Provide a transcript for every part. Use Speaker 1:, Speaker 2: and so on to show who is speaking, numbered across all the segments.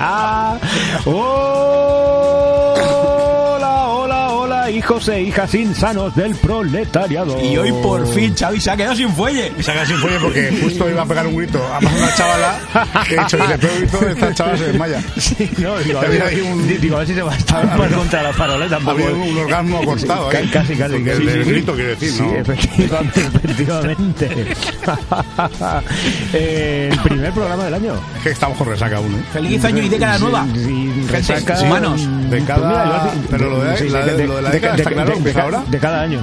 Speaker 1: Ah. hijos e hijas insanos del proletariado.
Speaker 2: Y hoy por fin Xavi se ha quedado sin fuelle.
Speaker 3: Y se ha quedado sin fuelle porque justo iba a pegar un grito a más una chavala que he dicho, si le pego un grito, esta chavala se desmaya.
Speaker 1: Sí, no, digo, a
Speaker 3: Había
Speaker 1: ver,
Speaker 3: ahí un-
Speaker 1: di- digo, a ver si se va a estar
Speaker 3: Había-
Speaker 1: contra la farola tampoco.
Speaker 3: Había un, un orgasmo acostado,
Speaker 1: Ca-
Speaker 3: ¿eh?
Speaker 1: Casi, casi.
Speaker 3: Porque
Speaker 1: casi.
Speaker 3: el, el grito, quiero decir,
Speaker 1: Sí,
Speaker 3: ¿no?
Speaker 1: efectivamente. efectivamente. Eh, el primer programa del año.
Speaker 3: Es que estamos con resaca aún, ¿eh?
Speaker 2: Feliz año y década nueva.
Speaker 1: Sí, resaca,
Speaker 2: sí, manos.
Speaker 1: mm,
Speaker 3: De cada-
Speaker 1: yo hace-
Speaker 3: pero lo de- la de- lo de la década está claro,
Speaker 1: de-
Speaker 3: pues, ahora.
Speaker 1: de cada año.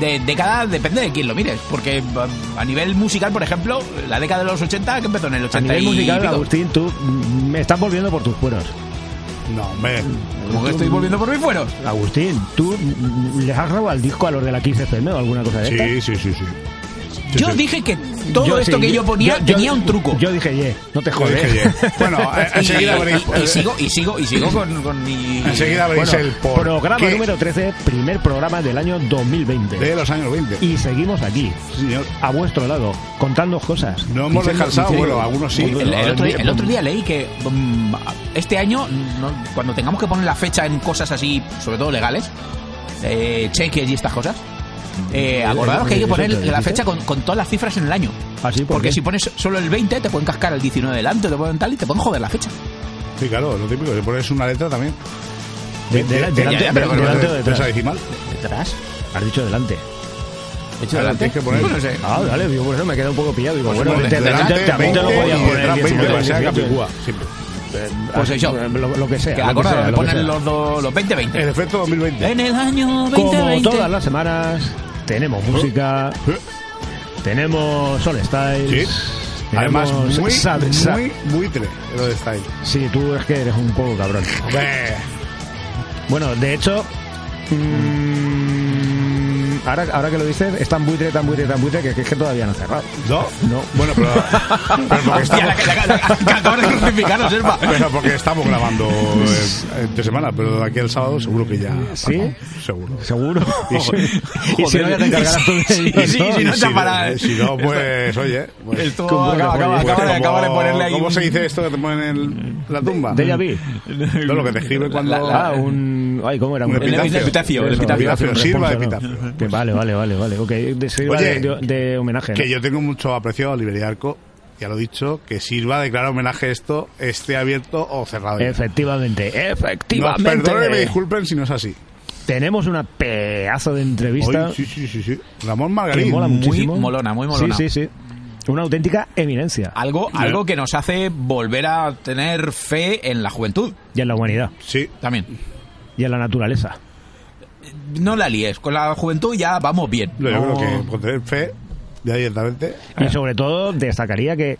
Speaker 2: De década depende de quién lo mires, porque um, a nivel musical, por ejemplo, la década de los 80 que empezó en el
Speaker 1: A
Speaker 2: 80
Speaker 1: nivel
Speaker 2: y
Speaker 1: musical,
Speaker 2: pico.
Speaker 1: Agustín, tú mm, me estás volviendo por tus cueros.
Speaker 3: No, hombre.
Speaker 2: Como que estoy volviendo por mis fueros.
Speaker 1: Agustín, tú mm, les has robado el disco a los de la 15 FM o alguna cosa de esta?
Speaker 3: Sí, sí, sí, sí. Sí,
Speaker 2: Yo
Speaker 3: sí.
Speaker 2: dije que todo
Speaker 1: Yo
Speaker 2: esto
Speaker 1: sí,
Speaker 2: que yo ponía
Speaker 1: yo- yo-
Speaker 2: tenía un truco.
Speaker 1: Yo dije, ye, no te
Speaker 3: Lo
Speaker 1: jodes.
Speaker 3: dije ayer. Bueno, eh,
Speaker 2: y,
Speaker 3: enseguida
Speaker 2: y-
Speaker 3: veréis.
Speaker 2: y- y sigo, y sigo, y sigo con, con mi.
Speaker 3: Enseguida veréis
Speaker 1: Bueno,
Speaker 3: el por
Speaker 1: programa
Speaker 3: qué
Speaker 1: número 13, primer programa del año 2020.
Speaker 3: de los años 20.
Speaker 1: Y seguimos aquí,
Speaker 3: Señor,
Speaker 1: a vuestro lado, contando cosas.
Speaker 3: No hemos
Speaker 1: Diciendo-
Speaker 3: descansado,
Speaker 1: diciendo-
Speaker 3: bueno, algunos sí.
Speaker 2: El, el otro, día- el otro día leí que mm, este año, no- cuando tengamos que poner la fecha en cosas así, sobre todo legales, eh, cheques y estas cosas, eh, acordaros que hay que poner
Speaker 1: ¿Eso te
Speaker 2: la
Speaker 1: dijiste?
Speaker 2: fecha con, con todas las cifras en el año.
Speaker 1: ¿Ah, sí? ¿Por
Speaker 2: Porque
Speaker 1: qué?
Speaker 2: si pones solo el 20, te pueden cascar el 19 delante, te pueden tal y te pueden joder la fecha.
Speaker 3: Sí, claro, lo típico, le pones una letra también.
Speaker 1: De- de-
Speaker 3: Ya, ya,
Speaker 1: delante-
Speaker 2: ya, pero-
Speaker 1: de- delante o detrás.
Speaker 3: Esa decimal.
Speaker 2: ¿Detrás?
Speaker 1: Has dicho delante.
Speaker 2: ¿Hecho
Speaker 3: Ahora
Speaker 2: delante?
Speaker 3: tienes que poner-
Speaker 2: Bueno, no sé.
Speaker 1: Ah, vale, digo, por eso me queda un poco pillado. Digo,
Speaker 3: Pues
Speaker 1: bueno,
Speaker 3: pones
Speaker 1: de- de-
Speaker 3: delante,
Speaker 1: de- también te lo
Speaker 3: 20
Speaker 1: podías
Speaker 3: y
Speaker 1: poner
Speaker 3: detrás 20 para que sea
Speaker 1: 19,
Speaker 3: Capicúa, siempre.
Speaker 2: Pues eso.
Speaker 1: eh, Lo, lo que sea.
Speaker 2: Que
Speaker 1: lo que sea,
Speaker 2: acordaros,
Speaker 1: lo
Speaker 2: le
Speaker 1: que sea.
Speaker 2: ponen los, dos- los 20,
Speaker 3: El
Speaker 2: 20.
Speaker 3: efecto 2020.
Speaker 2: En el año 2020.
Speaker 1: Como todas las semanas, tenemos música,
Speaker 3: ¿Eh?
Speaker 1: tenemos Sol Styles.
Speaker 3: Sí. Además,
Speaker 2: eh,
Speaker 1: tenemos
Speaker 3: muy,
Speaker 1: Sad- Sad-
Speaker 3: muy, buitre lo de Style.
Speaker 1: Sí, tú es que eres un poco cabrón.
Speaker 3: Hombre,
Speaker 1: Bueno, de hecho, mm, ahora, ahora que lo dices, es tan buitre, tan buitre, tan buitre que, que es que todavía no ha cerrado.
Speaker 3: ¿No?
Speaker 1: No.
Speaker 3: Bueno, pero, pero porque
Speaker 2: Hostia, la, la, la-
Speaker 3: estamos,
Speaker 2: la- acabas de crucificarnos, Elba.
Speaker 3: pero porque estamos grabando eh, entre semana, pero de aquí al sábado seguro que ya.
Speaker 1: ¿Sí?
Speaker 3: Seguro.
Speaker 1: Seguro.
Speaker 3: Y si-
Speaker 1: y si no, ya te encargarás tú de
Speaker 2: Sí, sí, sí,
Speaker 1: ello,
Speaker 2: sí,
Speaker 1: ¿no?
Speaker 2: no te para- eh.
Speaker 3: Si no, pues oye. Pues,
Speaker 2: Esto
Speaker 1: ¿Cómo que
Speaker 2: acaba, acaba,
Speaker 1: pones?
Speaker 2: acaba
Speaker 3: pues
Speaker 2: de-
Speaker 3: como-
Speaker 2: acaba de ponerle ahí.
Speaker 3: ¿Cómo
Speaker 2: un-
Speaker 3: se dice esto que te ponen en el- la tumba?
Speaker 1: Deja vu.
Speaker 3: No, lo que te escribe cuando.
Speaker 2: La- la-
Speaker 1: Ah, un... Ay, ¿cómo era?
Speaker 3: eh, Un
Speaker 1: Un
Speaker 3: epitafio.
Speaker 2: epitafio, el
Speaker 1: Eso,
Speaker 2: epitafio.
Speaker 1: un
Speaker 3: Sirva de
Speaker 1: responso, ¿no?
Speaker 3: epitafio.
Speaker 1: Que Vale, vale, vale, vale. Ok, de, sirva
Speaker 3: Oye,
Speaker 1: de, de- de homenaje. ¿no?
Speaker 3: Que yo tengo mucho aprecio a Liberty Arco, ya lo he dicho, que sirva de claro homenaje esto, esté abierto o cerrado.
Speaker 1: Efectivamente,
Speaker 3: No,
Speaker 1: efectivamente.
Speaker 3: perdónenme, me disculpen si no es así.
Speaker 1: Tenemos una pedazo de entrevista
Speaker 3: Hoy, sí, sí, sí, sí. Ramón
Speaker 1: que
Speaker 3: Margarín.
Speaker 1: mola
Speaker 2: muy
Speaker 1: muchísimo.
Speaker 2: molona, muy molona.
Speaker 1: Sí, sí, sí. Una auténtica eminencia.
Speaker 2: Algo, algo que nos hace volver a tener fe en la juventud
Speaker 1: Y en la humanidad.
Speaker 3: Sí.
Speaker 2: también.
Speaker 1: Y en la naturaleza.
Speaker 2: No la líes, con la juventud ya vamos bien.
Speaker 3: Yo
Speaker 2: No-
Speaker 3: creo que con tener fe, ya directamente.
Speaker 2: Eh.
Speaker 1: Y sobre todo, destacaría que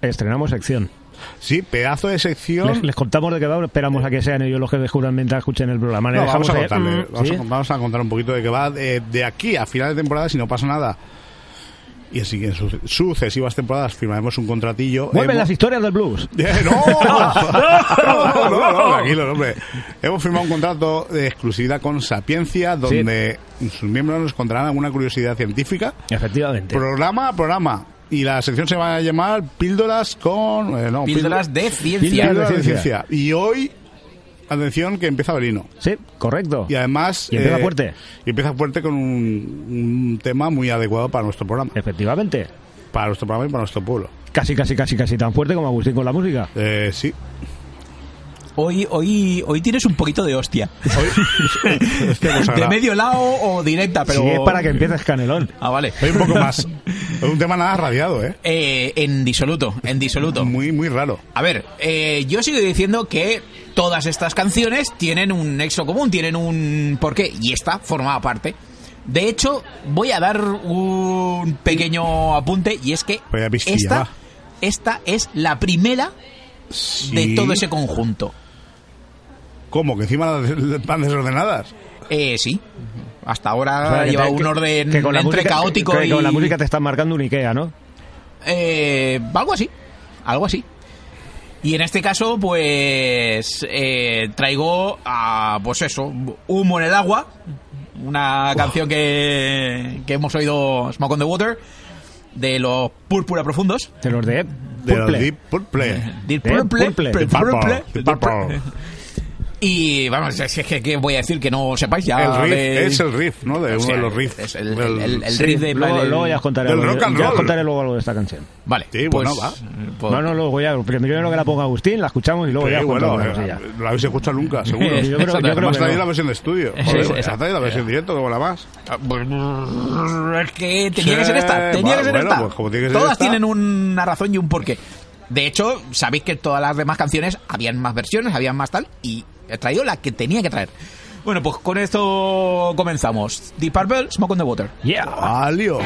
Speaker 1: estrenamos sección.
Speaker 3: Sí, pedazo de sección.
Speaker 1: Les, les contamos de qué va, esperamos a que sean ellos los que descubran mientras escuchen el programa. Les
Speaker 3: No, vamos, a
Speaker 1: dejamos ahí,
Speaker 3: contarle,
Speaker 1: mm,
Speaker 3: vamos,
Speaker 1: ¿sí?
Speaker 3: a, vamos a contar un poquito de qué va eh, de aquí a final de temporada si no pasa nada. Y así que en su- sucesivas temporadas firmaremos un contratillo.
Speaker 1: Vuelven
Speaker 3: Hemos-
Speaker 1: las historias del blues.
Speaker 3: Eh, ¡No! no, no, no, no, tranquilo, hombre. Hemos firmado un contrato de exclusividad con Sapiencia, donde sus miembros nos contarán alguna curiosidad científica,
Speaker 1: Efectivamente.
Speaker 3: programa a programa. Y la sección se va a llamar Píldoras con... eh, no,
Speaker 2: Píldoras de ciencia.
Speaker 1: Píldoras
Speaker 3: Píldoras
Speaker 1: de
Speaker 3: de ciencia. Y hoy, atención, que empieza Belino.
Speaker 1: Sí, correcto.
Speaker 3: Y además... eh,
Speaker 1: Y empieza fuerte.
Speaker 3: Y empieza fuerte con un, un tema muy adecuado para nuestro programa.
Speaker 1: Eh. Efectivamente.
Speaker 3: Para nuestro programa y para nuestro pueblo.
Speaker 1: Casi, casi, casi, casi tan fuerte como Agustín con la música.
Speaker 3: Eh, sí.
Speaker 2: Hoy, hoy, hoy tienes un poquito de hostia.
Speaker 3: Hoy, Hostia, pues,
Speaker 2: de
Speaker 3: ahora-
Speaker 2: medio lado o directa, pero.
Speaker 1: Si es para que empieces canelón.
Speaker 2: Ah, vale.
Speaker 3: Hay un poco más. Es un tema nada radiado, ¿eh?
Speaker 2: Eh, en disoluto, en disoluto.
Speaker 3: Muy, muy raro.
Speaker 2: A ver, eh, yo sigo diciendo que todas estas canciones tienen un nexo común, tienen un porqué, y esta formaba parte. De hecho, voy a dar un pequeño apunte, y es que
Speaker 3: Vaya pistilla,
Speaker 2: esta,
Speaker 3: va.
Speaker 2: esta es la primera de
Speaker 3: Sí.
Speaker 2: todo ese conjunto.
Speaker 3: ¿Cómo? ¿Que encima las des- van desordenadas?
Speaker 2: Eh, sí, hasta
Speaker 3: Ah,
Speaker 2: ahora
Speaker 1: O sea, que
Speaker 2: lleva
Speaker 1: te-
Speaker 2: un
Speaker 1: que-
Speaker 2: orden
Speaker 1: que con la
Speaker 2: entre
Speaker 1: música-
Speaker 2: caótico
Speaker 1: que
Speaker 2: y...
Speaker 1: con la música te están marcando un Ikea, ¿no?
Speaker 2: Eh, algo así, algo así. Y en este caso, pues eh, traigo a, pues eso, Humo en el agua, una canción que, que hemos oído, Smoke on the Water, de los Púrpura Profundos.
Speaker 1: De los de
Speaker 3: De la
Speaker 1: Purple.
Speaker 3: Deep Purple.
Speaker 2: Deep
Speaker 1: Eh,
Speaker 2: Purple,
Speaker 1: Purple.
Speaker 2: Pur-
Speaker 3: Purple.
Speaker 2: Purple,
Speaker 3: Purple.
Speaker 2: Y vamos, es que, que- que voy a decir que no sepáis ya.
Speaker 3: El riff,
Speaker 2: de-
Speaker 3: es el riff, ¿no? De
Speaker 2: o
Speaker 3: uno
Speaker 2: sea,
Speaker 3: de los riffs.
Speaker 2: es el,
Speaker 3: del-
Speaker 2: el- el riff de
Speaker 1: luego, luego ya os contaré,
Speaker 3: del
Speaker 1: algo,
Speaker 3: rock
Speaker 1: ya
Speaker 3: and
Speaker 1: os
Speaker 3: roll.
Speaker 1: contaré luego algo de esta canción.
Speaker 2: Vale,
Speaker 3: Sí,
Speaker 2: pues,
Speaker 3: bueno, va.
Speaker 2: pues-
Speaker 1: No, no, luego ya. Primero que la ponga Agustín, la escuchamos y luego
Speaker 3: Sí,
Speaker 1: ya os
Speaker 3: bueno,
Speaker 1: contaré
Speaker 3: eh,
Speaker 1: alguna cosilla.
Speaker 3: lo habéis escuchado nunca, seguro.
Speaker 1: Yo creo- yo creo
Speaker 3: Además,
Speaker 1: que no.
Speaker 3: traéis la versión de estudio.
Speaker 2: Sí,
Speaker 3: Joder,
Speaker 2: sí,
Speaker 3: ha
Speaker 2: exacto.
Speaker 3: traído la versión directo, que la más.
Speaker 2: Ah, pues, Es que tenía que ser
Speaker 3: Sí,
Speaker 2: esta, tenía
Speaker 3: bueno,
Speaker 2: que ser
Speaker 3: bueno,
Speaker 2: esta.
Speaker 3: pues como tiene que ser
Speaker 2: Todas
Speaker 3: esta.
Speaker 2: tienen una razón y un porqué. De hecho, sabéis que todas las demás canciones habían más versiones, habían más tal, y he traído la que tenía que traer. Bueno, pues con esto comenzamos. Deep Purple, Smoke on the Water.
Speaker 1: Yeah.
Speaker 3: ¡Alio!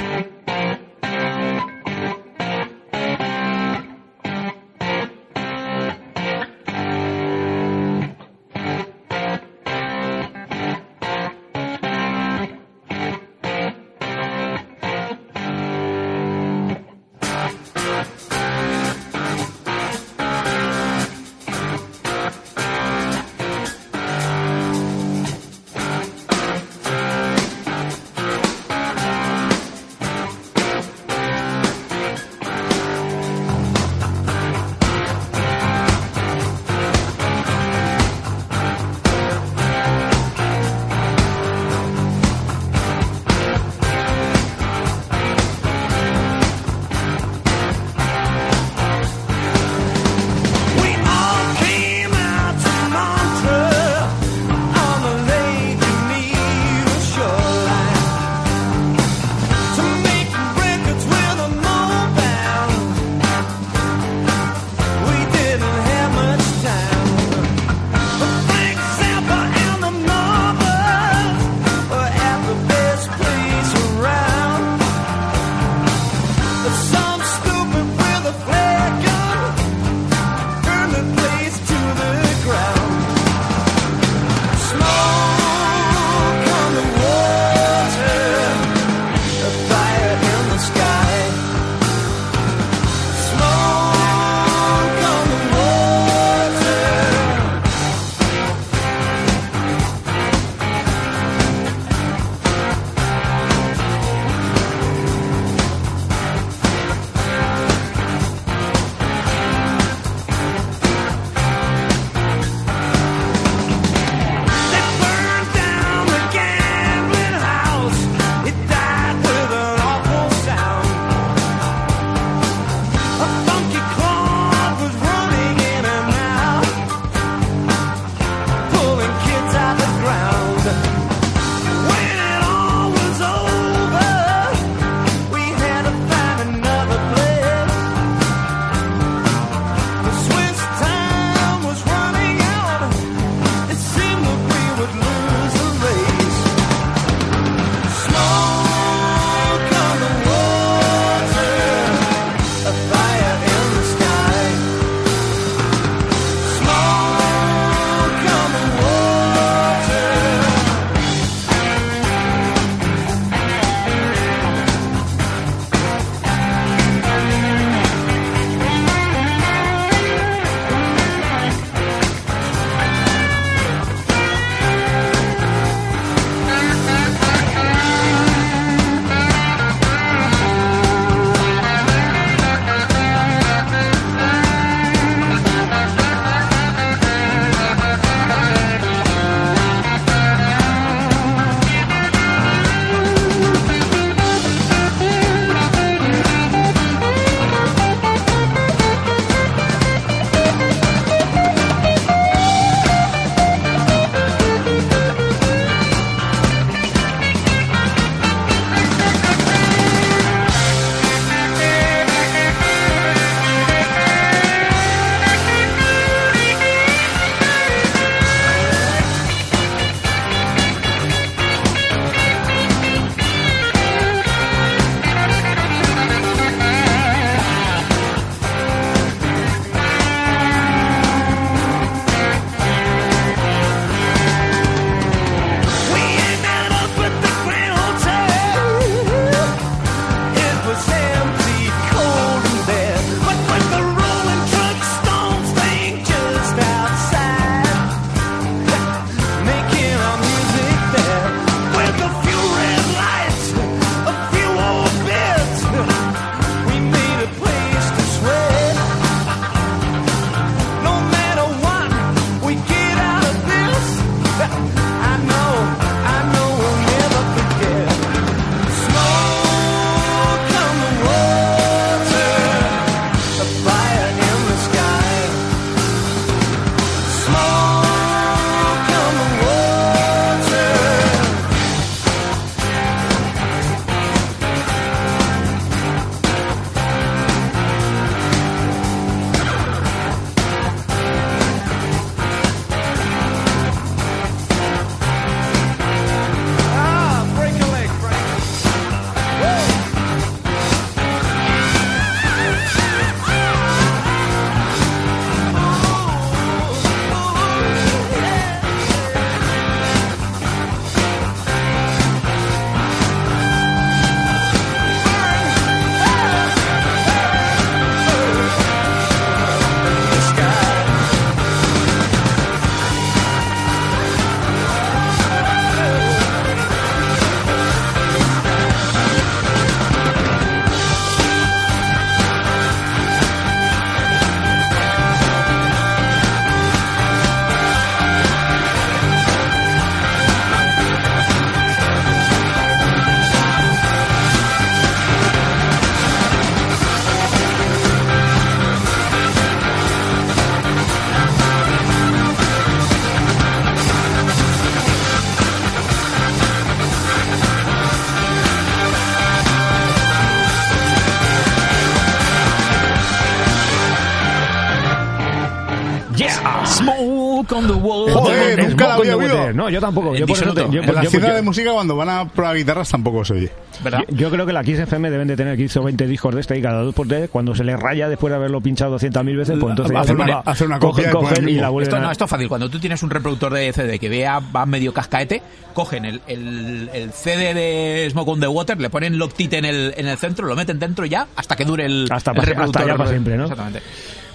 Speaker 4: Ah,
Speaker 2: Knock on the Wall.
Speaker 3: Joder,
Speaker 1: Es
Speaker 3: nunca la
Speaker 1: moco
Speaker 3: había
Speaker 1: de
Speaker 3: oído.
Speaker 1: boter. No, yo tampoco. Yo, por eso te-
Speaker 2: Disfruto.
Speaker 1: yo-
Speaker 3: En las
Speaker 1: yo-
Speaker 3: tiendas
Speaker 1: yo-
Speaker 3: de música cuando van a probar guitarras tampoco se oye.
Speaker 2: ¿Verdad?
Speaker 1: yo- yo creo que la Kiss FM deben de tener 15 o 20 discos de este y cada dos por tres, cuando se les raya después de haberlo pinchado 200.000 veces, pues entonces
Speaker 3: Hacer una-
Speaker 1: ya se-
Speaker 3: hacer una
Speaker 1: cogen-
Speaker 3: copia y poner
Speaker 1: cogen
Speaker 3: el
Speaker 1: y
Speaker 3: mismo.
Speaker 1: la vuelven
Speaker 2: Esto, no,
Speaker 1: a...
Speaker 2: esto es fácil. Cuando tú tienes un reproductor de CD que vea va medio cascaete, cogen el, el, el CD de Smoke on the Water, le ponen Loctite en el, en el centro, lo meten dentro ya hasta que dure el,
Speaker 1: Hasta
Speaker 2: el
Speaker 1: pa- hasta
Speaker 2: reproductor.
Speaker 1: ya para siempre, ¿no?
Speaker 2: Exactamente.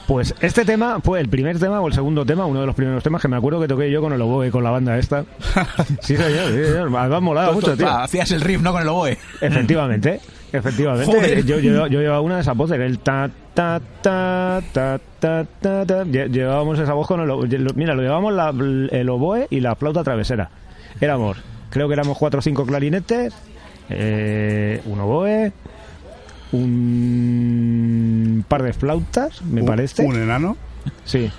Speaker 1: Pues este tema fue el primer tema o el segundo tema, uno de los primeros temas que me acuerdo que toqué yo con el oboe, con la banda esta. Sí, señor, sí, señor. Me ha molado mucho, tío.
Speaker 2: Ah, Hacías el riff, ¿no? Con el oboe.
Speaker 1: Efectivamente, efectivamente.
Speaker 2: Joder.
Speaker 1: Yo, yo, yo llevaba una de esas voces, el ta ta ta ta ta ta. ta. Lle- Llevábamos esa voz con el, o- lo- mira, lo llevábamos la- el oboe y la flauta travesera. Éramos, creo que éramos cuatro o cinco clarinetes, eh, un oboe, un par de flautas, me
Speaker 3: Un-
Speaker 1: parece.
Speaker 3: Un enano.
Speaker 1: Sí,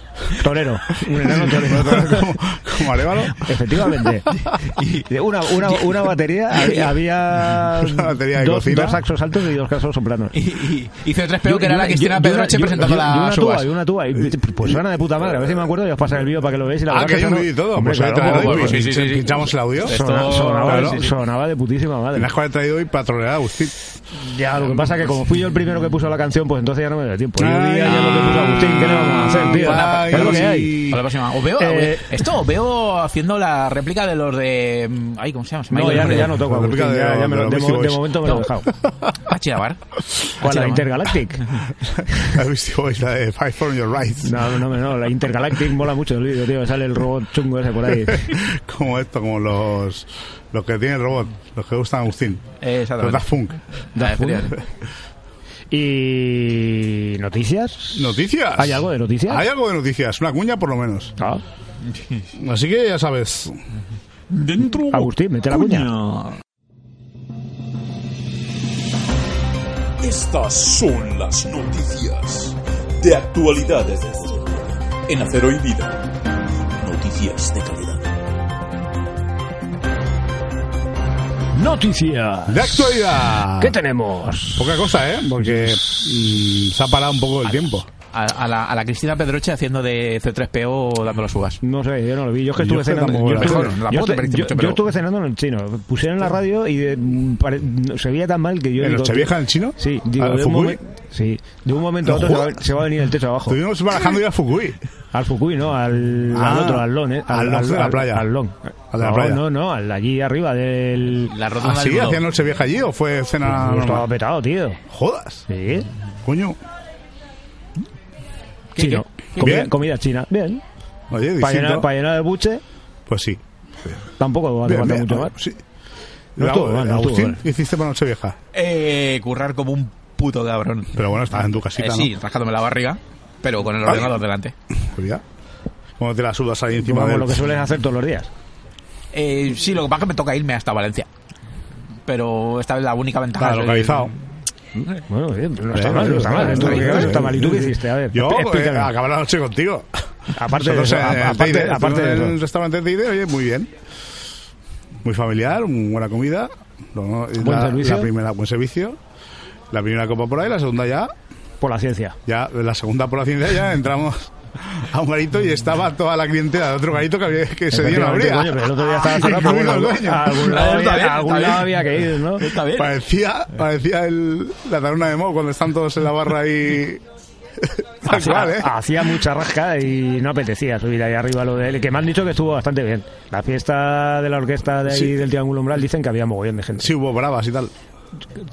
Speaker 1: torero, un enano torero.
Speaker 3: como, como Arévalo.
Speaker 1: Efectivamente. Y una, una, una batería, hab- había
Speaker 3: Una batería de
Speaker 1: dos,
Speaker 3: cocina.
Speaker 1: dos saxos altos y dos casos sopranos.
Speaker 2: Y, y, y C3PO, que era la
Speaker 1: Y- y-
Speaker 2: Cristina
Speaker 1: y-
Speaker 2: Pedroche
Speaker 1: y-
Speaker 2: presentando
Speaker 1: y- y una
Speaker 2: las
Speaker 1: tuba,
Speaker 2: uvas.
Speaker 1: y una tuba. Y- Pues suena de puta madre. A ver si me acuerdo y os pasa el vídeo para que lo veáis. Y la
Speaker 3: Ah,
Speaker 1: verdad
Speaker 3: que hay
Speaker 1: suena-
Speaker 3: un vídeo y todo.
Speaker 1: Hombre,
Speaker 3: Pues he
Speaker 1: claro,
Speaker 3: traído hoy.
Speaker 1: pues,
Speaker 2: pues,
Speaker 3: pues,
Speaker 2: sí, sí, sí.
Speaker 3: Pinchamos el audio.
Speaker 2: Esto-
Speaker 1: sona- sonaba,
Speaker 3: Claro,
Speaker 1: de-
Speaker 3: sí, sí.
Speaker 1: sonaba de putísima madre.
Speaker 3: Las cuales he traído hoy para trolear a Agustín.
Speaker 1: Ya, lo que pasa es que como fui yo el primero que puso la canción, pues entonces ya no me dio tiempo. Yo
Speaker 3: Ay,
Speaker 1: vi ya lo que puso Agustín, ¿qué le vamos a hacer, tío?
Speaker 3: ay,
Speaker 1: Es lo que hay.
Speaker 3: sí.
Speaker 2: Para la próxima. Os veo,
Speaker 1: Eh,
Speaker 2: esto os veo haciendo la réplica de los de. mm, Ay, ¿Cómo se llama? Se me ha
Speaker 1: No,
Speaker 2: ido el
Speaker 1: ya,
Speaker 2: nombre.
Speaker 1: ya no toco,
Speaker 3: La réplica
Speaker 1: Agustín,
Speaker 3: de-
Speaker 1: ya, ya me
Speaker 3: de
Speaker 1: lo-
Speaker 3: los
Speaker 1: de,
Speaker 3: Beastie
Speaker 1: mo- de
Speaker 3: Boys.
Speaker 1: momento me lo he dejado.
Speaker 2: Pachidabar.
Speaker 1: ¿Cuál? ¿La
Speaker 2: Pachidabar.
Speaker 1: Intergalactic?
Speaker 3: La Beastie Boys, la de Fight for Your Rights.
Speaker 1: No, no, no, la Intergalactic mola mucho el vídeo, tío. Sale el robot chungo ese por ahí.
Speaker 3: Como esto, como los, los que tienen robot, los que gustan a Agustín.
Speaker 2: Eh,
Speaker 3: Los
Speaker 2: Exactamente.
Speaker 1: Pues
Speaker 3: Daft Punk.
Speaker 2: Ah, efectivamente.
Speaker 1: ¿Y noticias?
Speaker 3: ¿Noticias?
Speaker 1: ¿Hay algo de noticias?
Speaker 3: Hay algo de noticias, una cuña por lo menos.
Speaker 1: Ah,
Speaker 3: Así que ya sabes.
Speaker 2: Dentro.
Speaker 1: Agustín, mete la cuña.
Speaker 4: Estas son las noticias de actualidades en Acero y Vida. Noticias de calidad.
Speaker 1: Noticias.
Speaker 3: De actualidad.
Speaker 1: ¿Qué tenemos?
Speaker 3: Poca cosa, ¿eh? Porque mm, se ha parado un poco el tiempo.
Speaker 2: A, a la, a la Cristina Pedroche haciendo de C3PO dando las uvas.
Speaker 1: No sé, yo no lo vi. Yo es que
Speaker 3: Yo
Speaker 1: estuve
Speaker 3: estoy
Speaker 1: cenando.
Speaker 3: tampoco
Speaker 1: Yo,
Speaker 3: la-
Speaker 1: estuve-
Speaker 2: Mejor,
Speaker 1: yo
Speaker 2: tampoco te
Speaker 1: estuve-
Speaker 2: parece
Speaker 1: yo-
Speaker 2: mucho, pero-
Speaker 1: yo estuve cenando en el chino. Pusieron la radio y de- mm, pare- no, se veía tan mal que yo.
Speaker 3: ¿En
Speaker 1: digo,
Speaker 3: Nochevieja, en el chino?
Speaker 1: Sí, digo,
Speaker 3: ¿Al
Speaker 1: de un,
Speaker 3: Fukui?
Speaker 1: momen- sí, de un momento a
Speaker 3: ¿No
Speaker 1: otro se va,
Speaker 3: jodas?
Speaker 1: se va a venir el techo abajo.
Speaker 3: Estuvimos barajando ya a Fukui.
Speaker 1: Al Fukui, no, al,
Speaker 3: Ah,
Speaker 1: al otro, al Lon, ¿eh?
Speaker 3: al Lon de la playa.
Speaker 1: Al Lon.
Speaker 3: Al de la
Speaker 1: no,
Speaker 3: playa.
Speaker 1: no, no, al allí arriba del.
Speaker 2: La rotonda
Speaker 3: ¿Así?
Speaker 2: del mundo.
Speaker 3: ¿Ah, ¿Hacía noche vieja allí o fue cena
Speaker 1: Pues
Speaker 3: normal?
Speaker 1: estaba petado, tío.
Speaker 3: Jodas.
Speaker 1: Sí.
Speaker 3: Coño.
Speaker 2: ¿Qué-
Speaker 1: Chino.
Speaker 2: qué-
Speaker 1: Comida,
Speaker 3: Bien.
Speaker 1: comida china. Bien.
Speaker 3: Oye,
Speaker 1: Para llenar,
Speaker 3: distinto.
Speaker 1: para llenar el buche,
Speaker 3: Pues sí.
Speaker 1: tampoco hace
Speaker 3: Bien,
Speaker 1: falta
Speaker 3: bien,
Speaker 1: mucho
Speaker 3: oye,
Speaker 1: más.
Speaker 3: sí.
Speaker 1: No
Speaker 3: Luego,
Speaker 1: estuvo mal, no estuvo
Speaker 3: Agustín,
Speaker 1: mal.
Speaker 3: ¿qué hiciste para noche vieja?
Speaker 2: Eh, currar como un puto cabrón.
Speaker 3: Pero bueno, estabas en tu
Speaker 2: Eh,
Speaker 3: casita,
Speaker 2: sí,
Speaker 3: ¿no?
Speaker 2: rascándome la barriga, pero con el
Speaker 3: Ay.
Speaker 2: ordenador delante.
Speaker 3: Cuidado. Como te la sudas ahí encima
Speaker 1: Como
Speaker 3: del-
Speaker 1: lo que sueles hacer todos los días.
Speaker 2: Eh, sí, lo que pasa es que me toca irme hasta Valencia. Pero esta vez la única ventaja.
Speaker 3: Está
Speaker 2: es el-
Speaker 3: localizado.
Speaker 1: Bueno, sí, no está
Speaker 3: Eh,
Speaker 1: mal, no está mal.
Speaker 3: eh,
Speaker 1: Dentro de lo que
Speaker 3: eh,
Speaker 1: cabe,
Speaker 3: eh,
Speaker 1: está mal. ¿Y tú
Speaker 3: eh,
Speaker 1: qué hiciste? A ver,
Speaker 3: Yo,
Speaker 1: explí-
Speaker 3: eh,
Speaker 1: explícame.
Speaker 3: acabé la noche contigo.
Speaker 1: Aparte de
Speaker 3: Nosotros
Speaker 1: eso,
Speaker 3: en el
Speaker 1: a-
Speaker 3: Teide,
Speaker 1: aparte, aparte
Speaker 3: estuvimos en
Speaker 1: de
Speaker 3: un
Speaker 1: eso.
Speaker 3: restaurante Teide, oye, muy bien. Muy familiar, muy buena comida. lo- no- y
Speaker 1: Buen
Speaker 3: la,
Speaker 1: servicio.
Speaker 3: la primera, buen servicio. La primera copa por ahí, la segunda ya.
Speaker 1: Por la ciencia.
Speaker 3: Ya, de la segunda por la ciencia ya entramos a un garito y estaba toda la clientela de otro garito que, había, que ese día no
Speaker 1: Efectivamente,
Speaker 3: abría.
Speaker 1: coño, pero el otro día estaba
Speaker 3: Y
Speaker 1: cerrado, pero
Speaker 3: incluido
Speaker 1: bueno,
Speaker 3: el dueño.
Speaker 1: a algún
Speaker 2: Ah,
Speaker 1: lado
Speaker 2: está bien,
Speaker 1: había- a
Speaker 2: está
Speaker 1: algún
Speaker 2: bien.
Speaker 1: lado había que ir, ¿no?
Speaker 2: Está bien.
Speaker 3: Pues, Parecía, parecía el- la taberna de Mo cuando están todos en la barra ahí. Tal cual, ¿eh?
Speaker 1: Ha- Hacía mucha rasca y no apetecía subir ahí arriba lo de él. Que me han dicho que estuvo bastante bien. La fiesta de la orquesta de ahí
Speaker 3: Sí.
Speaker 1: del Triángulo Umbral dicen que había mogollón de gente.
Speaker 3: Sí, hubo bravas y tal.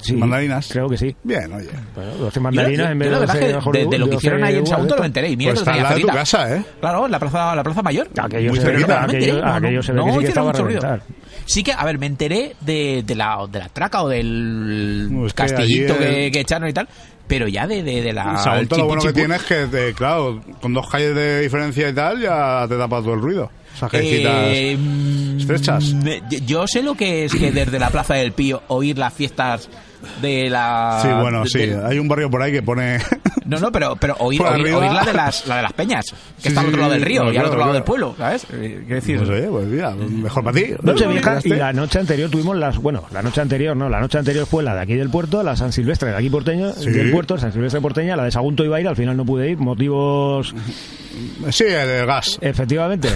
Speaker 1: Sí,
Speaker 3: mandarinas.
Speaker 1: Creo que sí.
Speaker 3: Bien, oye.
Speaker 1: Bueno, 12
Speaker 2: Yo- yo-
Speaker 1: mandarinas en vez
Speaker 2: yo
Speaker 1: de
Speaker 2: la verdad
Speaker 1: 12
Speaker 2: es que de, de lo que
Speaker 1: 12
Speaker 2: hicieron ahí en
Speaker 1: uvas,
Speaker 2: Sagunto
Speaker 1: ¿eh?
Speaker 2: lo me enteré. Y mira
Speaker 3: Pues
Speaker 2: que lo
Speaker 3: está al
Speaker 2: tenía
Speaker 3: lado de tu
Speaker 2: cerquita.
Speaker 3: casa, ¿eh?
Speaker 2: Claro, en la plaza, la plaza mayor.
Speaker 1: Aquello
Speaker 3: Muy
Speaker 1: se ve,
Speaker 3: cerquita.
Speaker 1: aquello-
Speaker 2: Efectivamente, no,
Speaker 1: aquello
Speaker 2: no,
Speaker 1: se ve
Speaker 2: no
Speaker 1: que sí que
Speaker 2: hicieron
Speaker 1: estaba a
Speaker 2: mucho ruido.
Speaker 1: reventar.
Speaker 2: Sí que, a ver, me enteré de, de, la, de la traca o del
Speaker 3: No, es que
Speaker 2: castillito
Speaker 3: allí
Speaker 2: que,
Speaker 3: el-
Speaker 2: que echaron y tal, pero ya de, de, de la...
Speaker 3: Ah, Sagunto
Speaker 2: el
Speaker 3: lo bueno que
Speaker 2: chipu-
Speaker 3: tiene es que, te- claro, con dos calles de diferencia y tal, ya te tapa todo el ruido. Esas callecitas.
Speaker 2: Eh, mm,
Speaker 3: estrechas.
Speaker 2: yo- Yo sé lo que es que desde la Plaza del Pío oír las fiestas de la...
Speaker 3: sí, bueno,
Speaker 2: de-
Speaker 3: sí.
Speaker 2: del-
Speaker 3: Hay un barrio por ahí que pone
Speaker 2: No, no, pero, pero oír,
Speaker 3: Por
Speaker 2: oír-
Speaker 3: arriba.
Speaker 2: oír la, de las, la de las peñas, que
Speaker 3: Sí,
Speaker 2: está al
Speaker 3: sí,
Speaker 2: otro lado del
Speaker 3: sí,
Speaker 2: río
Speaker 3: claro,
Speaker 2: y al otro
Speaker 3: claro,
Speaker 2: lado del pueblo,
Speaker 3: claro.
Speaker 2: ¿sabes? Eh, Quiero decir,
Speaker 3: Pues oye, pues mira, mejor para ti.
Speaker 1: Noche vieja
Speaker 2: este?
Speaker 3: ¿Llegaste?
Speaker 1: y la noche anterior tuvimos las, bueno, la noche anterior no, la noche anterior fue la de aquí del puerto, la San Silvestre de aquí porteño,
Speaker 3: Sí.
Speaker 1: del puerto, San Silvestre porteña, la de Sagunto iba a ir, al final no pude ir, motivos,
Speaker 3: Sí, el del gas.
Speaker 1: efectivamente,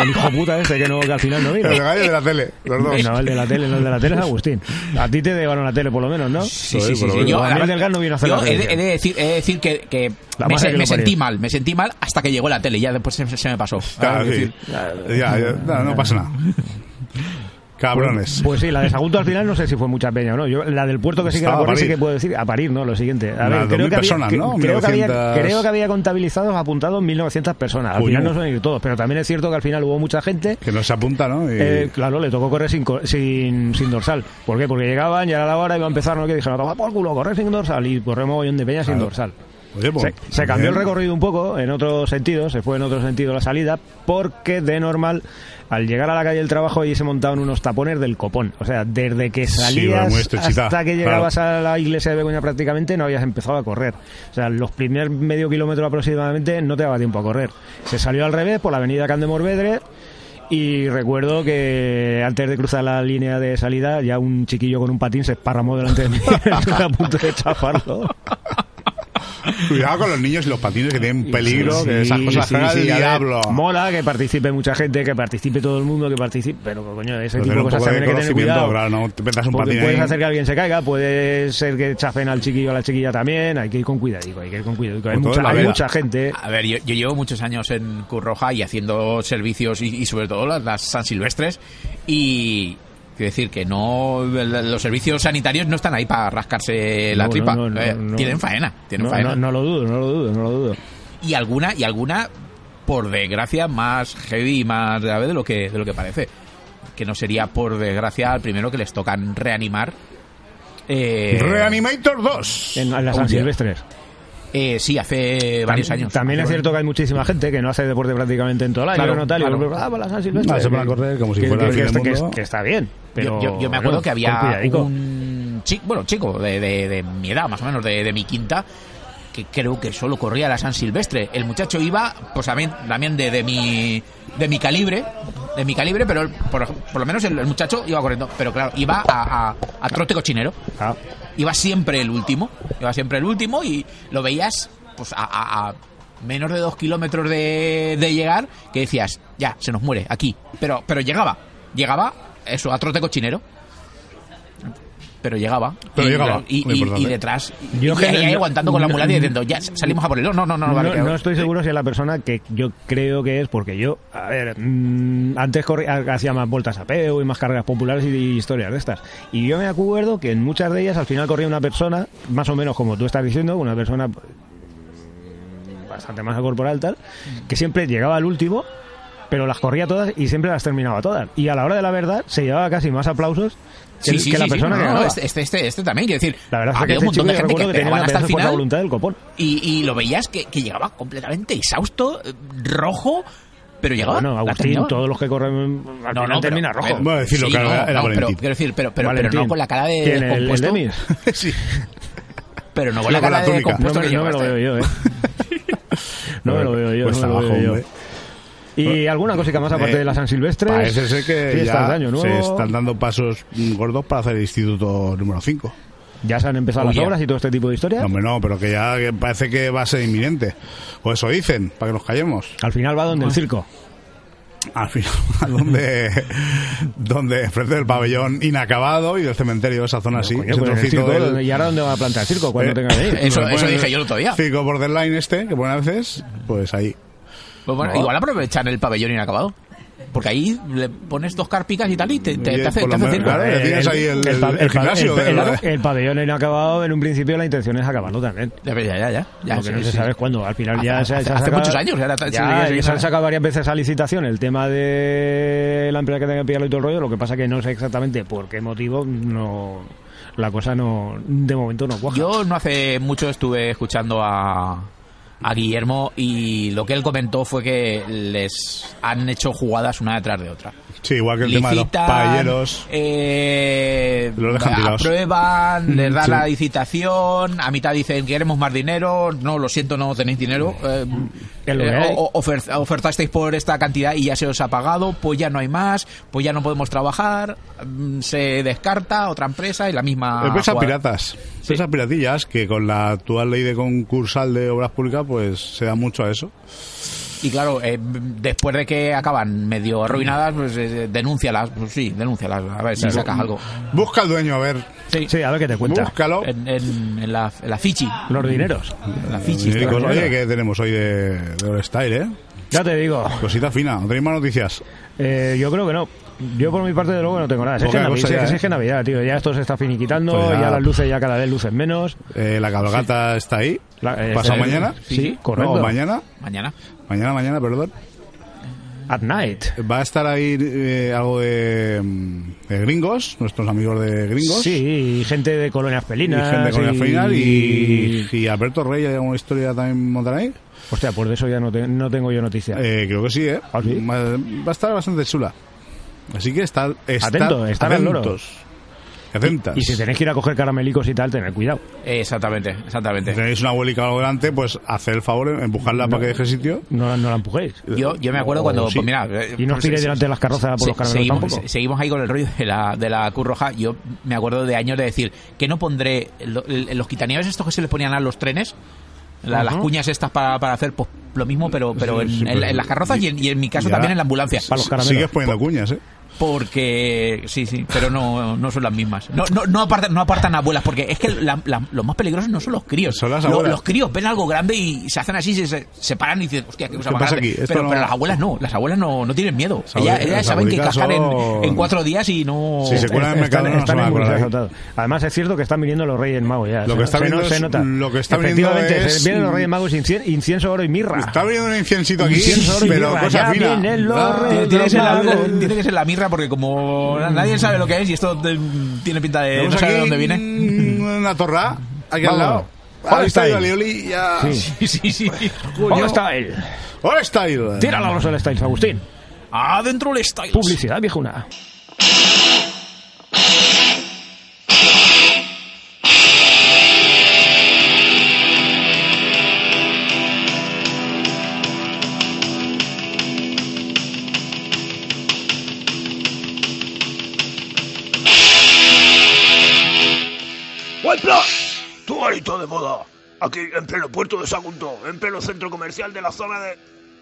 Speaker 1: el hijo puta ese que, no, que al final no vino.
Speaker 3: El del gas y el de la tele, los dos.
Speaker 1: No, el de la tele, no, el de la tele es Agustín. A ti te llevaron la tele por lo menos, ¿no?
Speaker 2: Sí, sí, sí,
Speaker 3: Joder,
Speaker 2: sí.
Speaker 3: pero
Speaker 2: Yo,
Speaker 1: bueno. Daniel Delgado no vino a hacer
Speaker 2: yo
Speaker 1: la
Speaker 2: he, de,
Speaker 1: selección.
Speaker 2: he de decir, he de decir que, que
Speaker 1: La
Speaker 2: me,
Speaker 1: madre
Speaker 2: se-
Speaker 1: que lo
Speaker 2: me
Speaker 1: parió.
Speaker 2: sentí mal, me sentí mal hasta que llegó la tele y ya después se, se me pasó.
Speaker 3: Claro,
Speaker 2: Es
Speaker 3: sí.
Speaker 2: decir,
Speaker 3: Ya, ya, no, no pasa nada. Cabrones.
Speaker 1: Pues sí, la de Sagunto al final no sé si fue mucha peña o no. Yo, la del puerto que sí que
Speaker 3: Estaba
Speaker 1: la
Speaker 3: a
Speaker 1: sí
Speaker 3: parir.
Speaker 1: que puedo decir. A parir, ¿no? Lo siguiente. A ver, creo
Speaker 3: Unas 2.000
Speaker 1: que, había,
Speaker 3: personas,
Speaker 1: que-
Speaker 3: ¿no?
Speaker 1: creo, que había,
Speaker 3: 1900.
Speaker 1: creo que había contabilizados, apuntados 1.900 personas. Al
Speaker 3: Coño.
Speaker 1: final no son ir todos, pero también es cierto que al final hubo mucha gente.
Speaker 3: Que no se apunta, ¿no? Y-
Speaker 1: pues- Eh, claro, le tocó correr sin, co- sin, sin dorsal. ¿Por qué? Porque llegaban y era la hora iba a empezar, ¿no? Que dijeron, toma por culo, correr sin dorsal. Y corremos mogollón de peña sin
Speaker 3: Claro.
Speaker 1: dorsal.
Speaker 3: Oye, pues,
Speaker 1: Se, se cambió el
Speaker 3: bien.
Speaker 1: recorrido un poco en otro sentido, se fue en otro sentido la salida, porque de normal, al llegar a la calle del trabajo, ahí se montaban unos tapones del copón. O sea, desde que
Speaker 3: Sí,
Speaker 1: salías
Speaker 3: va muy estrechita,
Speaker 1: hasta que
Speaker 3: claro.
Speaker 1: llegabas a la iglesia de Begoña prácticamente no habías empezado a correr. O sea, los primeros medio kilómetro aproximadamente no te daba tiempo a correr. Se salió al revés por la avenida Can de Morvedre. Y recuerdo que antes de cruzar la línea de salida, ya un chiquillo con un patín se esparramó delante de mí, a punto de chafarlo.
Speaker 3: Cuidado con los niños y los patines que tienen peligro,
Speaker 1: Sí,
Speaker 3: que esas cosas
Speaker 1: sí,
Speaker 3: las
Speaker 1: sí,
Speaker 3: del
Speaker 1: a ver,
Speaker 3: diablo.
Speaker 1: Mola que participe mucha gente, que participe todo el mundo, que participe. Pero coño, ese tipo
Speaker 3: Tener
Speaker 1: de
Speaker 3: un
Speaker 1: cosas
Speaker 3: poco de
Speaker 1: también hay que tener
Speaker 3: conocimiento,
Speaker 1: cuidado.
Speaker 3: claro, no te metas un
Speaker 1: Porque
Speaker 3: patín
Speaker 1: puedes
Speaker 3: ahí.
Speaker 1: hacer que alguien se caiga, puede ser que chafen al chiquillo o a la chiquilla también. Hay que ir con cuidadico, hay que ir con cuidadico. Hay,
Speaker 3: Con todo
Speaker 1: mucha,
Speaker 3: en la
Speaker 1: hay
Speaker 3: veda.
Speaker 1: mucha gente.
Speaker 2: A ver, yo, yo llevo muchos años en Curroja y haciendo servicios y, y sobre todo las, las San Silvestres y quiero decir que no los servicios sanitarios no están ahí para rascarse la
Speaker 1: No, no,
Speaker 2: tripa,
Speaker 1: no, no,
Speaker 2: Eh,
Speaker 1: no.
Speaker 2: tienen faena, tienen
Speaker 1: No,
Speaker 2: faena.
Speaker 1: no- no lo dudo, no lo dudo, no lo dudo.
Speaker 2: y alguna y alguna por desgracia más heavy y más grave de lo que de lo que parece que no sería por desgracia al primero que les tocan reanimar eh,
Speaker 3: Reanimator 2.
Speaker 1: En, en las
Speaker 2: Hostia.
Speaker 1: San Silvestres.
Speaker 2: eh, sí hace varios años
Speaker 1: También es cierto que hay muchísima gente que no hace deporte prácticamente en todo el año.
Speaker 2: Claro,
Speaker 1: no tal, y
Speaker 2: claro.
Speaker 1: luego, ah, para la San Silvestre.
Speaker 3: Ah, se van a correr como si
Speaker 1: Que-
Speaker 3: fuera
Speaker 1: que-
Speaker 3: el
Speaker 1: que
Speaker 3: fin del
Speaker 1: está- que,
Speaker 3: mundo.
Speaker 1: que está bien. Pero,
Speaker 2: yo, yo- yo me acuerdo
Speaker 1: bueno,
Speaker 2: que
Speaker 1: con
Speaker 2: había
Speaker 1: cuidadico.
Speaker 2: un chico, bueno, chico de, de- de mi edad, más o menos, de, de mi quinta, que creo que solo corría la San Silvestre. El muchacho iba, pues también, también de, de mi de mi calibre, de mi calibre, pero él, por, por lo menos el, el muchacho iba corriendo. Pero claro, iba a, a- a trote cochinero.
Speaker 1: Ah.
Speaker 2: Iba siempre el último, iba siempre el último y lo veías, pues a... a- a menos de dos kilómetros de, de llegar que decías ya se nos muere aquí pero pero llegaba llegaba eso a trote cochinero pero llegaba.
Speaker 3: Pero
Speaker 2: y,
Speaker 3: llegaba,
Speaker 2: y-
Speaker 3: muy
Speaker 2: y-
Speaker 3: importante.
Speaker 2: y detrás. Y,
Speaker 1: Yo
Speaker 2: y
Speaker 1: que
Speaker 2: ahí
Speaker 1: no-
Speaker 2: aguantando con la
Speaker 1: no-
Speaker 2: ambulancia diciendo, ya salimos a por él. No, no, no, no,
Speaker 1: No,
Speaker 2: vale,
Speaker 1: no
Speaker 2: quedó.
Speaker 1: estoy seguro si es la persona que yo creo que es, porque yo, a ver, mm, antes corría, hacía más vueltas a peo y más carreras populares y, y historias de estas. Y yo me acuerdo que en muchas de ellas al final corría una persona, más o menos como tú estás diciendo, una persona mm, bastante masa corporal tal, que siempre llegaba al último, pero las corría todas y siempre las terminaba todas. Y a la hora de la verdad se llevaba casi más aplausos que,
Speaker 2: Sí,
Speaker 1: el-
Speaker 2: sí,
Speaker 1: que la
Speaker 2: sí, sí,
Speaker 1: persona
Speaker 2: no,
Speaker 1: que
Speaker 2: no,
Speaker 1: ganaba.
Speaker 2: este, este, este, este también, quiero decir,
Speaker 1: La verdad es que
Speaker 2: había
Speaker 1: ese
Speaker 2: un montón
Speaker 1: chico
Speaker 2: de
Speaker 1: yo
Speaker 2: gente que
Speaker 1: recuerdo que tenía
Speaker 2: pegaban
Speaker 1: una
Speaker 2: hasta el
Speaker 1: pedazo de fuerza
Speaker 2: final.
Speaker 1: de voluntad del copón.
Speaker 2: Y, y lo veías que, que llegaba completamente exhausto, eh, rojo, pero llegaba.
Speaker 1: Bueno,
Speaker 2: la
Speaker 1: Agustín,
Speaker 2: terminaba.
Speaker 1: todos los que corren al final
Speaker 2: pero-
Speaker 1: termina rojo.
Speaker 2: pero-
Speaker 3: Bueno, decirlo, claro,
Speaker 2: no,
Speaker 3: era
Speaker 2: no, pero,
Speaker 3: Valentín.
Speaker 2: quiero decir, pero, pero, pero
Speaker 1: Valentín.
Speaker 2: no con la cara de
Speaker 1: ¿Quién, el- el
Speaker 2: descompuesto.
Speaker 1: Demis?
Speaker 3: sí.
Speaker 2: pero no con
Speaker 3: Sí,
Speaker 2: la
Speaker 3: con
Speaker 2: cara
Speaker 3: la
Speaker 2: de
Speaker 3: túnica.
Speaker 1: No me,
Speaker 2: descompuesto que este.
Speaker 1: no me lo
Speaker 2: llevaste.
Speaker 1: veo yo, ¿eh? No me lo veo yo. no
Speaker 3: Cuesta
Speaker 1: me lo
Speaker 3: abajo,
Speaker 1: veo yo.
Speaker 3: Pues hombre.
Speaker 1: Y alguna cosita más aparte
Speaker 3: Eh,
Speaker 1: de la San Silvestre.
Speaker 3: Parece ser que
Speaker 1: fiestas
Speaker 3: ya
Speaker 1: de año nuevo.
Speaker 3: se están dando pasos mm, gordos para hacer el instituto número 5.
Speaker 1: Ya se han empezado
Speaker 2: Oye.
Speaker 1: las obras y todo este tipo de historias.
Speaker 3: No, Oh, hombre, no, pero que ya que parece que va a ser inminente. O eso dicen, para que nos callemos.
Speaker 1: Al final va
Speaker 3: Ah.
Speaker 1: donde el circo.
Speaker 3: Al final, donde, donde frente del pabellón inacabado y del cementerio, esa zona así.
Speaker 1: Coño,
Speaker 3: ese
Speaker 1: pues en el
Speaker 3: trocito
Speaker 1: circo,
Speaker 3: del-
Speaker 1: ¿dónde- ¿Y ahora dónde va a plantar el circo? Cuando
Speaker 3: Eh,
Speaker 1: tenga que ir.
Speaker 2: Eso-
Speaker 3: Lo que
Speaker 2: eso
Speaker 3: ponen
Speaker 2: dije yo el otro día.
Speaker 3: Circo borderline este, que ponen a veces, pues ahí.
Speaker 2: Pues bueno,
Speaker 3: No.
Speaker 2: igual aprovechan el pabellón inacabado. Porque ahí le pones dos carpicas y tal y te, te,
Speaker 3: Y
Speaker 2: te hace,
Speaker 3: por
Speaker 2: te
Speaker 3: lo
Speaker 2: hace
Speaker 3: menos,
Speaker 2: circo.
Speaker 3: claro, le tienes ahí el, el-
Speaker 1: pa-
Speaker 3: el
Speaker 1: el pa-
Speaker 3: gimnasio.
Speaker 1: el-
Speaker 3: de-
Speaker 1: el- el pabellón inacabado, en un principio la intención es acabarlo también.
Speaker 2: Ya, ya, ya. ya, ya,
Speaker 1: Porque
Speaker 2: sí,
Speaker 1: no se
Speaker 2: sí.
Speaker 1: sabe cuándo. Al final ya
Speaker 2: Hace-
Speaker 1: se,
Speaker 2: hace-
Speaker 1: se ha
Speaker 2: hace
Speaker 1: sacado-
Speaker 2: muchos años, ya,
Speaker 1: Ya,
Speaker 2: se le- se le-
Speaker 1: se han sacado varias veces a licitación el tema de la empresa que tenga que pillarlo y todo el rollo. Lo que pasa que no sé exactamente por qué motivo no la cosa no de momento no cuaja.
Speaker 2: Yo no hace mucho estuve escuchando a, a Guillermo y lo que él comentó fue que les han hecho jugadas una detrás de otra.
Speaker 3: Sí, igual que el tema de los
Speaker 2: Licitan,
Speaker 3: paelleros.
Speaker 2: eh,
Speaker 3: Los dejan tirados.
Speaker 2: aprueban, les dan
Speaker 3: sí.
Speaker 2: la licitación, a mitad dicen queremos más dinero, no, lo siento, no tenéis dinero. eh,
Speaker 1: Es lo
Speaker 2: eh,
Speaker 1: que hay.
Speaker 2: o- o- ofer- ofertasteis por esta cantidad y ya se os ha pagado, pues ya no hay más, pues ya no podemos trabajar, mm, se descarta otra empresa y la misma...
Speaker 3: Empresas
Speaker 2: jugada.
Speaker 3: piratas, empresas piratillas que con la actual ley de concursal de obras públicas pues se da mucho a eso.
Speaker 2: Y claro, eh, después de que acaban medio arruinadas, pues eh, denúncialas, pues sí, denúncialas, a ver si sacas algo.
Speaker 3: Busca al dueño, a ver,
Speaker 2: Sí,
Speaker 1: Sí, a ver qué te cuenta.
Speaker 3: búscalo.
Speaker 2: En, en- en la, en la fichi.
Speaker 1: Los dineros.
Speaker 2: En la
Speaker 3: Y
Speaker 2: fichi. está
Speaker 3: cosas,
Speaker 2: la
Speaker 3: oye,
Speaker 2: mierda.
Speaker 3: que tenemos hoy de, de All Style, ¿eh?
Speaker 1: Ya te digo,
Speaker 3: Cosita fina, ¿no tenéis más noticias?
Speaker 1: eh, yo creo que no. Yo por mi parte de luego no tengo nada. Si es, que
Speaker 3: Poca
Speaker 1: es Navidad,
Speaker 3: cosa
Speaker 1: si
Speaker 3: ya,
Speaker 1: es que
Speaker 3: ¿eh?
Speaker 1: es Navidad, tío. Ya esto se está finiquitando,
Speaker 3: Pues ya.
Speaker 1: ya las luces ya cada vez luces menos.
Speaker 3: Eh, la cabalgata está ahí.
Speaker 1: La- eh,
Speaker 3: ¿Pasado
Speaker 1: eh,
Speaker 3: mañana?
Speaker 1: Sí,
Speaker 2: Sí.
Speaker 1: correcto.
Speaker 3: No, mañana.
Speaker 2: Mañana.
Speaker 3: Mañana, mañana, perdón.
Speaker 1: At night.
Speaker 3: Va a estar ahí eh, algo de, mm, de gringos, nuestros amigos de gringos.
Speaker 1: Sí, y gente de colonias
Speaker 3: Y
Speaker 1: pelinas.
Speaker 3: gente con el
Speaker 1: y-
Speaker 3: final. Y, y Alberto Rey, ¿hay alguna historia también montar ahí?
Speaker 1: Hostia, pues de eso ya no, te- no tengo yo noticia.
Speaker 3: Eh, creo que sí, ¿eh?
Speaker 1: ¿Ah, sí?
Speaker 3: Va va a estar bastante chula. Así que está, está
Speaker 1: Atento, estar al loro.
Speaker 3: atentos. Atentas.
Speaker 1: y si tenéis que ir a coger caramelicos y tal, tened cuidado.
Speaker 2: Eh, Exactamente,
Speaker 3: Si
Speaker 2: exactamente.
Speaker 3: tenéis una abuelica o algo delante, pues haced el favor en empujarla para que deje sitio.
Speaker 1: No, la- no la empujéis.
Speaker 2: Yo, yo me acuerdo cuando.
Speaker 3: O sí.
Speaker 2: Pues mira, eh,
Speaker 1: Y no os
Speaker 2: se-
Speaker 1: tiréis
Speaker 2: se-
Speaker 1: delante de las carrozas por los
Speaker 2: se-
Speaker 1: caramelos
Speaker 2: seguimos,
Speaker 1: tampoco.
Speaker 2: se- seguimos ahí con el rollo de la, de la Cruz Roja. Yo me acuerdo de años de decir que no pondré lo- el- los quitanieves estos que se les ponían a los trenes. la- Las
Speaker 1: Ajá.
Speaker 2: cuñas estas para, para hacer pues, lo mismo, pero, pero
Speaker 3: Sí,
Speaker 2: en,
Speaker 3: sí,
Speaker 2: en-
Speaker 3: pero-
Speaker 2: en las carrozas y en, y en mi caso
Speaker 3: Ya.
Speaker 2: también en la ambulancia.
Speaker 1: Para los caramelos.
Speaker 3: Sigues poniendo cuñas, ¿eh?
Speaker 2: Porque sí, sí, pero no, no son las mismas. No, no, no, apartan, no apartan abuelas, porque es que la- la- los más peligrosos no son los críos.
Speaker 3: Son las
Speaker 2: Lo-
Speaker 3: abuelas.
Speaker 2: los críos ven algo grande y se hacen así, se, se, se paran y dicen, hostia, qué cosa
Speaker 3: ¿Qué
Speaker 2: más
Speaker 3: pasa
Speaker 2: grande".
Speaker 3: aquí? Esto
Speaker 2: Pero,
Speaker 3: no-
Speaker 2: pero las abuelas no, las abuelas no, no tienen miedo.
Speaker 3: Las
Speaker 2: Ellas,
Speaker 3: abuelas-
Speaker 2: ellas
Speaker 3: las
Speaker 2: saben que
Speaker 3: abuelicas
Speaker 2: cascan en,
Speaker 3: son-
Speaker 2: en cuatro días y no...
Speaker 3: Sí, se cuelan en el
Speaker 1: Están-
Speaker 3: mercado. no se
Speaker 1: están
Speaker 3: van a
Speaker 1: muy
Speaker 3: acordar.
Speaker 1: azotados. Además es cierto que están viniendo los Reyes Magos ya.
Speaker 3: Lo
Speaker 1: se-
Speaker 3: que está
Speaker 1: se,
Speaker 3: viniendo
Speaker 1: no- se
Speaker 3: es-
Speaker 1: nota.
Speaker 3: lo que está viniendo
Speaker 1: Efectivamente,
Speaker 3: es-
Speaker 1: se- vienen los Reyes Magos incien- incienso, oro y mirra.
Speaker 2: Ah.
Speaker 3: Está abriendo un inciensito aquí,
Speaker 1: Incienso, oro y
Speaker 3: pero
Speaker 1: mirra,
Speaker 3: cosa
Speaker 1: ya
Speaker 3: fina.
Speaker 1: vienen eh, los
Speaker 3: Ah,
Speaker 1: reyes.
Speaker 2: Tiene, tiene que ser la,
Speaker 1: Los magos.
Speaker 2: tiene que ser la mirra porque como nadie sabe lo que es y esto eh, tiene pinta de
Speaker 3: tenemos
Speaker 2: no sabe de
Speaker 3: aquí
Speaker 2: dónde viene.
Speaker 3: Una torra, aquí al
Speaker 1: Vamos.
Speaker 3: lado.
Speaker 1: All
Speaker 3: All Style,
Speaker 1: Style.
Speaker 3: Alioli, ya.
Speaker 1: Sí.
Speaker 2: Sí, sí, sí.
Speaker 1: ¿Dónde está él?
Speaker 3: All Style.
Speaker 1: Tírala a los All Styles, Agustín.
Speaker 2: Adentro el style.
Speaker 1: Publicidad, viejuna.
Speaker 5: ¡Buen plan! Tú garito de moda. Aquí, en pleno puerto de Sagunto, en pleno centro comercial de la zona de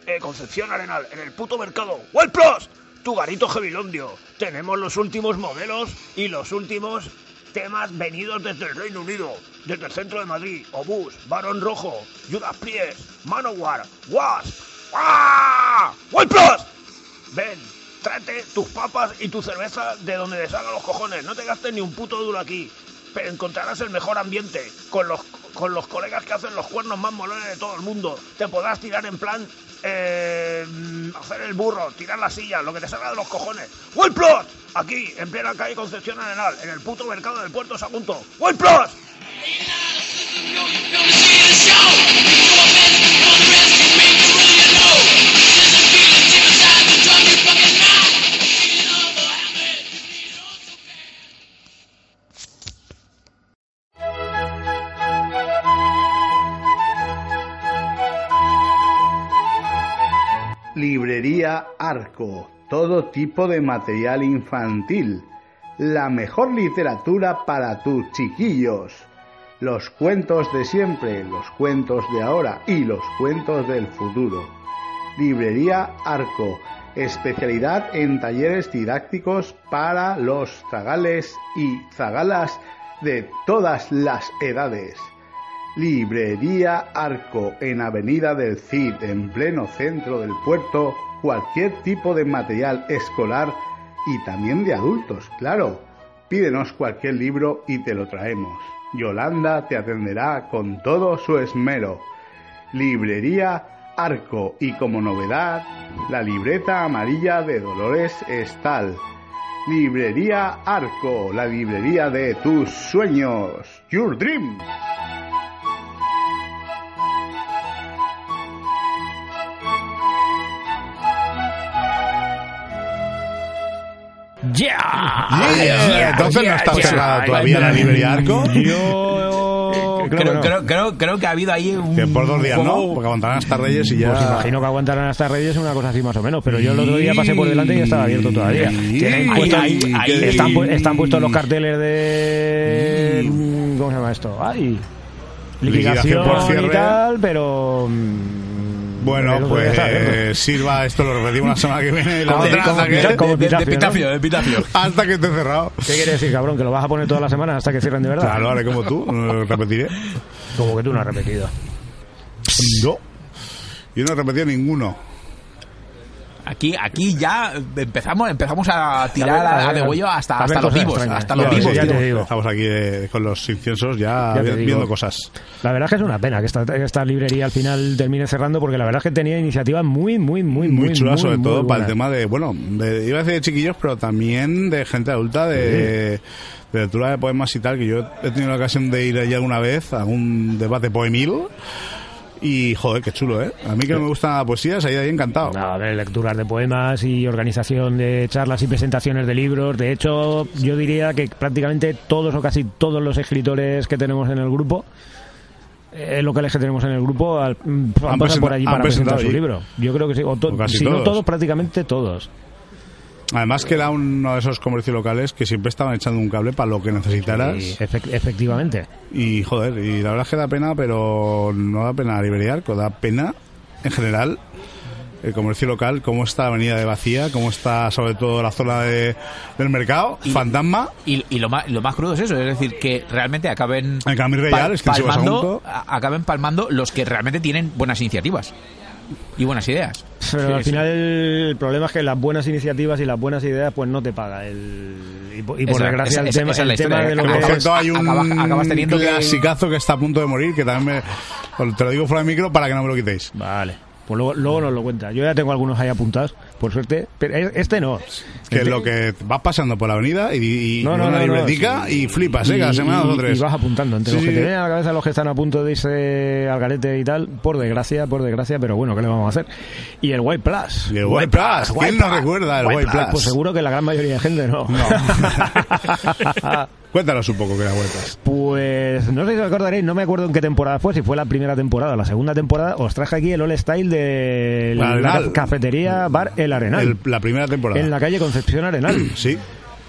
Speaker 5: eh, Concepción Arenal, en el puto mercado. ¡Buen plus! Tu garito Gebilondio. Tenemos los últimos modelos y los últimos temas venidos desde el Reino Unido, desde el centro de Madrid, Obús, Barón Rojo, Judas Priest, Manowar, Was. ¡Ah! ¡Buen plus! Ven, trate tus papas y tu cerveza de donde les hagan los cojones. No te gastes ni un puto duro aquí. Pero encontrarás el mejor ambiente con los, con los colegas que hacen los cuernos más molones de todo el mundo. Te podrás tirar en plan. eh, hacer el burro, tirar la silla, lo que te salga de los cojones. ¡Wild Plus! Aquí, en plena calle Concepción Arenal, en el puto mercado del puerto Sagunto. ¡Wild Plus!
Speaker 6: Librería Arco, todo tipo de material infantil, la mejor literatura para tus chiquillos, los cuentos de siempre, los cuentos de ahora y los cuentos del futuro. Librería Arco, especialidad en talleres didácticos para los zagales y zagalas de todas las edades. Librería Arco en Avenida del Cid, en pleno centro del puerto, cualquier tipo de material escolar y también de adultos, claro. Pídenos cualquier libro y te lo traemos. Yolanda te atenderá con todo su esmero. Librería Arco y como novedad, la libreta amarilla de Dolores Estal. Librería Arco, la librería de tus sueños, Your Dream.
Speaker 1: Ah, ¡Yeah!
Speaker 3: Yeah. Entonces no está
Speaker 1: yeah.
Speaker 3: cerrada todavía la librería Arco.
Speaker 1: Yo creo, que
Speaker 2: Creo,
Speaker 1: no.
Speaker 2: creo, creo, creo que ha habido ahí un.
Speaker 3: Que por dos días
Speaker 2: un
Speaker 3: no,
Speaker 2: poco-
Speaker 3: porque aguantarán hasta Reyes y
Speaker 1: Pues
Speaker 3: ya.
Speaker 1: imagino que aguantarán hasta Reyes una cosa así más o menos, pero yo el otro día pasé por delante y ya estaba abierto todavía. Tienen
Speaker 2: Ahí,
Speaker 1: puestos-
Speaker 2: ahí, ahí.
Speaker 1: están, pu- están puestos los carteles de... ¿Cómo se llama esto? Ay,
Speaker 3: Mm. Liquidación
Speaker 1: liquidación
Speaker 3: por cierre.
Speaker 1: y tal, pero... mm, el
Speaker 3: Bueno,
Speaker 1: otro día
Speaker 3: pues
Speaker 1: estaba abierto.
Speaker 3: eh, sirva, esto lo repetimos la semana que viene. y La
Speaker 1: Como-
Speaker 3: otra,
Speaker 1: como-
Speaker 3: hasta, que,
Speaker 1: como
Speaker 2: de- de- ¿eh? de
Speaker 1: epitafio, ¿no?
Speaker 2: epitafio, de epitafio.
Speaker 3: hasta que esté cerrado.
Speaker 1: ¿Qué quiere decir, cabrón? ¿Que lo vas a poner toda la semana hasta que cierren de verdad?
Speaker 3: Claro, haré como tú, eh, repetiré.
Speaker 1: Como que tú no has repetido.
Speaker 3: Yo. Yo no he repetido ninguno.
Speaker 2: Aquí, aquí ya empezamos, empezamos a tirar
Speaker 1: a
Speaker 2: a, a
Speaker 1: ver,
Speaker 2: de huello hasta,
Speaker 1: a ver
Speaker 2: hasta los
Speaker 1: cosas
Speaker 2: vivos.
Speaker 1: extrañas.
Speaker 2: Hasta los
Speaker 1: Ya,
Speaker 2: vivos.
Speaker 1: sí, ya
Speaker 2: tío.
Speaker 1: te digo.
Speaker 3: Estamos aquí eh, con los inciensos
Speaker 1: Ya
Speaker 3: ya,
Speaker 1: te
Speaker 3: vi-
Speaker 1: digo.
Speaker 3: viendo cosas.
Speaker 1: La verdad es que es una pena que esta, que esta librería al final termine cerrando porque la verdad es que tenía iniciativas muy, muy, muy,
Speaker 3: Muy,
Speaker 1: muy
Speaker 3: chulas,
Speaker 1: muy,
Speaker 3: sobre
Speaker 1: muy
Speaker 3: todo
Speaker 1: buenas.
Speaker 3: para el tema de, bueno, de- iba a decir de chiquillos, pero también de gente adulta, de, de lectura de poemas y tal, que yo he tenido la ocasión de ir allí alguna vez a un debate poemil. Y joder, qué chulo, ¿eh? A mí que no me gusta la poesía, se ha ido ahí encantado.
Speaker 1: Nada, a ver, lecturas de poemas y organización de charlas y presentaciones de libros. De hecho, yo diría que prácticamente todos o casi todos los escritores que tenemos en el grupo, eh, locales que tenemos en el grupo, al- mm, han, pasado
Speaker 3: presenta-
Speaker 1: por allí
Speaker 3: han
Speaker 1: para presentar
Speaker 3: presentado
Speaker 1: su
Speaker 3: allí.
Speaker 1: libro. Yo creo que sí, o to-
Speaker 3: O casi
Speaker 1: si no
Speaker 3: todos.
Speaker 1: todos, prácticamente todos.
Speaker 3: Además que era uno de esos comercios locales que siempre estaban echando un cable para lo que necesitaras.
Speaker 1: Y efec- efectivamente.
Speaker 3: Y joder, y la verdad es que da pena, pero no da pena Liberia Arco, da pena en general el comercio local, cómo está la avenida de vacía, cómo está sobre todo la zona de- del mercado, fantasma.
Speaker 2: Y, y lo, más, lo más crudo es eso, es decir, que realmente acaben,
Speaker 3: El Camil Real, es que en su
Speaker 2: palmando,
Speaker 3: asunto-
Speaker 2: a- acaben palmando los que realmente tienen buenas iniciativas y buenas ideas.
Speaker 1: Pero
Speaker 2: Sí,
Speaker 1: al
Speaker 2: sí.
Speaker 1: final el problema es que las buenas iniciativas y las buenas ideas pues no te paga. El, y, po- y por
Speaker 2: Esa-
Speaker 1: desgracia
Speaker 2: esa-
Speaker 1: el
Speaker 2: esa-
Speaker 1: tema,
Speaker 2: esa es la
Speaker 1: el tema
Speaker 2: historia,
Speaker 1: de lo
Speaker 2: que
Speaker 3: Por
Speaker 1: que
Speaker 2: acabas-
Speaker 1: es...
Speaker 3: cierto, hay un
Speaker 2: acaba- acabas teniendo que-
Speaker 3: clasicazo que... está a punto de morir, que también me... Te lo digo fuera de micro para que no me lo quitéis.
Speaker 1: Vale. Pues luego, luego nos lo cuenta. Yo ya tengo algunos ahí apuntados, por suerte. Pero e- este no.
Speaker 3: Que
Speaker 1: Este-
Speaker 3: es lo que vas pasando por la avenida y, y
Speaker 1: No, no,
Speaker 3: una
Speaker 1: no, no,
Speaker 3: libretica
Speaker 1: sí.
Speaker 3: y flipas, ¿eh? Cada
Speaker 1: Y-
Speaker 3: semana dos o
Speaker 1: y-
Speaker 3: tres.
Speaker 1: Y vas apuntando entre
Speaker 3: Sí,
Speaker 1: los que
Speaker 3: sí.
Speaker 1: te vienen a la cabeza, los que están a punto de irse al garete y tal. Por desgracia, por desgracia, pero bueno, ¿qué le vamos a hacer? Y el White Plus.
Speaker 3: Y el White Plus, ¿quién
Speaker 1: White
Speaker 3: no
Speaker 1: Plus,
Speaker 3: recuerda el White Plus?
Speaker 1: Pues seguro que la gran mayoría de gente no. No.
Speaker 3: Cuéntanos un poco que era vueltas.
Speaker 1: Pues no sé si os acordaréis, no me acuerdo en qué temporada fue, si fue la primera temporada o la segunda temporada, os traje aquí el All Style de la,
Speaker 3: Arenal.
Speaker 1: ca- cafetería Bar El Arenal,
Speaker 3: El- la primera temporada.
Speaker 1: en la calle Concepción Arenal.
Speaker 3: Sí.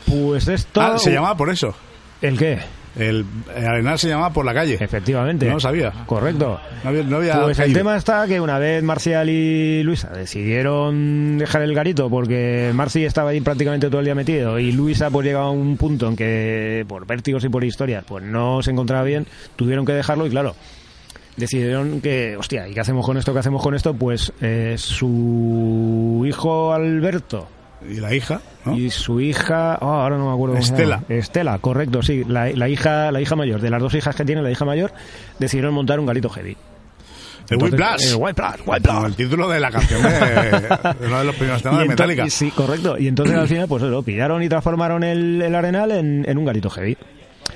Speaker 1: Pues esto...
Speaker 3: Ah, se llamaba por eso.
Speaker 1: ¿El qué?
Speaker 3: El, el arenal se llamaba por la calle.
Speaker 1: Efectivamente.
Speaker 3: No lo sabía.
Speaker 1: Correcto.
Speaker 3: No había, no había
Speaker 1: Eh, Pues el
Speaker 3: caído.
Speaker 1: tema está que una vez Marcial y Luisa decidieron dejar el garito porque Marci estaba ahí prácticamente todo el día metido y Luisa pues llegaba a un punto en que por vértigos y por historias pues no se encontraba bien, tuvieron que dejarlo y claro, decidieron que, hostia, ¿y qué hacemos con esto? ¿Qué hacemos con esto? Pues eh, su hijo Alberto
Speaker 3: Y la hija, ¿no?
Speaker 1: y su hija, oh, ahora no me acuerdo. cómo se
Speaker 3: Estela.
Speaker 1: llama. Estela, correcto, sí, la, la hija, la hija mayor, de las dos hijas que tiene, la hija mayor, decidieron montar un garito heavy.
Speaker 3: el White Plus.
Speaker 1: El White Plus, White Plus.
Speaker 3: el título de la canción de, de uno de los primeros temas de
Speaker 1: ento-
Speaker 3: Metallica.
Speaker 1: Sí, correcto. Y entonces al final, pues eso, pillaron y transformaron el, el arenal en, en un garito heavy.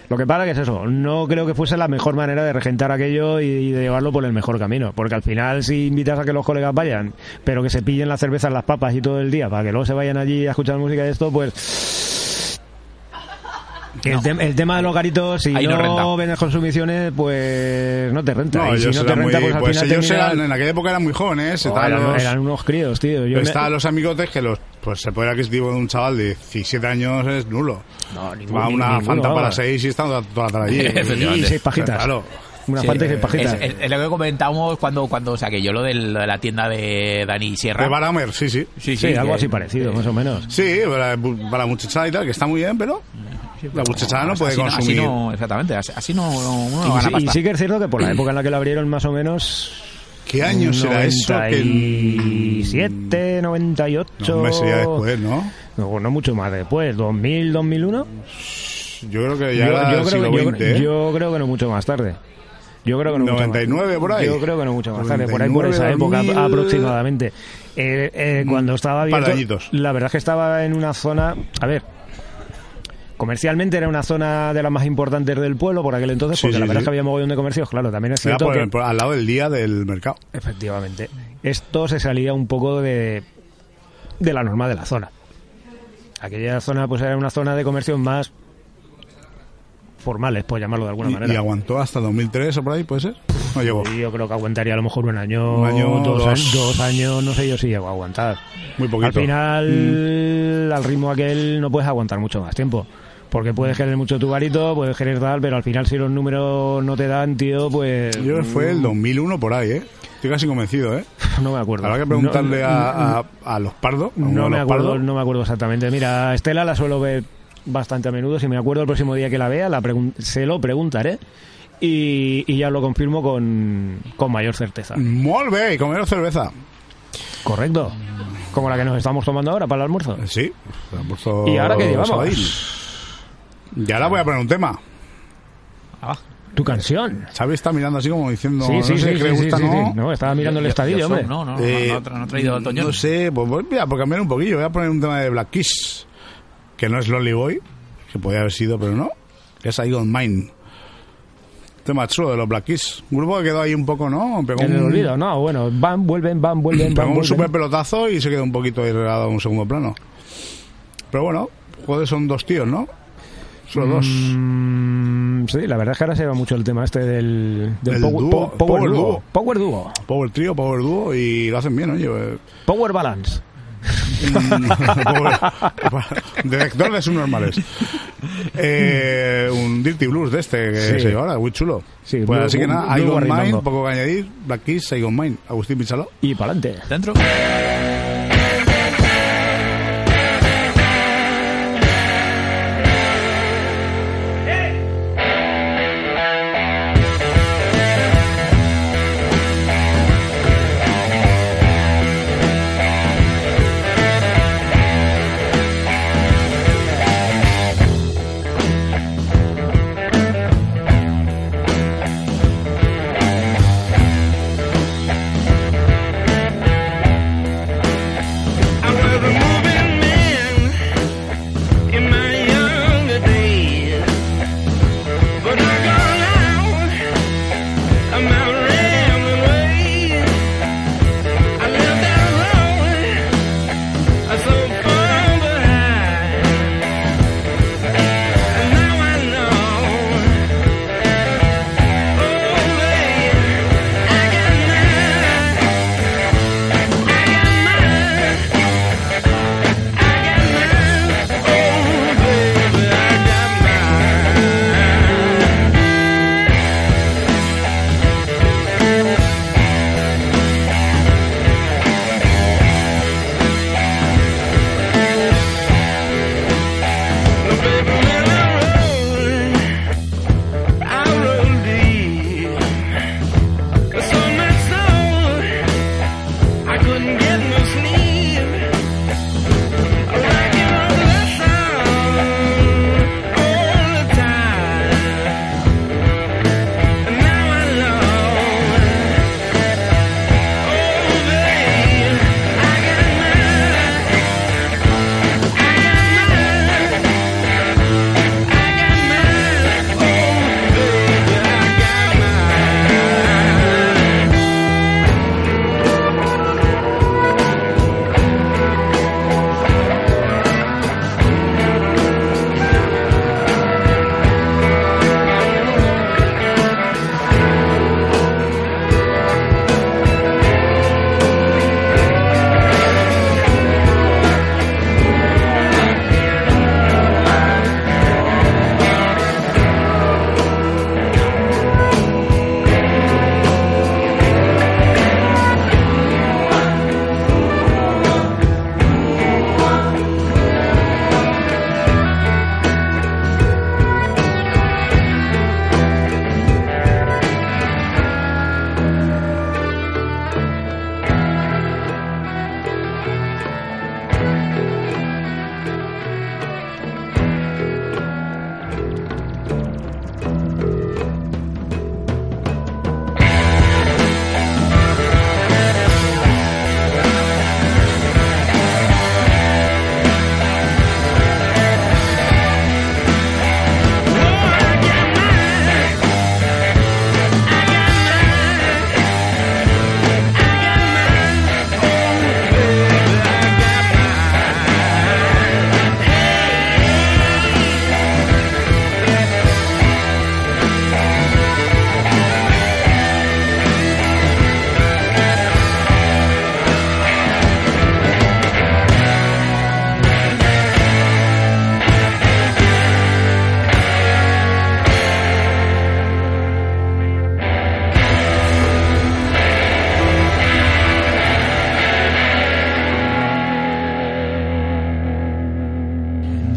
Speaker 1: Lo que pasa que es eso, no creo que fuese la mejor manera de regentar aquello y, y de llevarlo por el mejor camino. Porque al final, si invitas a que los colegas vayan, pero que se pillen las cervezas, las papas y todo el día, para que luego se vayan allí a escuchar música y esto, pues. El, tem- el tema de los garitos, si
Speaker 2: Ahí no
Speaker 1: no,
Speaker 2: renta.
Speaker 1: vendes consumiciones, pues no te renta.
Speaker 3: No,
Speaker 1: y si
Speaker 3: ellos
Speaker 1: no te
Speaker 3: eran
Speaker 1: renta,
Speaker 3: muy-
Speaker 1: pues al
Speaker 3: pues
Speaker 1: final
Speaker 3: ellos
Speaker 1: terminan-
Speaker 3: eran, en aquella época eran muy jóvenes.
Speaker 1: Oh,
Speaker 3: estaban
Speaker 1: eran,
Speaker 3: los,
Speaker 1: eran unos críos, tío. Yo me-
Speaker 3: estaban los amigotes que los, pues el poder adquisitivo de un chaval de 17 años es nulo.
Speaker 1: No, ningún-
Speaker 3: Va una
Speaker 1: ninguno,
Speaker 3: fanta para
Speaker 1: vamos.
Speaker 3: 6 y están toda, toda la tarde allí.
Speaker 1: Y seis pajitas.
Speaker 3: Claro.
Speaker 1: Una
Speaker 2: Sí,
Speaker 1: falta y seis
Speaker 2: es,
Speaker 1: pajitas.
Speaker 2: es- es lo que comentábamos cuando, cuando saqué yo lo de, lo de la tienda de Dani Sierra.
Speaker 3: De Baramer, sí, sí.
Speaker 1: Pues sí, algo
Speaker 2: que-
Speaker 1: así
Speaker 2: eh,
Speaker 1: parecido, más o menos.
Speaker 3: Sí, para, para muchachada y tal, que está muy bien, pero la muchachada no
Speaker 2: Así
Speaker 3: puede
Speaker 2: Así
Speaker 3: consumir.
Speaker 2: no, exactamente, así así no, no- uno no
Speaker 1: Y,
Speaker 2: gana
Speaker 1: sí- y
Speaker 2: pasta.
Speaker 1: sí que es cierto que por la época en la que lo abrieron, más o menos.
Speaker 3: ¿Qué año será eso? Que...
Speaker 1: 97, 98.
Speaker 3: No, un mes ya después, ¿no?
Speaker 1: No, no mucho más después, 2000, 2001.
Speaker 3: Yo creo que ya era
Speaker 1: yo,
Speaker 3: el
Speaker 1: creo,
Speaker 3: siglo
Speaker 1: yo-
Speaker 3: XX. ¿eh?
Speaker 1: yo creo que no mucho más tarde. Yo creo que no mucho más-
Speaker 3: 99 por ahí.
Speaker 1: Yo creo que no mucho más tarde, por ahí por
Speaker 3: 99,
Speaker 1: esa época
Speaker 3: 2000.
Speaker 1: aproximadamente. Eh, eh, cuando estaba
Speaker 3: par de
Speaker 1: abierto,
Speaker 3: añitos.
Speaker 1: la verdad es que estaba en una zona, a ver, comercialmente era una zona de las más importantes del pueblo por aquel entonces,
Speaker 3: Sí,
Speaker 1: porque
Speaker 3: sí,
Speaker 1: la verdad es
Speaker 3: sí.
Speaker 1: que había mogollón de comercios, claro, también es
Speaker 3: Era
Speaker 1: cierto
Speaker 3: por-
Speaker 1: que
Speaker 3: por- al lado del día del mercado.
Speaker 1: efectivamente esto se salía un poco de de la norma de la zona. Aquella zona pues era una zona de comercio más formales, por llamarlo de alguna
Speaker 3: Y-
Speaker 1: manera.
Speaker 3: Y, aguantó hasta 2003 o por ahí, ¿puede ser? No llegó.
Speaker 1: Y yo creo que aguantaría a lo mejor un año,
Speaker 3: Un año,
Speaker 1: dos,
Speaker 3: dos.
Speaker 1: años- dos años, no sé yo si llego a aguantar.
Speaker 3: Muy poquito.
Speaker 1: Al
Speaker 3: Mm.
Speaker 1: final, al ritmo aquel, no puedes aguantar mucho más tiempo. Porque puedes querer mucho tu garito, puedes querer tal, pero al final si los números no te dan, tío, pues...
Speaker 3: Yo creo que fue el 2001 por ahí, ¿eh? Estoy casi convencido, ¿eh?
Speaker 1: No me acuerdo.
Speaker 3: Habrá que preguntarle
Speaker 1: No-
Speaker 3: a, a- a los pardos. a uno
Speaker 1: No
Speaker 3: de
Speaker 1: me
Speaker 3: los
Speaker 1: acuerdo,
Speaker 3: pardos.
Speaker 1: no me acuerdo exactamente. Mira, a Estela la suelo ver bastante a menudo. Si me acuerdo el próximo día que la vea, la pregun- se lo preguntaré y, y ya lo confirmo con, con mayor certeza.
Speaker 3: Molt bé, y comer cerveza.
Speaker 1: Correcto. Como la que nos estamos tomando ahora para el almuerzo.
Speaker 3: Sí. se han puesto
Speaker 1: ¿Y ahora qué llevamos?
Speaker 3: Sabadell. Y ahora voy a poner un tema.
Speaker 1: Tu canción.
Speaker 3: Xavi está mirando así como diciendo,
Speaker 1: sí, sí,
Speaker 3: no sé
Speaker 1: sí,
Speaker 3: qué le
Speaker 1: sí,
Speaker 3: gusta,
Speaker 1: sí,
Speaker 3: ¿no?
Speaker 1: sí. No, estaba mirando el
Speaker 2: Ya- ya
Speaker 1: estadillo,
Speaker 2: son,
Speaker 1: hombre.
Speaker 2: No, no, no,
Speaker 3: Eh,
Speaker 2: no, tra- no ha traído el Toñón.
Speaker 3: No sé, pues voy, mira, por cambiar un poquillo, voy a poner un tema de Black Kiss, que no es Lonely Boy, que podía haber sido, pero no, que es I Don't Mind. Tema chulo de los Black Kiss. Un grupo que quedó ahí un poco, ¿no? Pegó
Speaker 1: En el
Speaker 3: un-
Speaker 1: olvido, no, bueno, van, vuelven, van, vuelven,
Speaker 3: pegó
Speaker 1: van,
Speaker 3: un super
Speaker 1: vuelven.
Speaker 3: pelotazo y se quedó un poquito ahí relegado a un segundo plano. Pero bueno, joder, son dos tíos, ¿no? Solo dos.
Speaker 1: Mm, sí, la verdad es que ahora se va mucho el tema este del, del
Speaker 3: El
Speaker 1: power,
Speaker 3: dúo,
Speaker 1: po- power
Speaker 3: power
Speaker 1: dúo.
Speaker 3: dúo.
Speaker 1: Power dúo.
Speaker 3: Power trío, power dúo y lo hacen bien, oye. eh.
Speaker 1: Power balance.
Speaker 3: Mm, Detector de subnormales. Eh, un Dirty Blues de este que
Speaker 1: Sí.
Speaker 3: se lleva ahora, muy chulo.
Speaker 1: Sí,
Speaker 3: pues
Speaker 1: muy-
Speaker 3: así que
Speaker 1: muy-
Speaker 3: nada,
Speaker 1: muy
Speaker 3: Igon
Speaker 1: guarrindongo.
Speaker 3: Mind, poco que añadir, Black Kiss, Igon Mind, Agustín Pichalo.
Speaker 1: Y para adelante.
Speaker 2: Dentro.
Speaker 7: Oh,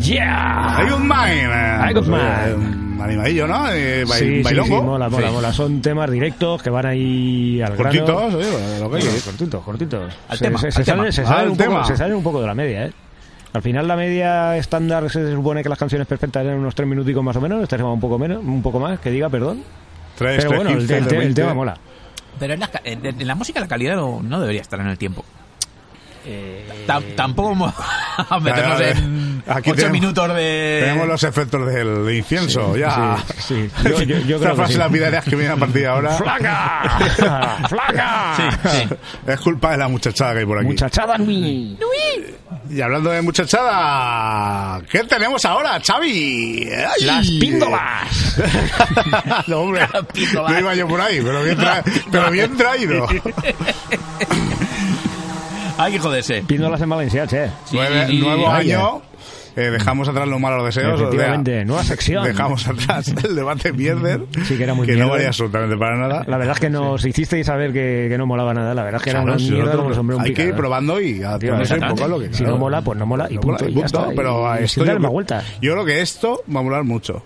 Speaker 1: ¡Yeah!
Speaker 3: Hay un mine.
Speaker 1: Hay un mine.
Speaker 3: Pues, Un Animadillo, ¿no? Eh, bail-
Speaker 1: Sí, sí, sí,
Speaker 3: bailongo.
Speaker 1: mola, mola,
Speaker 2: Sí.
Speaker 1: mola. Son temas directos que van ahí al grano.
Speaker 3: Cortitos, oye, lo que
Speaker 1: Sí,
Speaker 3: hay.
Speaker 1: cortitos, cortitos.
Speaker 2: Al
Speaker 1: se,
Speaker 2: tema,
Speaker 1: se-
Speaker 2: al
Speaker 1: se
Speaker 2: tema.
Speaker 1: salen- se
Speaker 3: Al
Speaker 1: salen un poco-
Speaker 3: tema.
Speaker 1: se salen un poco de la media, ¿eh? Al final la media estándar se supone que las canciones perfectas eran unos tres minuticos más o menos, este tema un poco menos, un poco más, que diga, perdón.
Speaker 3: Tres,
Speaker 1: Pero
Speaker 3: tres,
Speaker 1: bueno, el,
Speaker 3: Este quince,
Speaker 1: el-
Speaker 3: tres,
Speaker 1: el tema
Speaker 3: veinte.
Speaker 1: mola.
Speaker 2: Pero en la, ca- en- en la música la calidad no, no debería estar en el tiempo.
Speaker 1: Eh,
Speaker 2: Tam- tampoco vamos a meternos
Speaker 3: Vale, vale.
Speaker 2: en
Speaker 3: Aquí
Speaker 2: 8
Speaker 3: tenemos-
Speaker 2: minutos de...
Speaker 3: Tenemos los efectos del incienso, ya.
Speaker 1: Sí, sí. Yo- yo- yo creo
Speaker 3: Esta
Speaker 1: que
Speaker 3: frase
Speaker 1: sí.
Speaker 3: la lapidaria que viene a partir de ahora
Speaker 1: ¡Flaca! ¡Flaca!
Speaker 2: Sí, sí.
Speaker 3: es culpa de la muchachada que hay por aquí.
Speaker 1: Muchachada Nui.
Speaker 3: Y hablando de muchachada, ¿qué tenemos ahora, Xavi? ¡Ay!
Speaker 1: Las píndolas.
Speaker 3: no, hombre,
Speaker 2: píndolas.
Speaker 3: no iba yo por ahí, pero bien, tra- pero bien traído.
Speaker 2: Hay que joderse.
Speaker 1: Píndolas en Valencia, che.
Speaker 2: Sí,
Speaker 3: Nueve-
Speaker 2: sí, sí.
Speaker 3: nuevo
Speaker 1: Vaya.
Speaker 3: año, eh, dejamos atrás los malos deseos.
Speaker 1: Efectivamente,
Speaker 3: o sea,
Speaker 1: nueva sección.
Speaker 3: Dejamos atrás el debate mierder,
Speaker 1: Sí, que era muy
Speaker 3: no
Speaker 1: mierder.
Speaker 3: valía absolutamente para nada.
Speaker 1: La verdad es que nos hicisteis saber que, que no molaba nada. La verdad es que era
Speaker 3: Claro,
Speaker 1: una
Speaker 3: si
Speaker 1: mierda
Speaker 3: nosotros-
Speaker 1: como sombrero un
Speaker 3: Hay que ir
Speaker 1: picado.
Speaker 3: probando y adaptándose un poco a lo que
Speaker 1: Si
Speaker 3: claro.
Speaker 1: no mola, pues no mola y
Speaker 3: No mola,
Speaker 1: punto.
Speaker 3: y
Speaker 1: y ya
Speaker 3: punto,
Speaker 1: está, y-
Speaker 3: pero a
Speaker 1: y
Speaker 3: esto
Speaker 1: sin darle
Speaker 3: yo-
Speaker 1: más vueltas.
Speaker 3: Yo creo que esto va a molar mucho.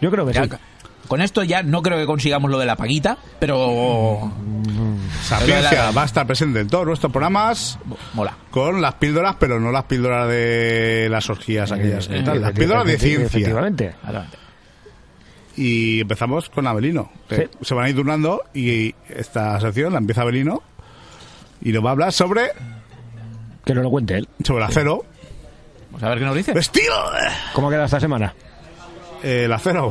Speaker 1: Yo creo que sí.
Speaker 2: Ya, Con esto ya no creo que consigamos lo de la paguita, pero...
Speaker 3: Sapiencia va a estar presente en todos nuestros programas
Speaker 2: Mola.
Speaker 3: con las píldoras, pero no las píldoras de las orgías aquellas. y tal, las
Speaker 1: Eh, Efectivamente,
Speaker 3: píldoras de ciencia.
Speaker 1: Efectivamente.
Speaker 2: Adelante.
Speaker 3: Y empezamos con Abelino. que
Speaker 1: Sí.
Speaker 3: Se van a ir turnando y esta sección la empieza Abelino y nos va a hablar sobre,
Speaker 1: Que no lo cuente él.
Speaker 3: sobre el acero.
Speaker 2: Vamos a ver qué nos dice.
Speaker 3: ¡Vestido!
Speaker 1: ¿Cómo queda esta semana?
Speaker 3: El acero,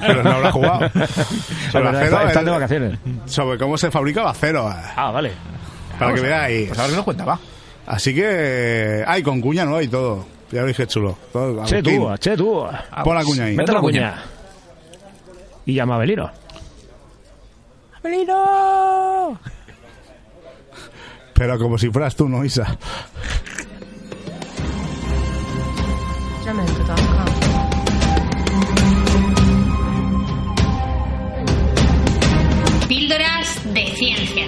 Speaker 3: pero no habrá jugado.
Speaker 1: La
Speaker 3: Sobre el
Speaker 1: verdad,
Speaker 3: acero,
Speaker 1: está- están
Speaker 3: el-
Speaker 1: de vacaciones.
Speaker 3: sobre cómo se fabricaba acero. eh,
Speaker 1: Ah, vale.
Speaker 3: Para que veáis.
Speaker 2: Pues a ver qué nos cuenta, va.
Speaker 3: Así que. Ay, con cuña no y todo. Ya lo dije chulo. Todo,
Speaker 1: Che
Speaker 3: Agustín,
Speaker 1: tú, che tú.
Speaker 3: Pon la cuña ahí.
Speaker 1: Mete
Speaker 2: Mete
Speaker 1: la
Speaker 2: la
Speaker 1: cuña. Y llama a Belino.
Speaker 2: ¡Abelino!
Speaker 3: Pero como si fueras tú, no, Isa.
Speaker 8: Jamendo.com.
Speaker 7: Píldoras de ciencia.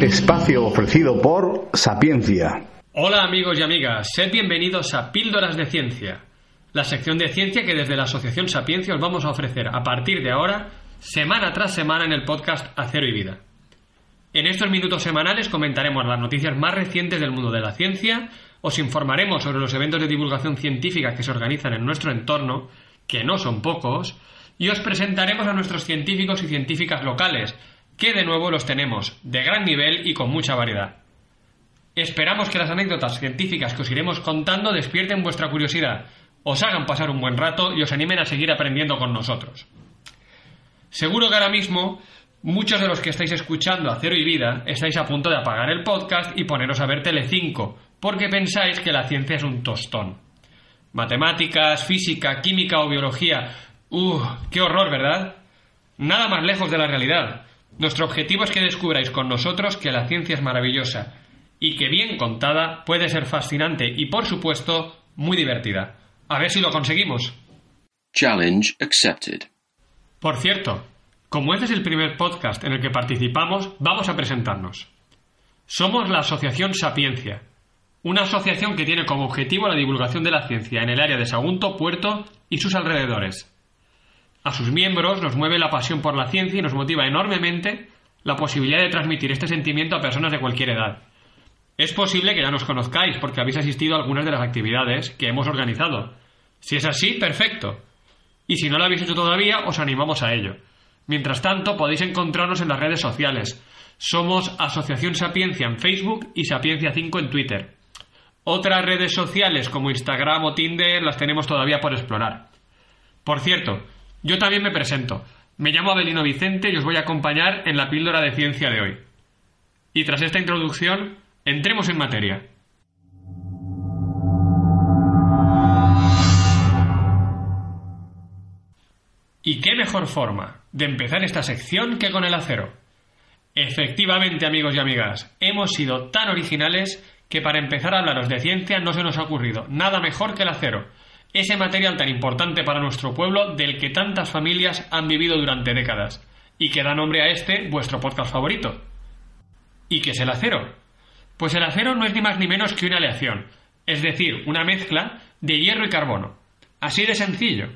Speaker 6: Espacio ofrecido por Sapiencia.
Speaker 9: Hola amigos y amigas, sed bienvenidos a Píldoras de Ciencia, la sección de ciencia que desde la Asociación Sapiencia os vamos a ofrecer a partir de ahora, semana tras semana en el podcast Acero y Vida. En estos minutos semanales comentaremos las noticias más recientes del mundo de la ciencia, os informaremos sobre los eventos de divulgación científica que se organizan en nuestro entorno, que no son pocos, y os presentaremos a nuestros científicos y científicas locales, que de nuevo los tenemos, de gran nivel y con mucha variedad. Esperamos que las anécdotas científicas que os iremos contando despierten vuestra curiosidad, os hagan pasar un buen rato y os animen a seguir aprendiendo con nosotros. Seguro que ahora mismo muchos de los que estáis escuchando Acero y Vida estáis a punto de apagar el podcast y poneros a ver Telecinco, porque pensáis que la ciencia es un tostón. Matemáticas, física, química o biología. ¡Uh! ¡Qué horror, ¿verdad? Nada más lejos de la realidad. Nuestro objetivo es que descubráis con nosotros que la ciencia es maravillosa y que bien contada puede ser fascinante y, por supuesto, muy divertida. A ver si lo conseguimos.
Speaker 10: Challenge accepted.
Speaker 9: Por cierto, como este es el primer podcast en el que participamos, vamos a presentarnos. Somos la Asociación Sapiencia, una asociación que tiene como objetivo la divulgación de la ciencia en el área de Sagunto, Puerto y sus alrededores. A sus miembros nos mueve la pasión por la ciencia y nos motiva enormemente la posibilidad de transmitir este sentimiento a personas de cualquier edad. Es posible que ya nos conozcáis porque habéis asistido a algunas de las actividades que hemos organizado. Si es así, perfecto. Y si no lo habéis hecho todavía, os animamos a ello. Mientras tanto, podéis encontrarnos en las redes sociales. Somos Asociación Sapiencia en Facebook y Sapiencia 5 en Twitter. Otras redes sociales como Instagram o Tinder las tenemos todavía por explorar. Por cierto, yo también me presento. Me llamo Abelino Vicente y os voy a acompañar en la píldora de ciencia de hoy. Y tras esta introducción, entremos en materia. ¿Y qué mejor forma de empezar esta sección que con el acero? Efectivamente, amigos y amigas, hemos sido tan originales que para empezar a hablaros de ciencia no se nos ha ocurrido nada mejor que el acero, ese material tan importante para nuestro pueblo del que tantas familias han vivido durante décadas y que da nombre a este vuestro podcast favorito. ¿Y qué es el acero? Pues el acero no es ni más ni menos que una aleación, es decir, una mezcla de hierro y carbono. Así de sencillo.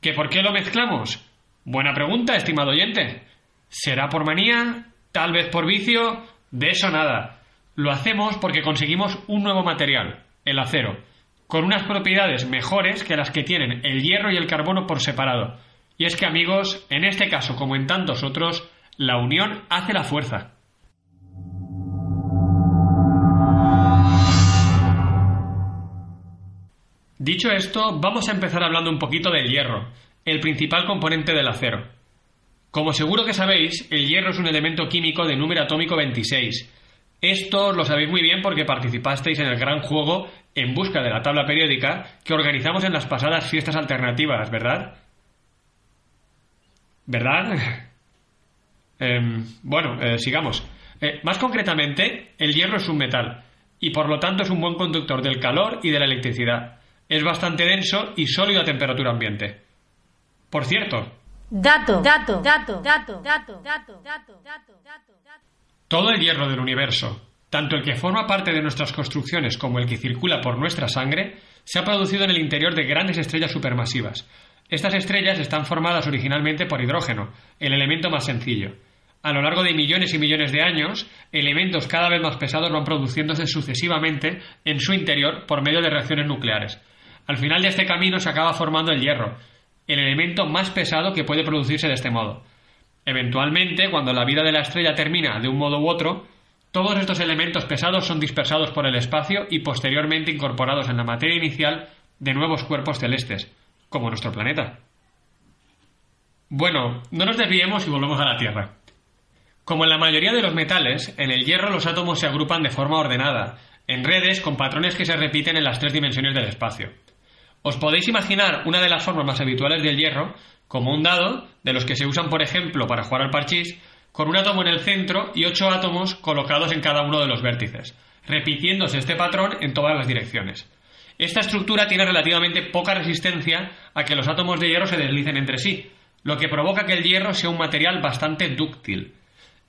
Speaker 9: ¿Que por qué lo mezclamos? Buena pregunta, estimado oyente. ¿Será por manía? ¿Tal vez por vicio? De eso nada. Lo hacemos porque conseguimos un nuevo material, el acero, con unas propiedades mejores que las que tienen el hierro y el carbono por separado. Y es que, amigos, en este caso como en tantos otros, la unión hace la fuerza. Dicho esto, vamos a empezar hablando un poquito del hierro, el principal componente del acero. Como seguro que sabéis, el hierro es un elemento químico de número atómico 26. Esto lo sabéis muy bien porque participasteis en el gran juego en busca de la tabla periódica que organizamos en las pasadas fiestas alternativas, ¿verdad? ¿Verdad? Em, bueno, eh, sigamos. Eh, más concretamente, el hierro es un metal y por lo tanto es un buen conductor del calor y de la electricidad. Es bastante denso y sólido a temperatura ambiente. Por cierto,
Speaker 8: Dato, dato, dato, dato, dato, dato, dato, dato, dato, dato.
Speaker 9: Todo el hierro del universo, tanto el que forma parte de nuestras construcciones como el que circula por nuestra sangre, se ha producido en el interior de grandes estrellas supermasivas. Estas estrellas están formadas originalmente por hidrógeno, el elemento más sencillo. A lo largo de millones y millones de años, elementos cada vez más pesados van produciéndose sucesivamente en su interior por medio de reacciones nucleares. Al final de este camino se acaba formando el hierro, el elemento más pesado que puede producirse de este modo. Eventualmente, cuando la vida de la estrella termina de un modo u otro, todos estos elementos pesados son dispersados por el espacio y posteriormente incorporados en la materia inicial de nuevos cuerpos celestes, como nuestro planeta. Bueno, no nos desviemos y volvemos a la Tierra. Como en la mayoría de los metales, en el hierro los átomos se agrupan de forma ordenada, en redes con patrones que se repiten en las tres dimensiones del espacio. Os podéis imaginar una de las formas más habituales del hierro como un dado, de los que se usan, por ejemplo, para jugar al parchís, con un átomo en el centro y ocho átomos colocados en cada uno de los vértices, repitiéndose este patrón en todas las direcciones. Esta estructura tiene relativamente poca resistencia a que los átomos de hierro se deslicen entre sí, lo que provoca que el hierro sea un material bastante dúctil.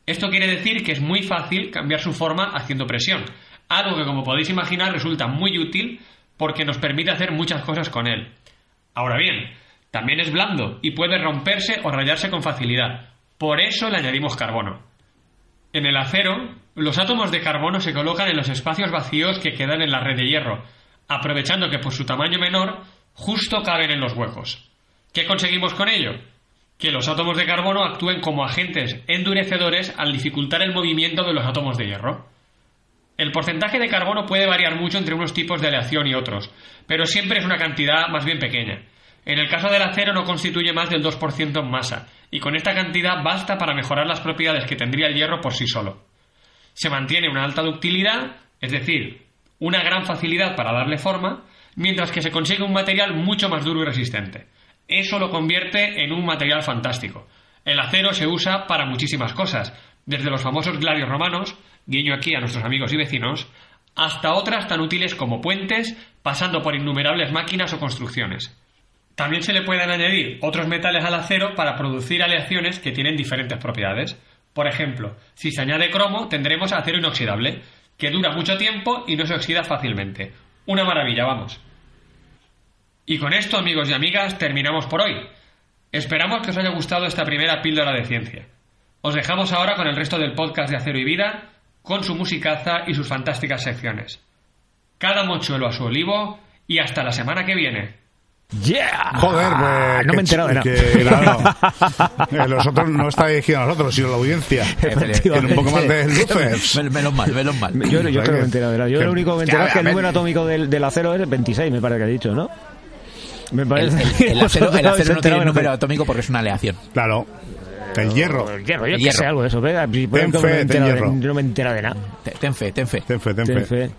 Speaker 9: Esto quiere decir que es muy fácil cambiar su forma haciendo presión, algo que como podéis imaginar resulta muy útil porque nos permite hacer muchas cosas con él. Ahora bien, también es blando y puede romperse o rayarse con facilidad, por eso le añadimos carbono. En el acero, los átomos de carbono se colocan en los espacios vacíos que quedan en la red de hierro, aprovechando que por su tamaño menor justo caben en los huecos. ¿Qué conseguimos con ello? Que los átomos de carbono actúen como agentes endurecedores al dificultar el movimiento de los átomos de hierro. El porcentaje de carbono puede variar mucho entre unos tipos de aleación y otros, pero siempre es una cantidad más bien pequeña. En el caso del acero no constituye más del 2% en masa, y con esta cantidad basta para mejorar las propiedades que tendría el hierro por sí solo. Se mantiene una alta ductilidad, es decir, una gran facilidad para darle forma, mientras que se consigue un material mucho más duro y resistente. Eso lo convierte en un material fantástico. El acero se usa para muchísimas cosas, desde los famosos gladios romanos, guiño aquí a nuestros amigos y vecinos, hasta otras tan útiles como puentes, pasando por innumerables máquinas o construcciones. También se le pueden añadir otros metales al acero para producir aleaciones que tienen diferentes propiedades. Por ejemplo, si se añade cromo, tendremos acero inoxidable, que dura mucho tiempo y no se oxida fácilmente. Una maravilla, vamos. Y con esto, amigos y amigas, terminamos por hoy. Esperamos que os haya gustado esta primera píldora de ciencia. Os dejamos ahora con el resto del podcast de Acero y Vida, con su musicaza y sus fantásticas secciones. Cada mochuelo a su olivo y hasta la semana que viene.
Speaker 1: ¡Yeah!
Speaker 3: Joder, pues,
Speaker 1: Ah, no
Speaker 3: que
Speaker 1: me he enterado de
Speaker 3: ch-
Speaker 1: nada.
Speaker 3: que, claro, eh, los otros no está dirigido a nosotros, sino a la audiencia. Tiene un poco más de luces.
Speaker 2: Men- Menos mal, menos mal.
Speaker 1: Yo, yo creo que me he enterado de nada. Yo
Speaker 3: Que-
Speaker 1: lo único que me he
Speaker 3: que
Speaker 1: enterado es que el
Speaker 3: a ver,
Speaker 1: número atómico del, del acero es 26, me parece que ha dicho, ¿no? Me
Speaker 2: El,
Speaker 1: parece.
Speaker 2: el-
Speaker 1: que
Speaker 2: el acero,
Speaker 1: vosotros
Speaker 2: el acero no
Speaker 1: habéis enterado
Speaker 2: tiene
Speaker 1: de
Speaker 2: número
Speaker 1: nada.
Speaker 2: atómico porque es una aleación.
Speaker 3: Claro, el hierro.
Speaker 1: El hierro, yo
Speaker 2: El
Speaker 1: que sé
Speaker 2: hierro.
Speaker 1: algo de eso, ¿ves? Si por
Speaker 3: Ten
Speaker 1: ejemplo,
Speaker 3: fe,
Speaker 1: no me he
Speaker 3: ten
Speaker 1: enterado de-
Speaker 3: hierro.
Speaker 1: Yo no me he enterado de nada.
Speaker 2: Te- Ten fe, ten fe.
Speaker 3: Ten fe, ten,
Speaker 1: Ten
Speaker 3: fe.
Speaker 1: fe.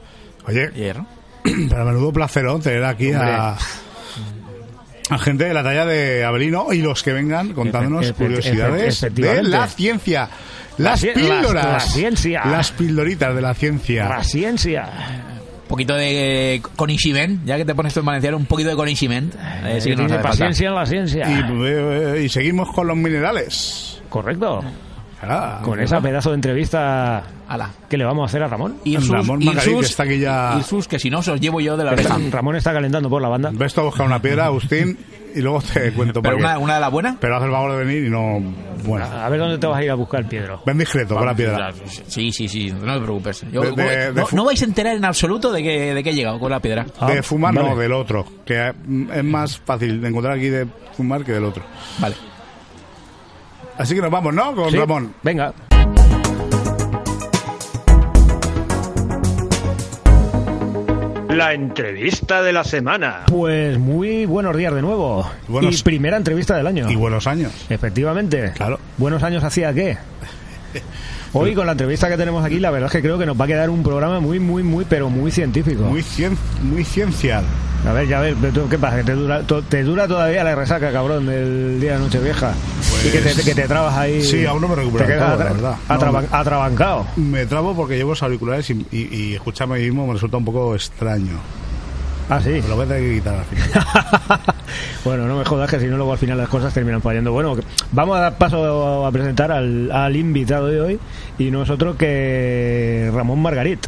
Speaker 3: Oye,
Speaker 2: Hierro.
Speaker 3: pero menudo placerón tener aquí a, a gente de la talla de Abelino y los que vengan contándonos
Speaker 1: Efe- efe-
Speaker 3: curiosidades de
Speaker 1: efectivamente.
Speaker 3: la ciencia. Las
Speaker 1: cien-
Speaker 3: píldoras.
Speaker 1: las- la ciencia.
Speaker 3: Las pildoritas de la ciencia.
Speaker 1: La ciencia.
Speaker 2: Un poquito de conishiment, ya que te pones tú en valenciano, un poquito de conishiment. Eh, sí que nos
Speaker 1: Dice,
Speaker 2: hace falta.
Speaker 1: paciencia en la ciencia.
Speaker 3: Y, eh, y seguimos con los minerales.
Speaker 1: Correcto.
Speaker 3: Ah,
Speaker 1: Con esa pedazo de entrevista
Speaker 2: Ala.
Speaker 1: que le vamos a hacer a Ramón.
Speaker 2: Irsus,
Speaker 3: Ramón Margarit, que está aquí ya-
Speaker 2: Irsus, que si no, se os llevo yo de la
Speaker 1: Que
Speaker 2: oreja.
Speaker 1: está- Ramón está calentando por la banda.
Speaker 3: Ves tú a buscar una piedra, Agustín, y luego te cuento
Speaker 2: Pero
Speaker 3: por qué.
Speaker 2: una, una de las buenas.
Speaker 3: Pero haz el favor de venir y no... Bueno,
Speaker 1: A ver dónde te vas a ir a buscar, Piedro.
Speaker 3: ven discreto con la piedra.
Speaker 2: Sí, sí, sí, no te preocupes. Yo-
Speaker 3: De- de-
Speaker 2: no,
Speaker 3: de-
Speaker 2: no vais a enterar en absoluto de que, de que he llegado con la piedra.
Speaker 1: Ah,
Speaker 3: de fumar
Speaker 1: vale.
Speaker 3: no, del otro. Que mm, es más fácil de encontrar aquí de fumar que del otro.
Speaker 2: Vale.
Speaker 3: Así que nos vamos, ¿no? Con
Speaker 1: ¿Sí?
Speaker 3: Ramón.
Speaker 1: Venga.
Speaker 5: La entrevista de la semana.
Speaker 1: Pues muy buenos días de nuevo.
Speaker 3: Buenos-
Speaker 1: Y primera entrevista del año.
Speaker 3: Y buenos años.
Speaker 1: Efectivamente.
Speaker 3: Claro.
Speaker 1: Buenos años hacía qué. Hoy con la entrevista que tenemos aquí, la verdad es que creo que nos va a quedar un programa muy, muy, muy, pero muy científico.
Speaker 3: Muy, cien, muy ciencial.
Speaker 1: A ver, ya ves, pero tú, ¿qué pasa? Que te dura, to- te dura todavía la resaca, cabrón, del día de Nochevieja. Y que te, que te trabas ahí.
Speaker 3: Pues Sí, aún no me he recuperado
Speaker 1: Te quedas
Speaker 3: todo, la
Speaker 1: atra-
Speaker 3: verdad.
Speaker 1: atraba-
Speaker 3: No, no.
Speaker 1: atrabancado.
Speaker 3: Me trabo porque llevo los auriculares y, y, y escucharme a mí mismo me resulta un poco extraño.
Speaker 1: Ah, sí.
Speaker 3: Me lo voy a tener que quitar al final.
Speaker 1: bueno, no me jodas que si no luego al final las cosas terminan fallando. Bueno, que- vamos a dar paso a presentar al, al invitado de hoy y nosotros que Ramón Margarit.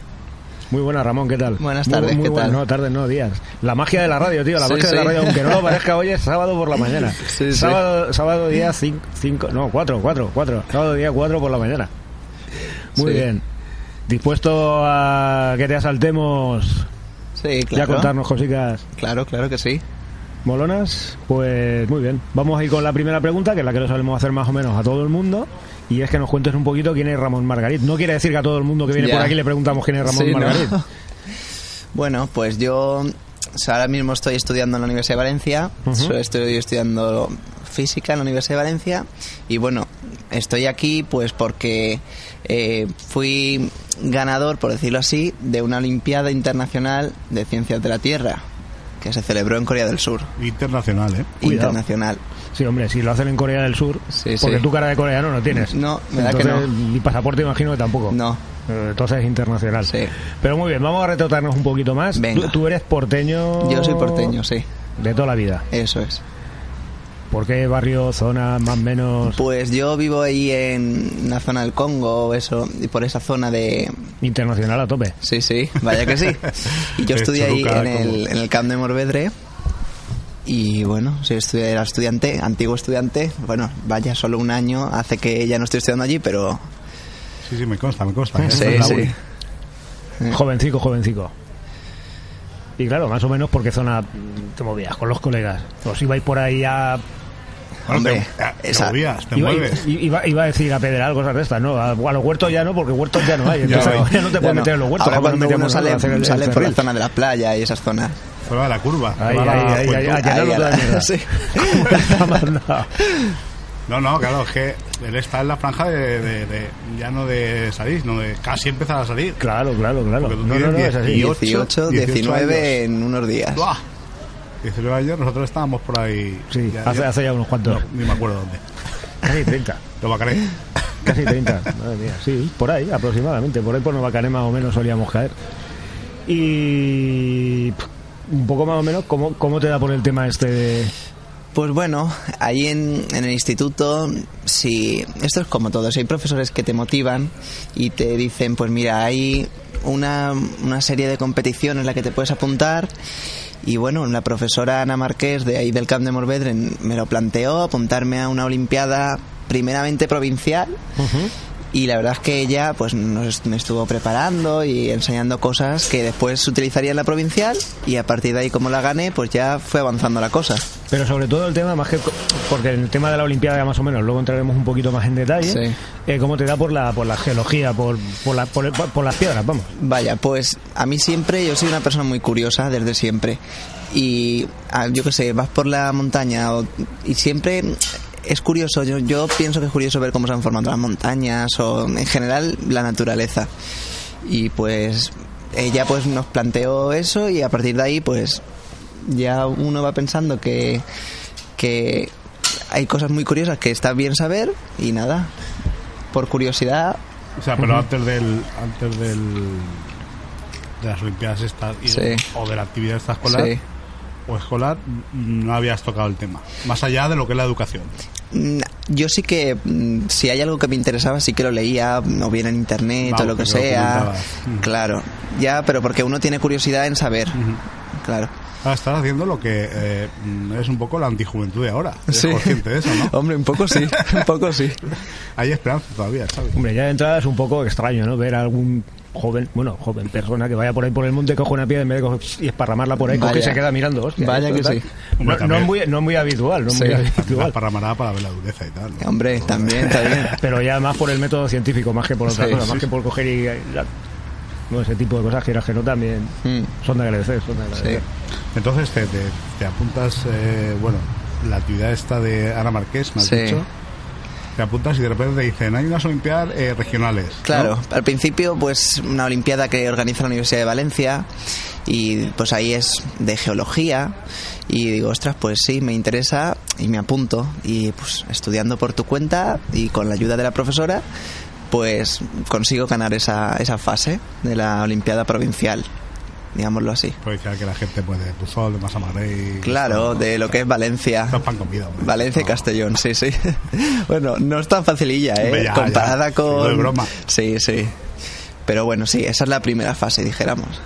Speaker 1: Muy buena, Ramón, ¿qué tal?
Speaker 7: Buenas
Speaker 1: Muy-
Speaker 7: tardes,
Speaker 1: muy
Speaker 7: ¿qué
Speaker 1: buena-
Speaker 7: tal?
Speaker 1: No, tardes, no, días. La magia de la radio, tío, la
Speaker 7: Sí,
Speaker 1: magia de la
Speaker 7: sí.
Speaker 1: radio, aunque no lo parezca hoy, es sábado por la mañana.
Speaker 7: Sí, sí.
Speaker 1: sábado, sábado día 5, no, 4, 4, 4. Sábado día 4 por la mañana. Muy
Speaker 7: Sí.
Speaker 1: bien. ¿Dispuesto a que te asaltemos
Speaker 7: Sí,
Speaker 1: y a
Speaker 7: claro.
Speaker 1: contarnos cositas?
Speaker 7: Claro, claro que sí.
Speaker 1: Molonas, pues muy bien. Vamos a ir con la primera pregunta, que es la que lo solemos hacer más o menos a todo el mundo, y es que nos cuentes un poquito quién es Ramón Margarit. No quiere decir que a todo el mundo que viene
Speaker 7: Ya.
Speaker 1: por aquí le preguntamos quién es Ramón
Speaker 7: Sí, ¿no?
Speaker 1: Margarit.
Speaker 7: Bueno, pues yo o sea, ahora mismo estoy estudiando en la Universidad de Valencia.
Speaker 1: Ujú.
Speaker 7: Estoy estudiando física en la Universidad de Valencia. Y bueno, estoy aquí pues porque eh, fui ganador, por decirlo así, de una Olimpiada Internacional de Ciencias de la Tierra que se celebró en Corea del Sur.
Speaker 3: Internacional, ¿eh?
Speaker 1: Cuidado.
Speaker 7: Internacional.
Speaker 1: Sí, hombre, si lo hacen en Corea del Sur,
Speaker 7: Sí,
Speaker 1: porque
Speaker 7: sí.
Speaker 1: tú cara de coreano no tienes.
Speaker 7: No, me da que
Speaker 1: Entonces,
Speaker 7: no.
Speaker 1: Mi pasaporte imagino que tampoco.
Speaker 7: No.
Speaker 1: Eh, Entonces es internacional.
Speaker 7: Sí.
Speaker 1: Pero muy bien, vamos a retratarnos un poquito más.
Speaker 7: Venga.
Speaker 1: Tú, tú eres porteño.
Speaker 7: Yo soy porteño, sí.
Speaker 1: De toda la vida.
Speaker 7: Eso es.
Speaker 1: ¿Por qué barrio, zona, más o menos
Speaker 7: Pues yo vivo ahí en la zona del Congo, eso, y por esa zona de...
Speaker 1: internacional a tope?
Speaker 7: Sí, sí, vaya que sí. Y yo
Speaker 3: De
Speaker 7: estudié ahí
Speaker 3: Choluca,
Speaker 7: en el,
Speaker 3: Congo.
Speaker 7: en el Camp de Morvedre. Y bueno, sí, estudié, era estudiante, antiguo estudiante. Bueno, vaya, solo un año hace que ya no estoy estudiando allí, pero...
Speaker 3: Sí, sí, me consta, me consta. ¿eh?
Speaker 7: Sí,
Speaker 1: pues
Speaker 3: Es la
Speaker 7: sí.
Speaker 3: buena.
Speaker 1: Jovencico, jovencico. Y claro, más o menos porque zona te movías con los colegas. Os ibais por ahí a.
Speaker 3: Bueno, te-
Speaker 7: Hombre,
Speaker 3: te,
Speaker 7: esa-
Speaker 3: movías, te
Speaker 1: iba,
Speaker 3: mueves.
Speaker 1: iba- iba a decir a pedrar cosas de estas, ¿no? A, a los huertos ya no, porque huertos ya no hay. Entonces
Speaker 3: no.
Speaker 1: ya, no te puedes
Speaker 7: Bueno,
Speaker 1: meter en los huertos.
Speaker 7: Ahora
Speaker 1: como nos
Speaker 7: cuando uno
Speaker 1: metíamos nosotros a hacer
Speaker 7: sale,
Speaker 1: el-
Speaker 7: sale
Speaker 1: el
Speaker 7: por la
Speaker 1: ferril.
Speaker 7: zona de la playa y esas zonas.
Speaker 3: Fuera de la curva.
Speaker 1: Ahí,
Speaker 3: fuera de la
Speaker 1: ahí, ahí, ahí,
Speaker 3: juventud.
Speaker 1: ahí, llenarlo
Speaker 7: Ahí,
Speaker 1: todo de
Speaker 7: ahí,
Speaker 1: mierda.
Speaker 7: sí.
Speaker 3: No, no, claro, es que él está en la franja de, de- de- ya no de salir, no de casi empezar a salir.
Speaker 1: Claro, claro, claro.
Speaker 3: Porque
Speaker 1: No,
Speaker 3: tú
Speaker 1: no,
Speaker 3: tienes
Speaker 1: no, es así.
Speaker 3: 18,
Speaker 7: 18, 19 en unos días.
Speaker 3: ¡Buah! 19 años, nosotros estábamos por ahí.
Speaker 1: Sí,
Speaker 3: ya-
Speaker 1: hace,
Speaker 3: ya-
Speaker 1: hace ya unos cuantos.
Speaker 3: no, ni me acuerdo dónde.
Speaker 1: Casi 30.
Speaker 3: Lo bacaré.
Speaker 1: Casi 30, madre mía. Sí, por ahí, aproximadamente. Por ahí por Novacané más o menos solíamos caer. Y pff, un poco más o menos, ¿cómo, cómo te da por el tema este de...
Speaker 7: Pues bueno, ahí en, en el instituto, si esto es como todo, si hay profesores que te motivan y te dicen, pues mira, hay una, una serie de competiciones en la que te puedes apuntar. Y bueno, la profesora Ana Marqués de ahí del Camp de Morvedre me lo planteó, apuntarme a una olimpiada primeramente provincial. Y la verdad es que ella pues nos est- me estuvo preparando y enseñando cosas que después utilizaría en la provincial y a partir de ahí como la gané pues ya fue avanzando la cosa.
Speaker 1: Pero sobre todo el tema, más que... co- Porque el tema de la Olimpiada ya más o menos, luego entraremos un poquito más en detalle.
Speaker 7: Sí.
Speaker 1: eh, ¿Cómo te da por la, por la geología, por, por, la- por el- por las piedras, vamos?
Speaker 7: Vaya, pues a mí siempre, yo soy una persona muy curiosa desde siempre. Y ah, yo qué sé, vas por la montaña o- y siempre es curioso, yo, yo pienso que es curioso ver cómo se han formado las montañas o en general la naturaleza. Y pues ella pues nos planteó eso y a partir de ahí pues ya uno va pensando que, que hay cosas muy curiosas que está bien saber y nada, por curiosidad
Speaker 3: O sea, pero antes del. Antes del. De las Olimpiadas estas. y-
Speaker 7: Sí.
Speaker 3: O de la actividad esta escolar.
Speaker 7: Sí.
Speaker 3: O escolar, mm, no habías tocado el tema. Más allá de lo que es la educación.
Speaker 7: mm, yo sí que, mm, si hay algo que me interesaba, sí que lo leía, mm, o bien en internet
Speaker 3: Vamos,
Speaker 7: o lo que
Speaker 3: que lo
Speaker 7: sea.
Speaker 3: comentabas. Mm.
Speaker 7: Claro, ya, pero porque uno tiene curiosidad en saber. Claro.
Speaker 3: Ah, estás haciendo lo que eh, mm, es un poco la antijuventud de ahora. Eres
Speaker 7: Sí.
Speaker 3: consciente de eso, ¿no?
Speaker 7: Hombre, un poco sí, un poco sí.
Speaker 3: Hay esperanza todavía, ¿sabes?
Speaker 1: Hombre, ya de entrada es un poco extraño, ¿no? Ver a algún joven, bueno, joven persona que vaya por ahí por el monte, coge una piedra y en vez de coger y esparramarla por ahí, coge
Speaker 7: Vaya.
Speaker 1: y se queda mirando. hostia,
Speaker 7: Vaya
Speaker 1: esto
Speaker 7: que
Speaker 1: tal.
Speaker 7: sí.
Speaker 1: No,
Speaker 3: Hombre,
Speaker 1: no
Speaker 3: también.
Speaker 1: es muy, no es muy habitual, no es
Speaker 7: Sí.
Speaker 1: muy
Speaker 3: La
Speaker 1: habitual.
Speaker 3: parramarada para ver la dureza y tal. ¿no?
Speaker 7: Hombre, también, también.
Speaker 1: Pero ya más por el método científico, más que por otra
Speaker 7: Sí,
Speaker 1: cosa,
Speaker 7: sí,
Speaker 1: más que por coger y... la- no, ese tipo de cosas que era que no también
Speaker 7: Mm,
Speaker 1: son de agradecer, son de agradecer.
Speaker 3: Entonces te, te- te apuntas, eh, bueno, la actividad esta de Ana Marqués, me has
Speaker 7: Sí.
Speaker 3: dicho. Te apuntas y de repente te dicen, hay unas Olimpiadas eh, regionales. ¿no?
Speaker 7: Claro, al principio pues una olimpiada que organiza la Universidad de Valencia y pues ahí es de geología y digo, ostras, pues sí, me interesa y me apunto y pues estudiando por tu cuenta y con la ayuda de la profesora pues consigo ganar esa, esa fase de la olimpiada provincial, digámoslo así.
Speaker 3: Provincial que la gente puede de Puzol, de Masamarey.
Speaker 7: Claro, de lo que es Valencia.
Speaker 3: Esto es pan con vida, hombre.
Speaker 7: Valencia y
Speaker 3: No.
Speaker 7: Castellón, sí, sí. bueno, no es tan facililla, ¿eh?
Speaker 3: Hombre, ya,
Speaker 7: Comparada
Speaker 3: ya.
Speaker 7: con...
Speaker 3: No es broma.
Speaker 7: Sí, sí. Pero bueno, sí, esa es la primera fase, dijéramos.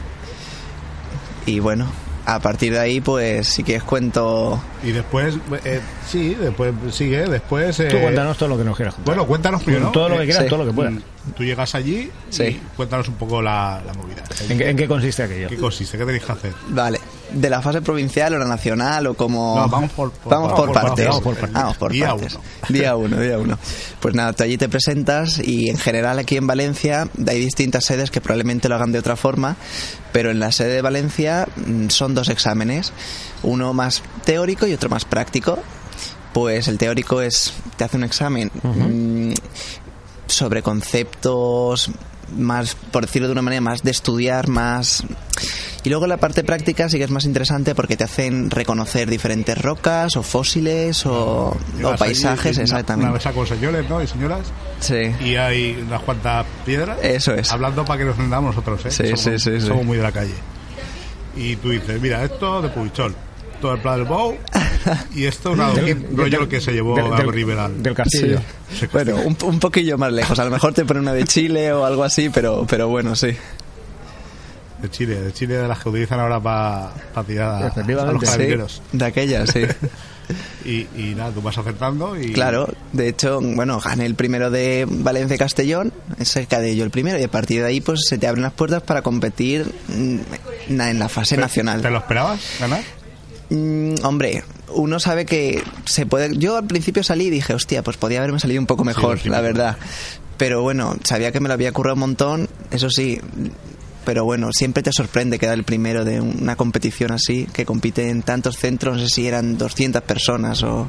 Speaker 7: Y bueno, a partir de ahí, pues, si quieres cuento...
Speaker 3: Y después, eh, sí, después sigue, después. eh,
Speaker 1: Tú cuéntanos todo lo que nos quieras contar.
Speaker 3: Bueno, cuéntanos primero.
Speaker 1: todo lo que
Speaker 3: eh,
Speaker 1: quieras,
Speaker 7: sí.
Speaker 1: todo lo que puedas.
Speaker 3: mm, Tú llegas allí
Speaker 7: Sí.
Speaker 3: y cuéntanos un poco la, la movida.
Speaker 1: ¿En, qué- en qué consiste aquello?
Speaker 3: ¿Qué consiste? ¿Qué tenéis que hacer?
Speaker 7: Vale, de la fase provincial o la nacional o como...
Speaker 3: No, vamos por- por-
Speaker 7: Vamos
Speaker 3: vamos
Speaker 7: por
Speaker 3: por
Speaker 7: partes.
Speaker 3: partes,
Speaker 7: Vamos
Speaker 3: vamos
Speaker 7: por
Speaker 3: por
Speaker 7: partes.
Speaker 3: partes. Día uno.
Speaker 7: Día uno, día uno. Pues nada, tú allí te presentas y en general aquí en Valencia hay distintas sedes que probablemente lo hagan de otra forma, pero en la sede de Valencia mm, son dos exámenes, uno más teórico y otro más práctico. Pues el teórico es, te hace un examen mm, sobre conceptos más, por decirlo de una manera, más de estudiar, más... Y luego la parte práctica sí que es más interesante porque te hacen reconocer diferentes rocas o fósiles o, o
Speaker 3: Llegas
Speaker 7: paisajes,
Speaker 3: allí, una- Una
Speaker 7: exactamente.
Speaker 3: mesa con señores, ¿no? Y señoras.
Speaker 7: Sí.
Speaker 3: Y hay unas cuantas piedras.
Speaker 7: Eso es.
Speaker 3: Hablando para que nos entendamos nosotros, ¿eh?
Speaker 7: Sí,
Speaker 3: somos,
Speaker 7: sí, sí, sí.
Speaker 3: somos muy de la calle. Y tú dices, mira, esto de Puichol, todo el plan del Bou, y esto es un rollo que se llevó
Speaker 1: del-
Speaker 3: a
Speaker 1: del-
Speaker 3: Rivera.
Speaker 1: del castillo.
Speaker 3: Sí.
Speaker 7: Bueno, un, un poquillo más lejos. A lo mejor te ponen una de Chile o algo así, pero, pero bueno, sí.
Speaker 3: De Chile, de Chile, de las que utilizan ahora para tirar a, a los
Speaker 1: Efectivamente.
Speaker 7: Sí,
Speaker 3: carabineros.
Speaker 7: de aquella, sí.
Speaker 3: Y, y nada, tú vas acertando y...
Speaker 7: Claro, de hecho, bueno, gané el primero de Valencia y Castellón, ese de yo el primero, y a partir de ahí pues se te abren las puertas para competir mm, na- en la fase
Speaker 3: ¿Te
Speaker 7: nacional.
Speaker 3: lo esperabas ganar?
Speaker 7: Mm, hombre, uno sabe que se puede... Yo al principio salí y dije, hostia, pues podía haberme salido un poco mejor,
Speaker 3: sí,
Speaker 7: la
Speaker 3: sí.
Speaker 7: verdad. Pero bueno, sabía que me lo había currado un montón, eso sí. Pero bueno, siempre te sorprende quedar el primero de una competición así, que compite en tantos centros, no sé si eran 200 personas o...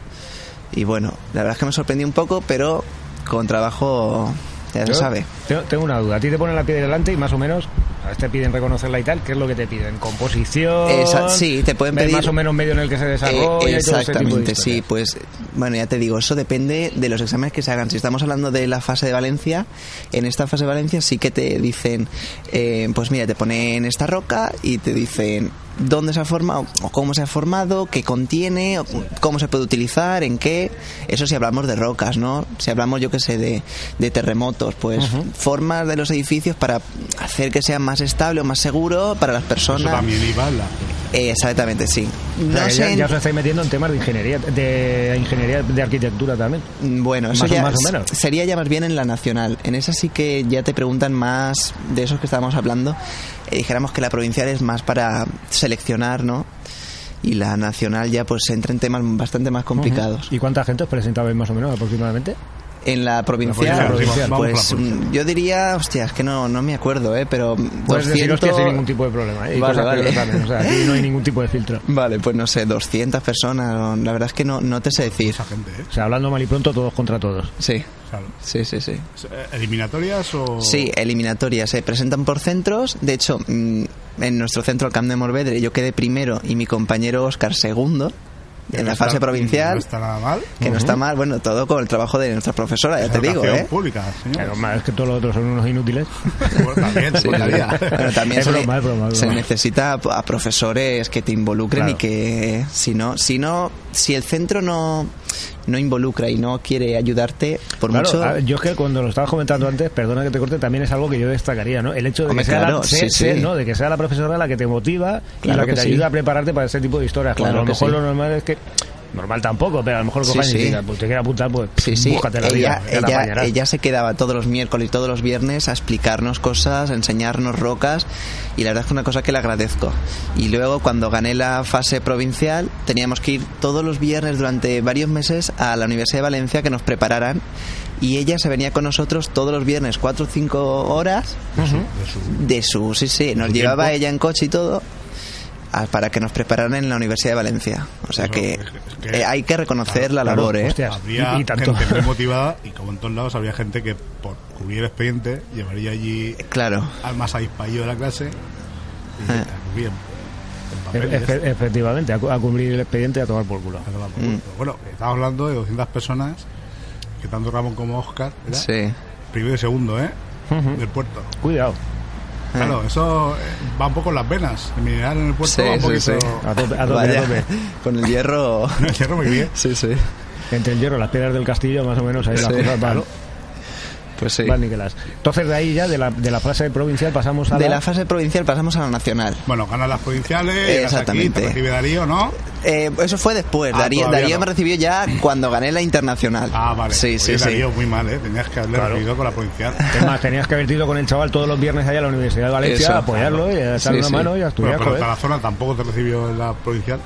Speaker 7: Y bueno, la verdad es que me sorprendí un poco, pero con trabajo ya se
Speaker 1: Yo
Speaker 7: sabe.
Speaker 1: Tengo, tengo una duda. A ti te ponen la piedra delante y más o menos, a veces te piden reconocerla y tal. ¿Qué es lo que te piden? ¿Composición?
Speaker 7: Esa- sí, te pueden
Speaker 1: ver
Speaker 7: pedir-
Speaker 1: Más o menos medio en el que se
Speaker 7: Eh,
Speaker 1: desarrolla. y todo ese tipo de
Speaker 7: exactamente, sí.
Speaker 1: historias.
Speaker 7: Pues, bueno, ya te digo, eso depende de los exámenes que se hagan. Si estamos hablando de la fase de Valencia, en esta fase de Valencia sí que te dicen, eh, pues mira, te ponen esta roca y te dicen dónde se ha formado, o cómo se ha formado, qué contiene, o cómo se puede utilizar, en qué. Eso si hablamos de rocas, ¿no? Si hablamos, yo qué sé, de, de terremotos, pues formas de los edificios para hacer que sea más estable o más seguro para las
Speaker 3: Eso
Speaker 7: personas.
Speaker 3: también iba en la...
Speaker 7: Eh, exactamente, sí.
Speaker 1: O sea,
Speaker 7: No
Speaker 1: que
Speaker 7: sé
Speaker 1: ya,
Speaker 7: en-
Speaker 1: ya os estáis metiendo en temas de ingeniería, de ingeniería de arquitectura también.
Speaker 7: Mm, Bueno, eso
Speaker 1: Más o-
Speaker 7: ya
Speaker 1: más o
Speaker 7: s-
Speaker 1: menos.
Speaker 7: sería ya más bien en la nacional. En esa sí que ya te preguntan más de esos que estábamos hablando. Eh, dijéramos que la provincial es más para seleccionar, ¿no? Y la nacional ya pues entra en temas bastante más complicados.
Speaker 1: ¿Y cuánta gente os presentabais más o menos aproximadamente?
Speaker 7: En la provincial,
Speaker 3: La provincial, vamos
Speaker 7: pues
Speaker 3: por la provincial.
Speaker 7: mm, yo diría, hostia, es que no, no me acuerdo, ¿eh? Pero mm,
Speaker 1: Puedes Pues, decir,
Speaker 7: 200...
Speaker 1: hostia, sin ningún tipo de problema. ¿eh? Y
Speaker 7: Vale,
Speaker 1: cosas
Speaker 7: vale.
Speaker 1: peores también, O sea, aquí no hay ningún tipo de filtro.
Speaker 7: Vale, pues no sé, 200 personas. o- La verdad es que no, no te sé decir.
Speaker 3: Esa gente, ¿eh?
Speaker 1: O sea, hablando mal y pronto, todos contra todos.
Speaker 7: Sí,
Speaker 3: Claro.
Speaker 7: sí, sí, sí.
Speaker 3: eh, ¿Eliminatorias o...?
Speaker 7: Sí, eliminatorias. Se presentan por centros. De hecho, mm, en nuestro centro, el Camp de Morvedre, yo quedé primero y mi compañero Oscar segundo
Speaker 3: Que
Speaker 7: en
Speaker 3: no
Speaker 7: la fase
Speaker 3: está-
Speaker 7: provincial.
Speaker 3: No está nada mal.
Speaker 7: Que no está mal, bueno, todo con el trabajo de nuestra profesora, ya te digo,
Speaker 3: Educación
Speaker 7: ¿eh?
Speaker 3: pública, señor.
Speaker 1: Claro, más es que todos los otros son unos inútiles.
Speaker 3: Bueno, también,
Speaker 7: Sí,
Speaker 3: molaría.
Speaker 7: sí. Bueno, también
Speaker 1: Es
Speaker 7: se,
Speaker 1: broma, es broma, es
Speaker 7: se
Speaker 1: broma.
Speaker 7: necesita a a profesores que te involucren
Speaker 1: Claro.
Speaker 7: y que si no, si no, si el centro no no involucra y no quiere ayudarte por
Speaker 1: Claro,
Speaker 7: mucho.
Speaker 1: a ver, yo es que cuando lo estabas comentando antes, perdona que te corte, también es algo que yo destacaría, ¿no? El hecho de,
Speaker 7: Hombre,
Speaker 1: que, sea
Speaker 7: claro,
Speaker 1: la, se-
Speaker 7: sí,
Speaker 1: se-
Speaker 7: sí.
Speaker 1: ¿no? de que sea la profesora la que te motiva y
Speaker 7: Claro
Speaker 1: la que,
Speaker 7: que
Speaker 1: te
Speaker 7: sí.
Speaker 1: ayuda a prepararte para ese tipo de historias. cuando
Speaker 7: Claro
Speaker 1: a lo
Speaker 7: que
Speaker 1: mejor
Speaker 7: sí.
Speaker 1: lo normal es que. Normal tampoco, pero a lo mejor el
Speaker 7: Sí,
Speaker 1: compañero
Speaker 7: sí.
Speaker 1: diga, pues te quiere apuntar, pues
Speaker 7: Sí, sí.
Speaker 1: búscate la
Speaker 7: ella,
Speaker 1: vida. ya la
Speaker 7: ella,
Speaker 1: apañarás.
Speaker 7: ella se quedaba todos los miércoles y todos los viernes a explicarnos cosas, a enseñarnos rocas y la verdad es que una cosa que le agradezco. Y luego cuando gané la fase provincial teníamos que ir todos los viernes durante varios meses a la Universidad de Valencia que nos prepararan y ella se venía con nosotros todos los viernes cuatro o cinco horas de su, sí, sí, nos llevaba ella en coche y todo a- para que nos prepararan en la Universidad de Valencia. O sea que,
Speaker 3: que-
Speaker 7: eh, hay que reconocer la
Speaker 1: Claro,
Speaker 7: labor, ¿eh?
Speaker 1: hostias,
Speaker 3: Habría
Speaker 1: y, y tanto.
Speaker 3: gente muy motivada y como en todos lados había gente que por cubrir el expediente llevaría allí
Speaker 7: Claro.
Speaker 3: al más ahispaillo de la clase y
Speaker 7: Ah.
Speaker 3: está bien. En
Speaker 1: Efe-
Speaker 3: papeles,
Speaker 1: efe- efectivamente, a, cu- a cumplir el expediente y a tomar por culo.
Speaker 3: pero tampoco.
Speaker 7: Mm.
Speaker 3: Pero Bueno, estamos hablando de 200 personas que tanto Ramón como Oscar, ¿verdad?
Speaker 7: Sí.
Speaker 3: primero y segundo, ¿eh?
Speaker 1: Ujú.
Speaker 3: Del puerto.
Speaker 1: Cuidado,
Speaker 3: Claro, eso eh, va un poco en las venas. El mineral en el puerto
Speaker 7: Sí,
Speaker 3: va un
Speaker 7: sí,
Speaker 3: poquito...
Speaker 7: sí.
Speaker 1: a tope, a tope, a
Speaker 7: Vaya,
Speaker 1: tope.
Speaker 7: Con el hierro.
Speaker 3: El hierro muy bien.
Speaker 7: Sí, sí.
Speaker 1: Entre el hierro, las piedras del castillo, más o menos, ahí las
Speaker 7: Sí.
Speaker 1: cosas van,
Speaker 7: Pues sí.
Speaker 1: van niqueladas. Entonces, de ahí ya, de la, de la frase provincial, pasamos a
Speaker 7: De la fase provincial pasamos a la nacional.
Speaker 3: Bueno, ganan las provinciales, llegas aquí,
Speaker 7: Exactamente.
Speaker 3: te recibe Darío, ¿no?
Speaker 7: Eh, eso fue después.
Speaker 3: Ah,
Speaker 7: Darío,
Speaker 3: todavía
Speaker 7: Darío
Speaker 3: no.
Speaker 7: me recibió ya cuando gané la internacional.
Speaker 3: Ah, vale.
Speaker 7: Sí,
Speaker 3: Oye,
Speaker 7: sí, sí.
Speaker 3: Darío, muy mal, ¿eh? Tenías que haberle
Speaker 1: Claro.
Speaker 3: recibido con la provincial.
Speaker 1: Es más, tenías que haber ido con el chaval todos los viernes allá a la Universidad de Valencia
Speaker 7: Eso.
Speaker 1: a apoyarlo y a echarle una
Speaker 7: Sí, sí.
Speaker 1: mano y a
Speaker 3: Bueno,
Speaker 1: estudiar,
Speaker 3: pero
Speaker 1: joder.
Speaker 3: Tarazona tampoco te recibió en la provincial.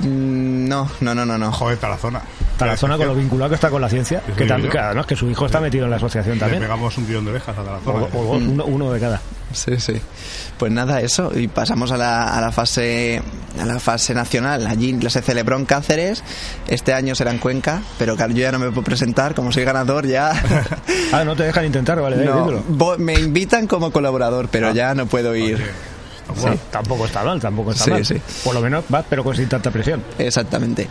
Speaker 7: Mm, No, no, no, no, no.
Speaker 3: Joder, Tarazona.
Speaker 1: Tarazona con lo vinculado que está con la ciencia,
Speaker 3: Sí,
Speaker 1: que
Speaker 3: sí,
Speaker 1: también,
Speaker 3: yo.
Speaker 1: claro, ¿no? es que su hijo está metido en la asociación
Speaker 3: Le
Speaker 1: también.
Speaker 3: pegamos un tirón de orejas a
Speaker 1: O,
Speaker 3: Tarazona. ¿eh?
Speaker 1: o- o- uno, uno de cada.
Speaker 7: Sí, sí. Pues nada, eso. Y pasamos a la, a la fase a la fase nacional. Allí se celebró en Cáceres. Este año será en Cuenca. Pero claro, yo ya no me puedo presentar. Como soy ganador, ya.
Speaker 1: Ah, no te dejan intentar, vale, dale,
Speaker 7: no,
Speaker 1: dímelo.
Speaker 7: vo- me invitan como colaborador, pero
Speaker 3: Ah.
Speaker 7: ya no puedo ir.
Speaker 1: Bueno, Tampoco está mal, tampoco está
Speaker 7: Sí,
Speaker 1: mal.
Speaker 7: sí.
Speaker 1: Por lo menos vas, pero con sin tanta presión.
Speaker 7: Exactamente.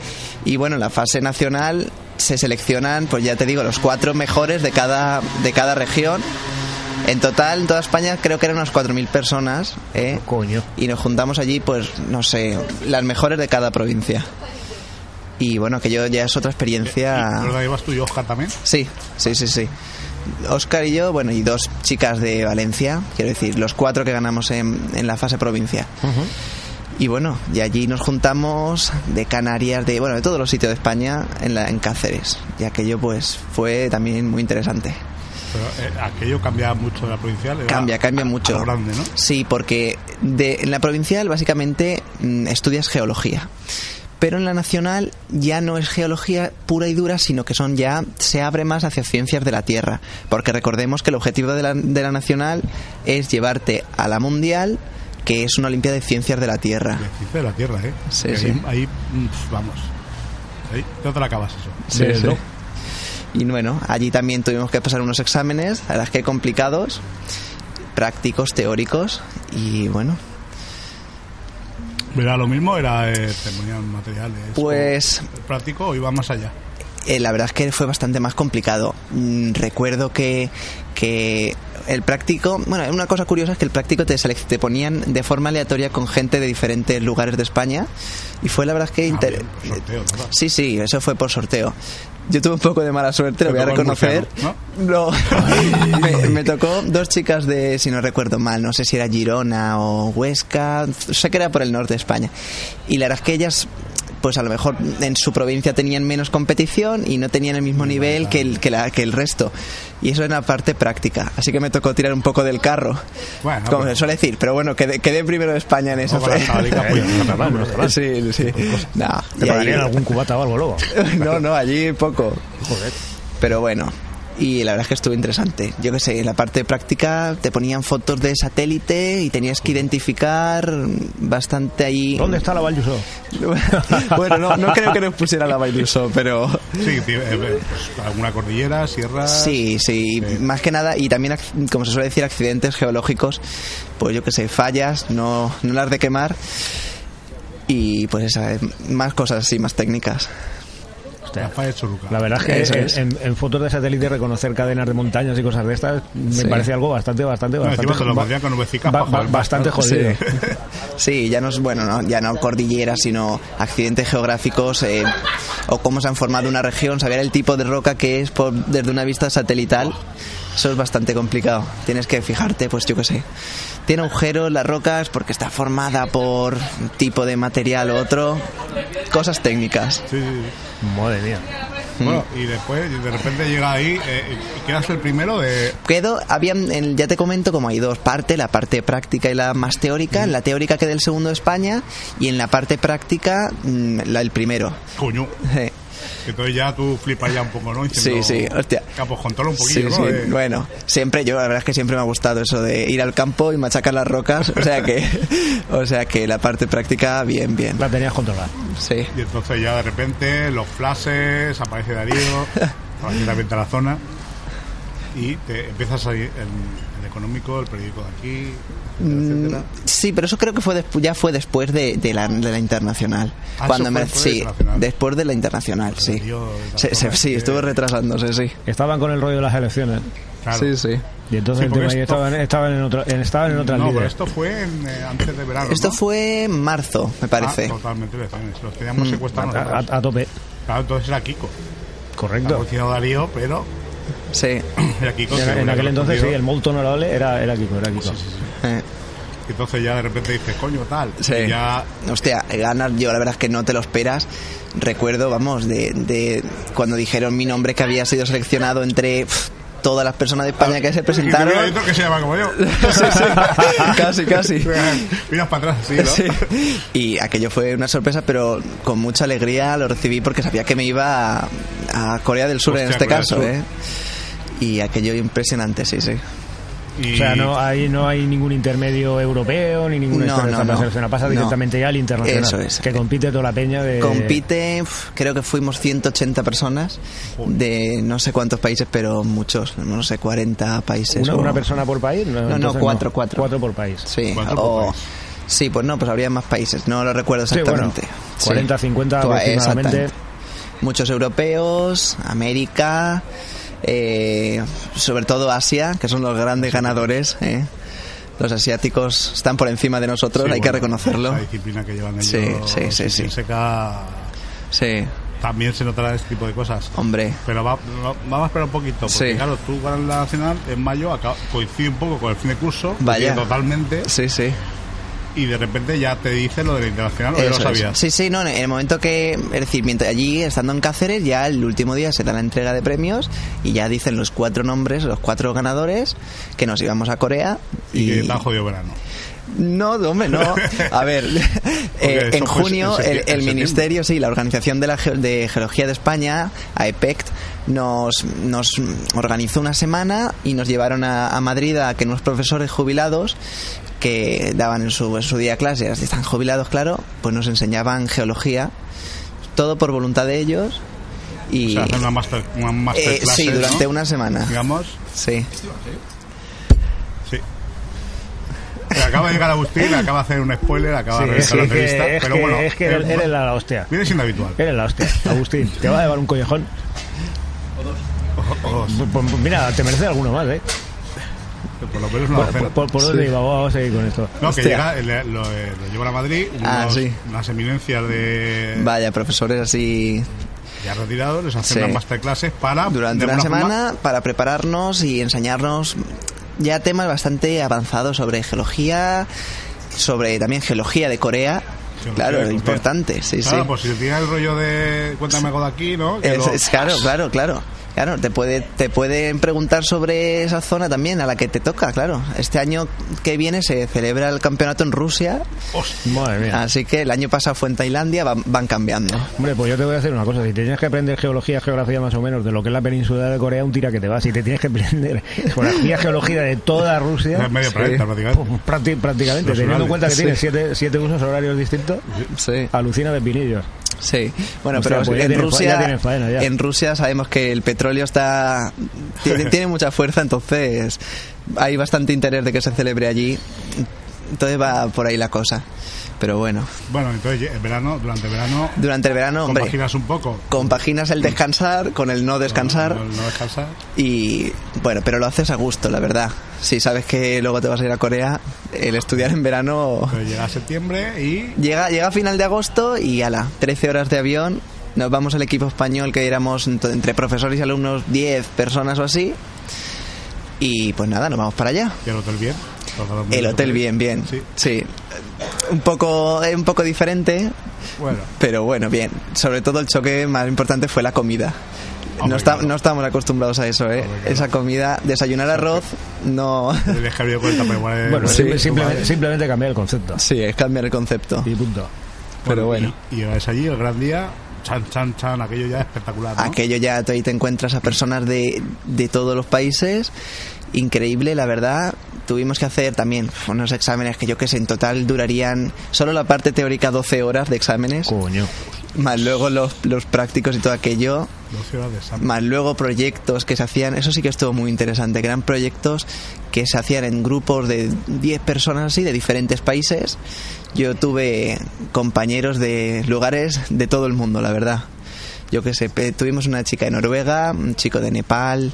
Speaker 7: Y bueno, en la fase nacional se seleccionan, pues ya te digo, los cuatro mejores de cada, de cada región. En total, en toda España, creo que eran unas 4.000 personas. ¿eh?
Speaker 1: Coño.
Speaker 7: Y nos juntamos allí, pues, no sé, las mejores de cada provincia. Y bueno, que yo ya es otra experiencia.
Speaker 3: ¿Verdad? ¿Ibas tú y Oscar también?
Speaker 7: Sí, sí, sí, sí. Oscar y yo, bueno, y dos chicas de Valencia, quiero decir, los cuatro que ganamos en, en la fase provincia. Y bueno, y allí nos juntamos de Canarias, de bueno, de todos los sitios de España en, la, en Cáceres. Y aquello pues fue también muy interesante.
Speaker 3: Pero eh, aquello cambiaba mucho de la provincial. era
Speaker 7: Cambia, cambia
Speaker 3: a- a
Speaker 7: mucho.
Speaker 3: lo grande, ¿no?
Speaker 7: Sí, porque de, en la provincial básicamente mm, estudias geología. Pero en la nacional ya no es geología pura y dura, sino que son ya se abre más hacia ciencias de la Tierra. Porque recordemos que el objetivo de la, de la nacional es llevarte a la mundial, que es una Olimpiada de Ciencias de la Tierra.
Speaker 3: De ciencia de la tierra, ¿eh?
Speaker 7: Sí,
Speaker 3: Que ahí-
Speaker 7: sí.
Speaker 3: Ahí, mm, pf, vamos. Ahí no te la acabas eso.
Speaker 7: Sí,
Speaker 1: Desde
Speaker 7: sí.
Speaker 1: luego.
Speaker 7: Y bueno, allí también tuvimos que pasar unos exámenes, a las que complicados, prácticos, teóricos, y bueno,
Speaker 3: Era lo mismo, era eh, te ponían materiales.
Speaker 7: pues
Speaker 3: o- práctico o iba más allá.
Speaker 7: eh, la verdad es que fue bastante más complicado. Mm, Recuerdo que, que el práctico, bueno, una cosa curiosa es que el práctico te, selec- te ponían de forma aleatoria con gente de diferentes lugares de España, y fue la verdad es que...
Speaker 3: Ah,
Speaker 7: inter-
Speaker 3: bien, por sorteo, ¿verdad?
Speaker 7: Sí, sí, eso fue por sorteo. Yo tuve un poco de mala suerte, lo
Speaker 3: Te
Speaker 7: voy a
Speaker 3: tocó el
Speaker 7: reconocer.
Speaker 3: murciano,
Speaker 7: No, me, me tocó dos chicas de, si no recuerdo mal, no sé si era Girona o Huesca, sé que era por el norte de España. Y la verdad es que ellas, pues a lo mejor en su provincia tenían menos competición y no tenían el mismo nivel que el, que, la- que el resto. Y eso era la parte práctica. Así que me tocó tirar un poco del carro,
Speaker 3: Bueno,
Speaker 7: como
Speaker 3: pero-
Speaker 7: se suele decir. Pero bueno, quedé, quedé primero de España en esa
Speaker 3: Ojo, la
Speaker 7: fe-
Speaker 1: Eh,
Speaker 3: jabalita, pues,
Speaker 1: no está mal, no está mal.
Speaker 7: Sí, sí. Nah,
Speaker 1: Te
Speaker 7: y ahí-
Speaker 1: pagarían algún cubata o algo luego.
Speaker 7: no, no, allí poco.
Speaker 1: Joder.
Speaker 7: Pero bueno. Y la verdad es que estuvo interesante. Yo qué sé, en la parte práctica te ponían fotos de satélite y tenías que identificar bastante ahí.
Speaker 1: ¿Dónde está la Valyuso?
Speaker 7: bueno, no, no creo que nos pusiera la Bailuso, pero.
Speaker 3: Sí, sí, eh, eh, pues, alguna cordillera,
Speaker 1: Ah,
Speaker 3: sierra.
Speaker 7: Sí, sí,
Speaker 3: Sí.
Speaker 7: más que nada, y también, ac- como se suele decir, accidentes geológicos, pues yo que sé, fallas, no, no las de quemar, y pues esa, eh, más cosas así, más técnicas.
Speaker 1: Hostia.
Speaker 3: Rafael Soruca.
Speaker 1: La verdad es que
Speaker 7: Eso
Speaker 1: en,
Speaker 7: es.
Speaker 1: en- en fotos de satélite reconocer cadenas de montañas y cosas de estas me
Speaker 7: Sí.
Speaker 1: parece algo bastante, bastante,
Speaker 3: No,
Speaker 1: bastante,
Speaker 3: encima te lo
Speaker 1: ba-
Speaker 3: pondrían con nubecitas
Speaker 1: ba-
Speaker 3: bajo
Speaker 1: ba-
Speaker 3: el mar,
Speaker 1: bastante
Speaker 3: ¿no?
Speaker 1: jodido.
Speaker 7: Sí, ya no es bueno, no, ya no cordilleras, sino accidentes geográficos eh, o cómo se han formado una región, saber el tipo de roca que es por- desde una vista satelital. Eso es bastante complicado. Tienes que fijarte, pues yo qué sé. Tiene agujeros las rocas porque está formada por un tipo de material u otro. Cosas técnicas.
Speaker 3: Sí, sí, sí.
Speaker 1: Madre mía.
Speaker 3: Bueno, y después y de repente llega ahí eh, y quedas el primero de...
Speaker 7: Quedo, había, en- ya te comento, como hay dos partes, la parte práctica y la más teórica. En la teórica quedé el segundo de España y en la parte práctica mm, la, el primero.
Speaker 3: Coño. Entonces ya tú flipas ya un poco, ¿no? Diciendo,
Speaker 7: Sí, sí, hostia.
Speaker 3: Capos, controla un
Speaker 7: Sí,
Speaker 3: poquillo,
Speaker 7: sí.
Speaker 3: ¿no? Eh,
Speaker 7: Bueno, siempre yo, la verdad es que siempre me ha gustado eso de ir al campo y machacar las rocas. O sea que, o sea que la parte práctica, bien, bien.
Speaker 1: La tenías controlada.
Speaker 7: Sí.
Speaker 3: Y entonces ya de repente los flashes, aparece Darío, aparece también la zona y te empieza a salir el, el económico, el periódico de aquí, etcétera,
Speaker 7: Mm,
Speaker 3: etcétera.
Speaker 7: Sí, pero eso creo que fue despu- ya fue después de, de la, de la internacional.
Speaker 3: Ah, eso fue después
Speaker 7: me,
Speaker 3: de la
Speaker 7: sí,
Speaker 3: internacional.
Speaker 7: después de la internacional, sí.
Speaker 3: Dios, la
Speaker 7: Se- se-
Speaker 3: zona
Speaker 7: sí,
Speaker 3: que-
Speaker 7: estuvo retrasándose, sí.
Speaker 1: Estaban con el rollo de las elecciones.
Speaker 3: Claro.
Speaker 7: Sí, sí.
Speaker 1: Y entonces
Speaker 3: Sí,
Speaker 1: el
Speaker 3: porque
Speaker 1: tema ahí
Speaker 3: esto-
Speaker 1: estaban, estaban en otra, en- estaban en otra
Speaker 3: No,
Speaker 1: línea.
Speaker 3: pero esto fue en, eh, antes de verano.
Speaker 7: Esto
Speaker 3: ¿no?
Speaker 7: fue en marzo, me
Speaker 3: Ah,
Speaker 7: parece. Mm,
Speaker 3: totalmente elecciones. Los teníamos secuestrados.
Speaker 1: a,
Speaker 3: nosotros.
Speaker 1: a- a tope.
Speaker 3: Claro, entonces era Kiko. Está
Speaker 1: Correcto.
Speaker 3: cocinado Darío, pero
Speaker 7: Sí.
Speaker 3: era Kiko.
Speaker 1: En,
Speaker 3: seguro,
Speaker 1: en aquel
Speaker 3: era
Speaker 1: entonces sí,
Speaker 3: conocido.
Speaker 1: el molto honorable era, era Kiko, era Kiko.
Speaker 7: Eh.
Speaker 3: Y entonces ya de repente dices, coño, tal.
Speaker 7: Sí.
Speaker 3: Y ya
Speaker 7: Hostia, ganas yo la verdad es que no te lo esperas. Recuerdo, vamos, de, de cuando dijeron mi nombre que había sido seleccionado entre pf, todas las personas de España que se
Speaker 3: Ah, Y mira, hay
Speaker 7: presentaron.
Speaker 3: otro que se llama como yo.
Speaker 7: Sí, sí. Casi, casi.
Speaker 3: Miras para atrás, sí, ¿no?
Speaker 7: Sí. Y aquello fue una sorpresa, pero con mucha alegría lo recibí porque sabía que me iba a, a Corea del Sur en
Speaker 3: Hostia,
Speaker 7: este
Speaker 3: Corea del
Speaker 7: caso.
Speaker 3: Sur.
Speaker 7: ¿eh? Y aquello impresionante, sí, sí.
Speaker 1: Eh.
Speaker 3: Y
Speaker 1: O sea, no, ahí no hay ningún intermedio europeo ni ninguna
Speaker 7: No,
Speaker 1: historia de
Speaker 7: no,
Speaker 1: esta
Speaker 7: no.
Speaker 1: selección. Pasa
Speaker 7: No.
Speaker 1: directamente ya al internacional.
Speaker 7: Eso es.
Speaker 1: Que compite toda la peña de.
Speaker 7: Compite, uf, creo que fuimos 180 personas de no sé cuántos países, pero muchos, no sé, 40 países.
Speaker 1: Una,
Speaker 7: o-
Speaker 1: una persona por país. No,
Speaker 7: no,
Speaker 1: entonces
Speaker 7: cuatro, cuatro.
Speaker 1: Cuatro por país.
Speaker 7: Sí,
Speaker 3: Cuatro por
Speaker 7: o,
Speaker 3: país.
Speaker 7: sí, pues no, pues habría más países, no lo recuerdo
Speaker 1: Sí, bueno,
Speaker 7: exactamente.
Speaker 1: 40, 50
Speaker 7: Toa-
Speaker 1: aproximadamente.
Speaker 7: exactamente. Muchos europeos, América, eh, sobre todo Asia, que son los grandes ganadores. eh. Los asiáticos están por encima de nosotros,
Speaker 3: sí,
Speaker 7: hay que
Speaker 3: bueno,
Speaker 7: reconocerlo.
Speaker 3: La disciplina que llevan ellos.
Speaker 7: Sí, sí, sí,
Speaker 3: sin
Speaker 7: sí.
Speaker 3: seca,
Speaker 7: Sí,
Speaker 3: también se notará este tipo de cosas.
Speaker 7: hombre.
Speaker 3: Pero va- va- vamos a esperar un poquito, porque
Speaker 7: Sí.
Speaker 3: claro, tú ganas la nacional en mayo, acá- coincide un poco con el fin de curso,
Speaker 7: Vaya.
Speaker 3: coincide totalmente,
Speaker 7: Sí, sí.
Speaker 3: y de repente ya te dicen lo de la internacional, o ya lo
Speaker 7: Eso es.
Speaker 3: sabías.
Speaker 7: Sí, sí, no, en el momento que, es decir, mientras allí estando en Cáceres, ya el último día se da la entrega de premios y ya dicen los cuatro nombres, los cuatro ganadores, que nos íbamos a Corea.
Speaker 3: Y
Speaker 7: Y,
Speaker 3: que te han jodido verano.
Speaker 7: No, hombre, no. A ver, eh,
Speaker 3: eso
Speaker 7: en
Speaker 3: fue en
Speaker 7: junio
Speaker 3: septi- en
Speaker 7: el, el
Speaker 3: septiembre.
Speaker 7: Ministerio, sí, la Organización de, la Ge- de Geología de España, AEPECT, nos, nos organizó una semana y nos llevaron a, a Madrid a que unos profesores jubilados que daban en su, en su día clases, están jubilados, claro, pues nos enseñaban geología, todo por voluntad de ellos
Speaker 3: O
Speaker 7: y...
Speaker 3: sea, hacer una master, una
Speaker 7: eh,
Speaker 3: masterclass,
Speaker 7: sí,
Speaker 3: ¿no?
Speaker 7: durante una semana.
Speaker 3: Digamos, eh,
Speaker 7: Sí.
Speaker 3: sí. Pero acaba de llegar Agustín, acaba de hacer un spoiler, acaba
Speaker 1: Sí,
Speaker 3: de
Speaker 1: es
Speaker 3: realizar la entrevista,
Speaker 1: que, es
Speaker 3: pero
Speaker 1: que-
Speaker 3: bueno,
Speaker 1: es que
Speaker 3: eh,
Speaker 1: eres, eres la Eh, hostia.
Speaker 3: viene siendo habitual.
Speaker 1: Eres la hostia. Agustín, te va a llevar un collejón.
Speaker 3: O- o-
Speaker 1: Pues- pues mira, te merece alguno más, ¿eh?
Speaker 3: por lo menos una
Speaker 1: Por,
Speaker 3: docena.
Speaker 1: por, por dónde iba, vamos a seguir con esto.
Speaker 3: No, que
Speaker 7: Hostia.
Speaker 3: llega, le- lo, eh, lo llevan a Madrid, unos,
Speaker 7: Ah, sí.
Speaker 3: unas eminencias de
Speaker 7: Vaya, profesores así
Speaker 3: ya retirados, les hacen
Speaker 7: Sí.
Speaker 3: unas masterclasses para... de
Speaker 7: durante una
Speaker 3: alguna forma,
Speaker 7: semana para prepararnos y enseñarnos ya temas bastante avanzados sobre geología, sobre también geología de Corea.
Speaker 3: Geología de
Speaker 7: claro,
Speaker 3: Corea.
Speaker 7: importante, sí,
Speaker 3: claro,
Speaker 7: sí.
Speaker 3: pues si tiene el rollo de cuéntame algo de aquí, ¿no? Que
Speaker 7: Es-
Speaker 3: lo-
Speaker 7: es- claro, claro, claro. Claro, te, puede, te pueden preguntar sobre esa zona también a la que te toca, claro. Este año que viene se celebra el campeonato en Rusia,
Speaker 3: Hostia,
Speaker 1: Madre mía.
Speaker 7: así que el año pasado fue en Tailandia, van, van cambiando.
Speaker 1: Hombre, pues yo te voy a decir una cosa. Si tienes que aprender geología, geografía más o menos de lo que es la península de Corea, un tira que te vas. Si te tienes que aprender geografía, geología de toda Rusia,
Speaker 3: es medio planeta prácticamente.
Speaker 1: pues, prácti- prácticamente,
Speaker 3: Los
Speaker 1: teniendo en
Speaker 3: horarios.
Speaker 1: cuenta que
Speaker 7: Sí.
Speaker 1: tienes siete, siete usos horarios distintos,
Speaker 7: Sí.
Speaker 1: alucina de pinillos.
Speaker 7: Sí, bueno,
Speaker 1: Hostia,
Speaker 7: pero
Speaker 1: pues ya
Speaker 7: en
Speaker 1: tiene fa- ya
Speaker 7: Rusia,
Speaker 1: tiene faena, ya.
Speaker 7: en Rusia sabemos que el petróleo está tiene, tiene mucha fuerza, entonces hay bastante interés de que se celebre allí Entonces va por ahí la cosa. Pero bueno,
Speaker 3: Bueno, entonces, en verano, durante el verano,
Speaker 7: durante el verano, hombre,
Speaker 3: compaginas un poco.
Speaker 7: compaginas el descansar con el no descansar.
Speaker 3: No, no descansar.
Speaker 7: Y bueno, pero lo haces a gusto, la verdad. Si sabes que luego te vas a ir a Corea, el estudiar en verano
Speaker 3: Pero llega septiembre y
Speaker 7: llega, llega a final de agosto y ala, 13 horas de avión. Nos vamos al equipo español que éramos ent- entre profesores y alumnos 10 personas o así. Y pues nada, nos vamos para allá.
Speaker 3: y el hotel bien. Todo
Speaker 7: El hotel bien, bien.
Speaker 3: Sí.
Speaker 7: Sí. Un poco, eh, un poco diferente,
Speaker 3: Bueno,
Speaker 7: pero bueno, bien. Sobre todo el choque más importante fue la comida. No,
Speaker 3: Hombre,
Speaker 7: está-
Speaker 3: claro.
Speaker 7: no estábamos acostumbrados a eso, ¿eh? Esa comida, desayunar arroz, no...
Speaker 3: tendrías que haber ido con el Tupperware.
Speaker 1: Bueno,
Speaker 3: Eh, Sí.
Speaker 1: simple- simplemente, simplemente cambiar el concepto.
Speaker 7: Sí, es cambiar el concepto.
Speaker 1: Y punto.
Speaker 7: pero bueno.
Speaker 3: Y, y llegáis allí el gran día, chan, chan, chan, aquello ya espectacular. ¿no?
Speaker 7: Aquello ya te, ahí te encuentras a personas de, de todos los países. Increíble, la verdad. Tuvimos que hacer también unos exámenes que yo que sé, en total durarían solo la parte teórica 12 horas de exámenes,
Speaker 1: Coño.
Speaker 7: más luego los, los prácticos y todo aquello,
Speaker 3: 12 horas de San
Speaker 7: más luego proyectos que se hacían, eso sí que estuvo muy interesante, que eran proyectos que se hacían en grupos de 10 personas así, de diferentes países. Yo tuve compañeros de lugares de todo el mundo, la verdad. Yo qué sé, pe- tuvimos una chica de Noruega, un chico de Nepal.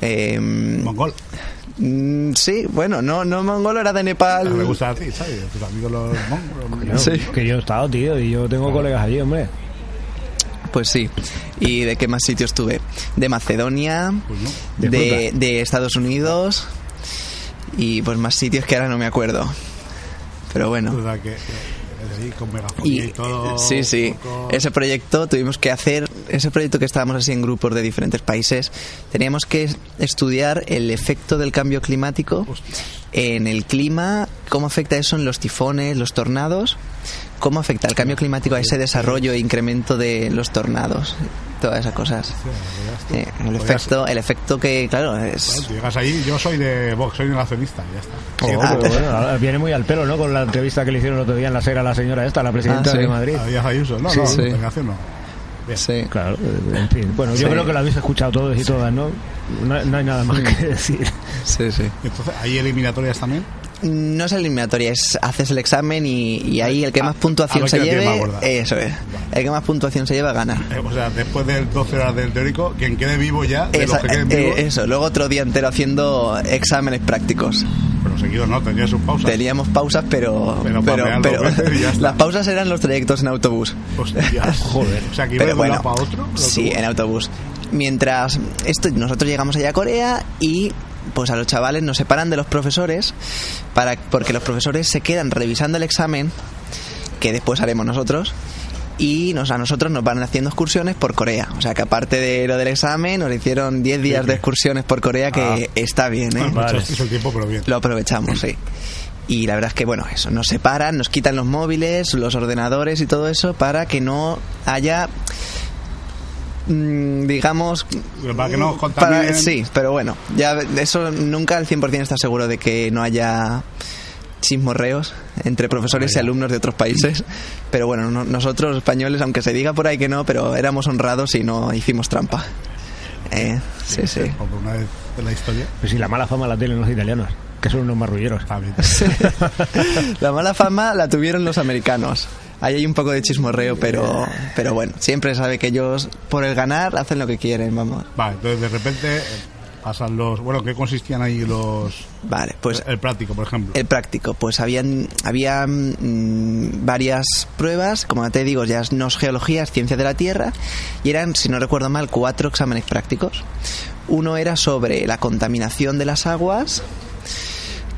Speaker 7: eh,
Speaker 3: Mongol.
Speaker 7: mm, sí, bueno, no, no mongolo, era de Nepal.
Speaker 3: Ah, Me gusta a ti, ¿sabes? Tus amigos los mongolos.
Speaker 7: Sí.
Speaker 1: Que yo he estado, tío, y yo tengo colegas allí, hombre.
Speaker 7: Pues sí. ¿Y de qué más sitios tuve? De Macedonia,
Speaker 3: Pues no.
Speaker 1: De
Speaker 7: de, de Estados Unidos y pues más sitios que ahora no me acuerdo. Pero bueno.
Speaker 3: Duda que, que eres ahí con megafonía y,
Speaker 7: Y,
Speaker 3: Pues
Speaker 7: eh,
Speaker 3: todo.
Speaker 7: sí, sí.
Speaker 3: un poco-
Speaker 7: Ese proyecto tuvimos que hacer, ese proyecto que estábamos así en grupos de diferentes países, teníamos que es- estudiar el efecto del cambio climático en el clima, cómo afecta eso en los tifones, los tornados, cómo afecta el cambio climático a ese desarrollo e incremento de los tornados, todas esas cosas. Eh, el
Speaker 3: Podrías-
Speaker 7: efecto, el efecto que, claro,
Speaker 3: Bueno,
Speaker 7: es...
Speaker 3: tú llegas ahí, yo soy de Vox, soy nacionalista, y ya está.
Speaker 1: Joder,
Speaker 7: Ah,
Speaker 1: Oh, pero bueno, ahora viene muy al pelo, ¿no? Con la entrevista que le hicieron el otro día en la SER a la señora esta, la presidenta
Speaker 7: Ah, sí.
Speaker 1: de Madrid.
Speaker 3: Había Ayuso, no,
Speaker 7: Sí,
Speaker 3: no,
Speaker 7: sí.
Speaker 3: de nación no. Bien.
Speaker 7: sí.
Speaker 1: Claro, eh, en fin. Bueno, yo
Speaker 7: Sí.
Speaker 1: creo que lo habéis escuchado todos y todas, ¿no? No, no hay nada más que decir.
Speaker 7: Sí, sí.
Speaker 3: Entonces, ¿hay eliminatorias también?
Speaker 7: No es eliminatoria, es haces el examen y, y ahí el que
Speaker 3: A-
Speaker 7: más puntuación
Speaker 3: Ah, a ver
Speaker 7: se
Speaker 3: quién la tiene
Speaker 7: lleve.
Speaker 3: más gorda.
Speaker 7: Eso es. El que más puntuación se lleva gana.
Speaker 3: Eh, o sea, después de 12 horas del teórico, quien quede vivo ya, de
Speaker 7: Esa-
Speaker 3: los que queden
Speaker 7: eh,
Speaker 3: vivos,
Speaker 7: eso, luego otro día entero haciendo exámenes prácticos.
Speaker 3: pero seguido no, tenía sus pausas.
Speaker 7: Teníamos pausas, pero.
Speaker 3: Pero papeando veces y pues, ya está.
Speaker 7: las pausas eran los trayectos en autobús.
Speaker 3: Hostias, joder. O sea, que iba de
Speaker 7: Pero
Speaker 3: un
Speaker 7: bueno,
Speaker 3: lado para otro. lo
Speaker 7: sí,
Speaker 3: tuvo.
Speaker 7: en autobús. Mientras esto, nosotros llegamos allá a Corea y pues a los chavales nos separan de los profesores para porque los profesores se quedan revisando el examen que después haremos nosotros y nos, a nosotros nos van haciendo excursiones por Corea. O sea que aparte de lo del examen, nos hicieron 10 días de excursiones por Corea que
Speaker 3: Ah.
Speaker 7: está bien, ¿eh?
Speaker 3: Mucho- hizo el tiempo, pero bien.
Speaker 7: Lo aprovechamos, sí. Y la verdad es que, bueno, eso, nos separan, nos quitan los móviles, los ordenadores y todo eso para que no haya, mm, digamos...
Speaker 3: Para que no os
Speaker 7: para-
Speaker 3: contaminen.
Speaker 7: sí, pero bueno, ya eso nunca al 100% está seguro de que no haya chismorreos entre profesores y alumnos de otros países. Pero bueno, no- nosotros españoles, aunque se diga por ahí que no, pero éramos honrados y no hicimos trampa. Eh, sí, sí.
Speaker 3: Por una vez de la historia.
Speaker 1: Pues si la mala fama la tienen los italianos, que son unos marrulleros.
Speaker 3: Está bien.
Speaker 7: Sí. La mala fama la tuvieron los americanos. Ahí hay un poco de chismorreo, pero, pero bueno, siempre sabe que ellos por el ganar hacen lo que quieren, vamos.
Speaker 3: Vale, entonces de repente eh, pasan los. Bueno, ¿qué consistían ahí los.
Speaker 7: Vale, pues
Speaker 3: el práctico, por ejemplo.
Speaker 7: el práctico, pues habían, había mm, varias pruebas, como te digo, ya no es geología, es ciencia de la Tierra, y eran, si no recuerdo mal, cuatro exámenes prácticos. Uno era sobre la contaminación de las aguas,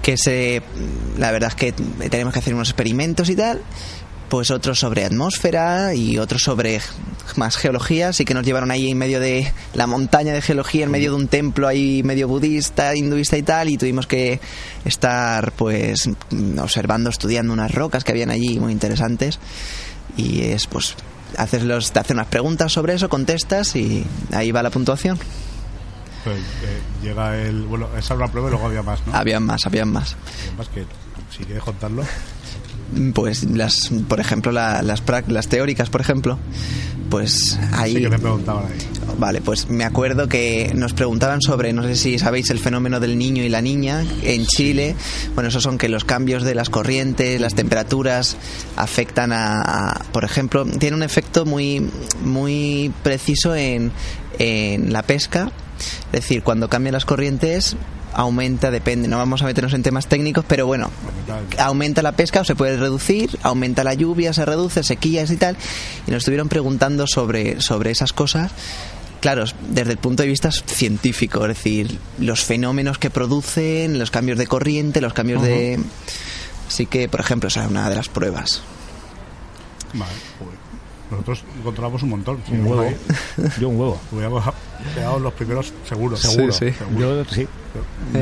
Speaker 7: que se la verdad es que tenemos que hacer unos experimentos y tal pues otro sobre atmósfera y otro sobre más geología así que nos llevaron ahí en medio de la montaña de geología en medio de un templo ahí medio budista hinduista y tal y tuvimos que estar pues mm, observando estudiando unas rocas que habían allí muy interesantes y es pues haces los te hacen unas preguntas sobre eso contestas y ahí va la puntuación
Speaker 3: Pues, eh, llega el. Bueno, esa era una prueba y luego había más, ¿no?
Speaker 7: habían más habían más
Speaker 3: Más que. Si quieres contarlo.
Speaker 7: Pues las, por ejemplo, la- las, prac- las teóricas, por ejemplo, pues ahí...
Speaker 3: Sí que te preguntaban ahí.
Speaker 7: Vale, pues me acuerdo que nos preguntaban sobre, no sé si sabéis el fenómeno del niño y la niña en Chile. Bueno, esos son que los cambios de las corrientes, las temperaturas afectan a, a- por ejemplo, tiene un efecto muy, muy preciso en, en la pesca. Es decir, cuando cambian las corrientes aumenta, depende, no vamos a meternos en temas técnicos, pero bueno, aumenta la pesca o se puede reducir, aumenta la lluvia, se reduce, sequías y tal. Y nos estuvieron preguntando sobre, sobre esas cosas. Claro, desde el punto de vista científico, es decir, los fenómenos que producen, los cambios de corriente, los cambios de... Así que, por ejemplo, esa es una de las pruebas.
Speaker 3: Vale, joder. Nosotros encontramos un montón.
Speaker 1: Un huevo. Yo un huevo.
Speaker 3: Hubiéramos quedado los primeros seguros.
Speaker 7: Sí,
Speaker 3: Seguro,
Speaker 7: sí.
Speaker 3: seguro.
Speaker 1: Yo sí.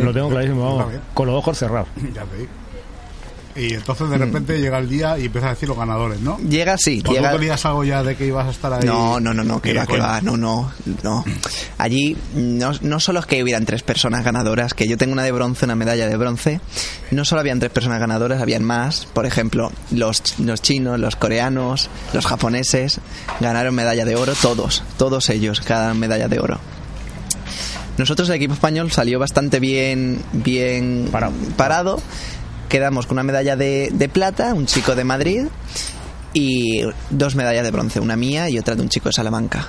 Speaker 1: Lo tengo clarísimo, vamos.
Speaker 3: Vale.
Speaker 1: Con los ojos cerrados.
Speaker 3: Ya te digo. Y entonces de repente llega el día y empiezas a decir los ganadores, Pues ¿no?
Speaker 7: Llega, sí,
Speaker 3: ¿O
Speaker 7: llega...
Speaker 3: tú tenías algo ya de pues. que ibas a estar ahí?
Speaker 7: No, no, no, no, que
Speaker 3: Ni de
Speaker 7: va, que
Speaker 3: coña.
Speaker 7: va, no, no, no. Allí no, no solo es que hubieran tres personas ganadoras, que yo tengo una de bronce, una medalla de bronce, no solo habían tres personas ganadoras, habían más, por ejemplo, los, ch- los chinos, los coreanos, los japoneses, ganaron medalla de oro, todos, todos ellos, cada medalla de oro. Nosotros el equipo español salió bastante bien, bien
Speaker 1: Parado.
Speaker 7: parado. Quedamos con una medalla de, de plata, un chico de Madrid y dos medallas de bronce, una mía y otra de un chico de Salamanca.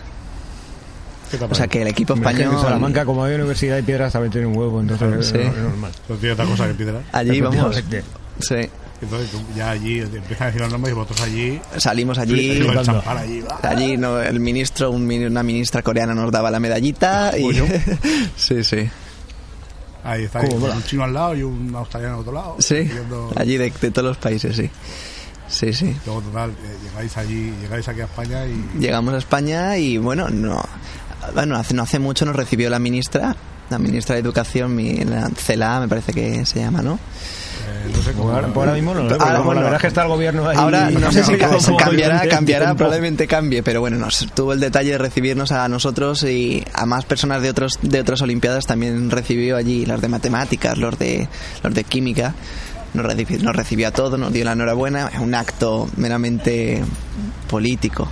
Speaker 3: ¿Qué te
Speaker 7: O sea
Speaker 3: parece?
Speaker 7: que el equipo
Speaker 1: Es que
Speaker 7: español
Speaker 1: en Salamanca, como hay universidad de piedras, también tiene un huevo, entonces
Speaker 7: Sí.
Speaker 1: es normal.
Speaker 3: No tiene otra Pues cosa que piedra.
Speaker 7: allí vamos.
Speaker 1: Efectivamente.
Speaker 7: Sí,
Speaker 3: Entonces tú ya allí empiezas a decir los nombres y vosotros allí.
Speaker 7: salimos allí. Ah,
Speaker 3: con el
Speaker 1: flipando.
Speaker 3: champán allí. va.
Speaker 7: Allí no, el ministro, un mini- una ministra coreana nos daba la medallita y
Speaker 3: Coño.
Speaker 7: sí, sí,
Speaker 3: Ahí está,
Speaker 7: ¿Cómo
Speaker 3: ahí,
Speaker 7: mola?
Speaker 3: un chino al lado y un australiano al otro lado.
Speaker 7: sí,
Speaker 3: Viendo-
Speaker 7: allí de, de todos los países, sí, sí, sí.
Speaker 3: Luego, total, eh, llegáis allí, llegáis aquí a España y.
Speaker 7: Llegamos a España y bueno, no, bueno, hace, no hace mucho nos recibió la ministra, la ministra de Educación, mi, la CELA, me parece que se llama, ¿no?
Speaker 3: eh, no sé cómo.
Speaker 1: Ahora, pues ahora mismo no lo veo,
Speaker 7: Ahora,
Speaker 1: pero como
Speaker 7: bueno,
Speaker 1: la verdad es que está el gobierno ahí.
Speaker 7: Ahora no sé si
Speaker 1: Un
Speaker 7: ca-
Speaker 1: poco
Speaker 7: cambiará,
Speaker 1: diferente,
Speaker 7: cambiará,
Speaker 1: un poco.
Speaker 7: probablemente cambie, pero bueno, nos tuvo el detalle de recibirnos a nosotros y a más personas de otros de otras olimpiadas también recibió allí las de matemáticas, los de los de química. Nos recibió, nos recibió a todos, nos dio la enhorabuena, es un acto meramente político.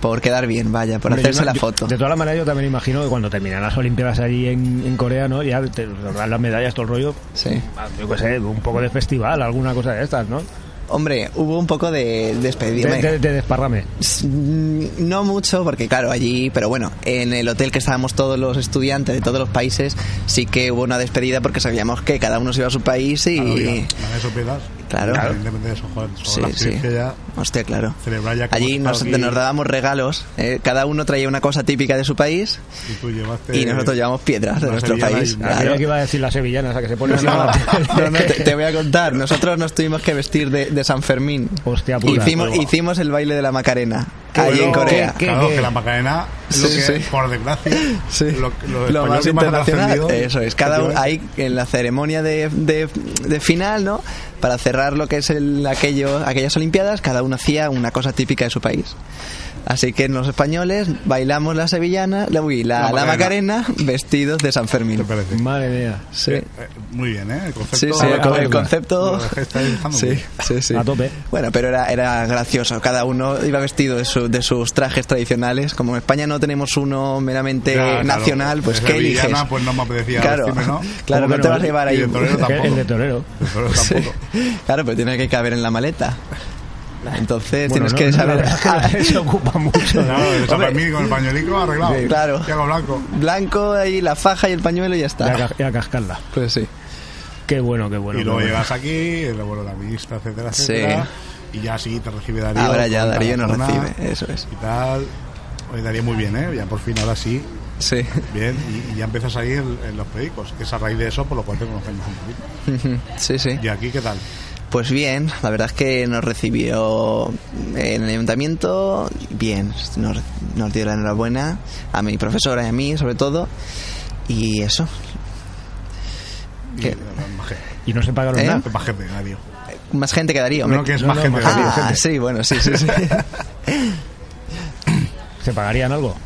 Speaker 7: Por quedar bien, vaya, por
Speaker 1: Hombre,
Speaker 7: hacerse
Speaker 1: yo no-
Speaker 7: la
Speaker 1: yo-
Speaker 7: foto.
Speaker 1: de todas maneras, yo también imagino que cuando terminan las Olimpiadas allí en, en Corea, ¿no? Ya te dan las medallas, todo el rollo.
Speaker 7: Sí.
Speaker 1: ah, Yo qué sé, un poco de festival, alguna cosa de estas, ¿no?
Speaker 7: Hombre, hubo un poco
Speaker 1: De,
Speaker 7: de despedida.
Speaker 1: de- de desparrame.
Speaker 7: S- mm, No mucho, porque claro, allí, pero bueno, en el hotel que estábamos todos los estudiantes de todos los países, sí que hubo una despedida porque sabíamos que cada uno se iba a su país
Speaker 3: a la vida,
Speaker 7: y...
Speaker 3: Van esos pedazos.
Speaker 7: Claro. Claro.
Speaker 3: Independiente de eso, joder. son
Speaker 7: Sí,
Speaker 3: las
Speaker 7: sí.
Speaker 3: que ya-
Speaker 7: Hostia, claro.
Speaker 3: Celebrar ya como
Speaker 7: Allí
Speaker 3: hemos
Speaker 7: nos,
Speaker 3: estado aquí.
Speaker 7: nos dábamos regalos, eh, cada uno traía una cosa típica de su país
Speaker 3: Y tú llevaste.
Speaker 7: y nosotros llevamos piedras de
Speaker 3: una
Speaker 7: nuestro
Speaker 3: sevillana
Speaker 7: país.
Speaker 3: y-
Speaker 1: Ah,
Speaker 7: claro.
Speaker 1: creo que iba a decir las sevillanas, a que se ponen encima
Speaker 7: No,
Speaker 1: de la-
Speaker 7: no, te, te voy a contar, nosotros nos tuvimos que vestir de, de San Fermín.
Speaker 1: Hostia puta.
Speaker 7: hicimos, hicimos el baile de la Macarena, allí en
Speaker 3: Bueno,
Speaker 7: Corea.
Speaker 1: ¿Qué,
Speaker 3: claro,
Speaker 1: qué?
Speaker 3: que la Macarena, es lo
Speaker 7: Sí,
Speaker 3: que,
Speaker 7: sí.
Speaker 3: por desgracia,
Speaker 7: Sí.
Speaker 3: lo, lo español
Speaker 7: más
Speaker 3: que
Speaker 7: internacional.
Speaker 3: trascendido,
Speaker 7: Eso es. Cada uno,
Speaker 3: efectivamente.
Speaker 7: ahí en la ceremonia de, de- de final, ¿no? Para cerrar lo que es el, aquello, aquellas Olimpiadas, cada uno hacía una cosa típica de su país. Así que los españoles bailamos la sevillana, la, uy, la,
Speaker 3: La
Speaker 7: la
Speaker 3: Macarena.
Speaker 7: Macarena, vestidos de San
Speaker 3: ¿Te
Speaker 7: Fermín.
Speaker 3: parece?
Speaker 1: Madre mía.
Speaker 7: Sí.
Speaker 3: Eh, Muy bien, ¿eh? El concepto.
Speaker 7: Sí, sí,
Speaker 1: a
Speaker 7: el,
Speaker 1: la
Speaker 7: co- el
Speaker 1: Macarena.
Speaker 7: concepto.
Speaker 3: Lo dejé estabilizando muy
Speaker 7: Sí,
Speaker 3: bien.
Speaker 7: sí, sí.
Speaker 1: A tope.
Speaker 7: Bueno, pero era, era gracioso. Cada uno iba vestido de, su- de sus trajes tradicionales. Como en España no tenemos uno meramente
Speaker 3: Ya, claro,
Speaker 7: nacional, pues
Speaker 3: de
Speaker 7: ¿qué eliges?
Speaker 3: sevillana, pues no me apetecía
Speaker 7: Claro,
Speaker 3: vestirme, ¿no?
Speaker 7: claro,
Speaker 1: ¿Cómo
Speaker 7: no
Speaker 1: que
Speaker 7: te
Speaker 1: no?
Speaker 7: vas a llevar
Speaker 3: Y
Speaker 7: ahí.
Speaker 3: de
Speaker 7: un-
Speaker 3: torero tampoco.
Speaker 1: El de torero.
Speaker 3: Pero
Speaker 7: Sí.
Speaker 3: tampoco.
Speaker 7: Claro, pero tiene que caber en la maleta. Entonces
Speaker 1: Bueno,
Speaker 7: tienes
Speaker 1: no,
Speaker 7: que
Speaker 1: no, la
Speaker 7: saber.
Speaker 1: verdad es que se ocupa mucho. ¿no?
Speaker 3: Claro, el San
Speaker 7: Hombre.
Speaker 3: Fermín con el pañuelico arreglado.
Speaker 7: Sí, claro.
Speaker 3: Tiago Blanco.
Speaker 7: Blanco ahí, la faja y el pañuelo y ya
Speaker 1: Y a
Speaker 7: está.
Speaker 1: ca- y a cascarla.
Speaker 7: Pues sí.
Speaker 1: Qué bueno, qué bueno.
Speaker 3: y
Speaker 1: qué
Speaker 3: luego
Speaker 1: bueno.
Speaker 3: llegas aquí, el abuelo de la ministra, etcétera,
Speaker 7: Sí.
Speaker 3: etcétera. Y ya sí, te recibe Darío.
Speaker 7: Ahora ya
Speaker 3: con
Speaker 7: Darío nos
Speaker 3: Tarazona
Speaker 7: recibe, eso es.
Speaker 3: Y tal. Oye, Darío muy bien, ¿eh? Ya por fin, ahora sí.
Speaker 7: Sí.
Speaker 3: Bien, y, y ya empiezas ahí en, en los periódicos, que es a raíz de eso por lo cual te conocemos un poquito.
Speaker 7: Sí, sí.
Speaker 3: ¿Y aquí qué tal?
Speaker 7: Pues bien, la verdad es que nos recibió en el ayuntamiento bien, nos, nos dio la enhorabuena a mi profesora y a mí sobre todo y eso.
Speaker 3: Y,
Speaker 7: ¿Qué?
Speaker 3: eh, más gente,
Speaker 1: Y no se pagaron
Speaker 7: ¿Eh?
Speaker 1: nada.
Speaker 3: más gente, Darío.
Speaker 7: Más gente que Darío.
Speaker 3: No, que es
Speaker 1: no,
Speaker 3: más
Speaker 1: no,
Speaker 3: gente,
Speaker 1: más
Speaker 3: Darío.
Speaker 7: Ah, sí, bueno, sí, sí, sí.
Speaker 1: ¿Se pagarían algo?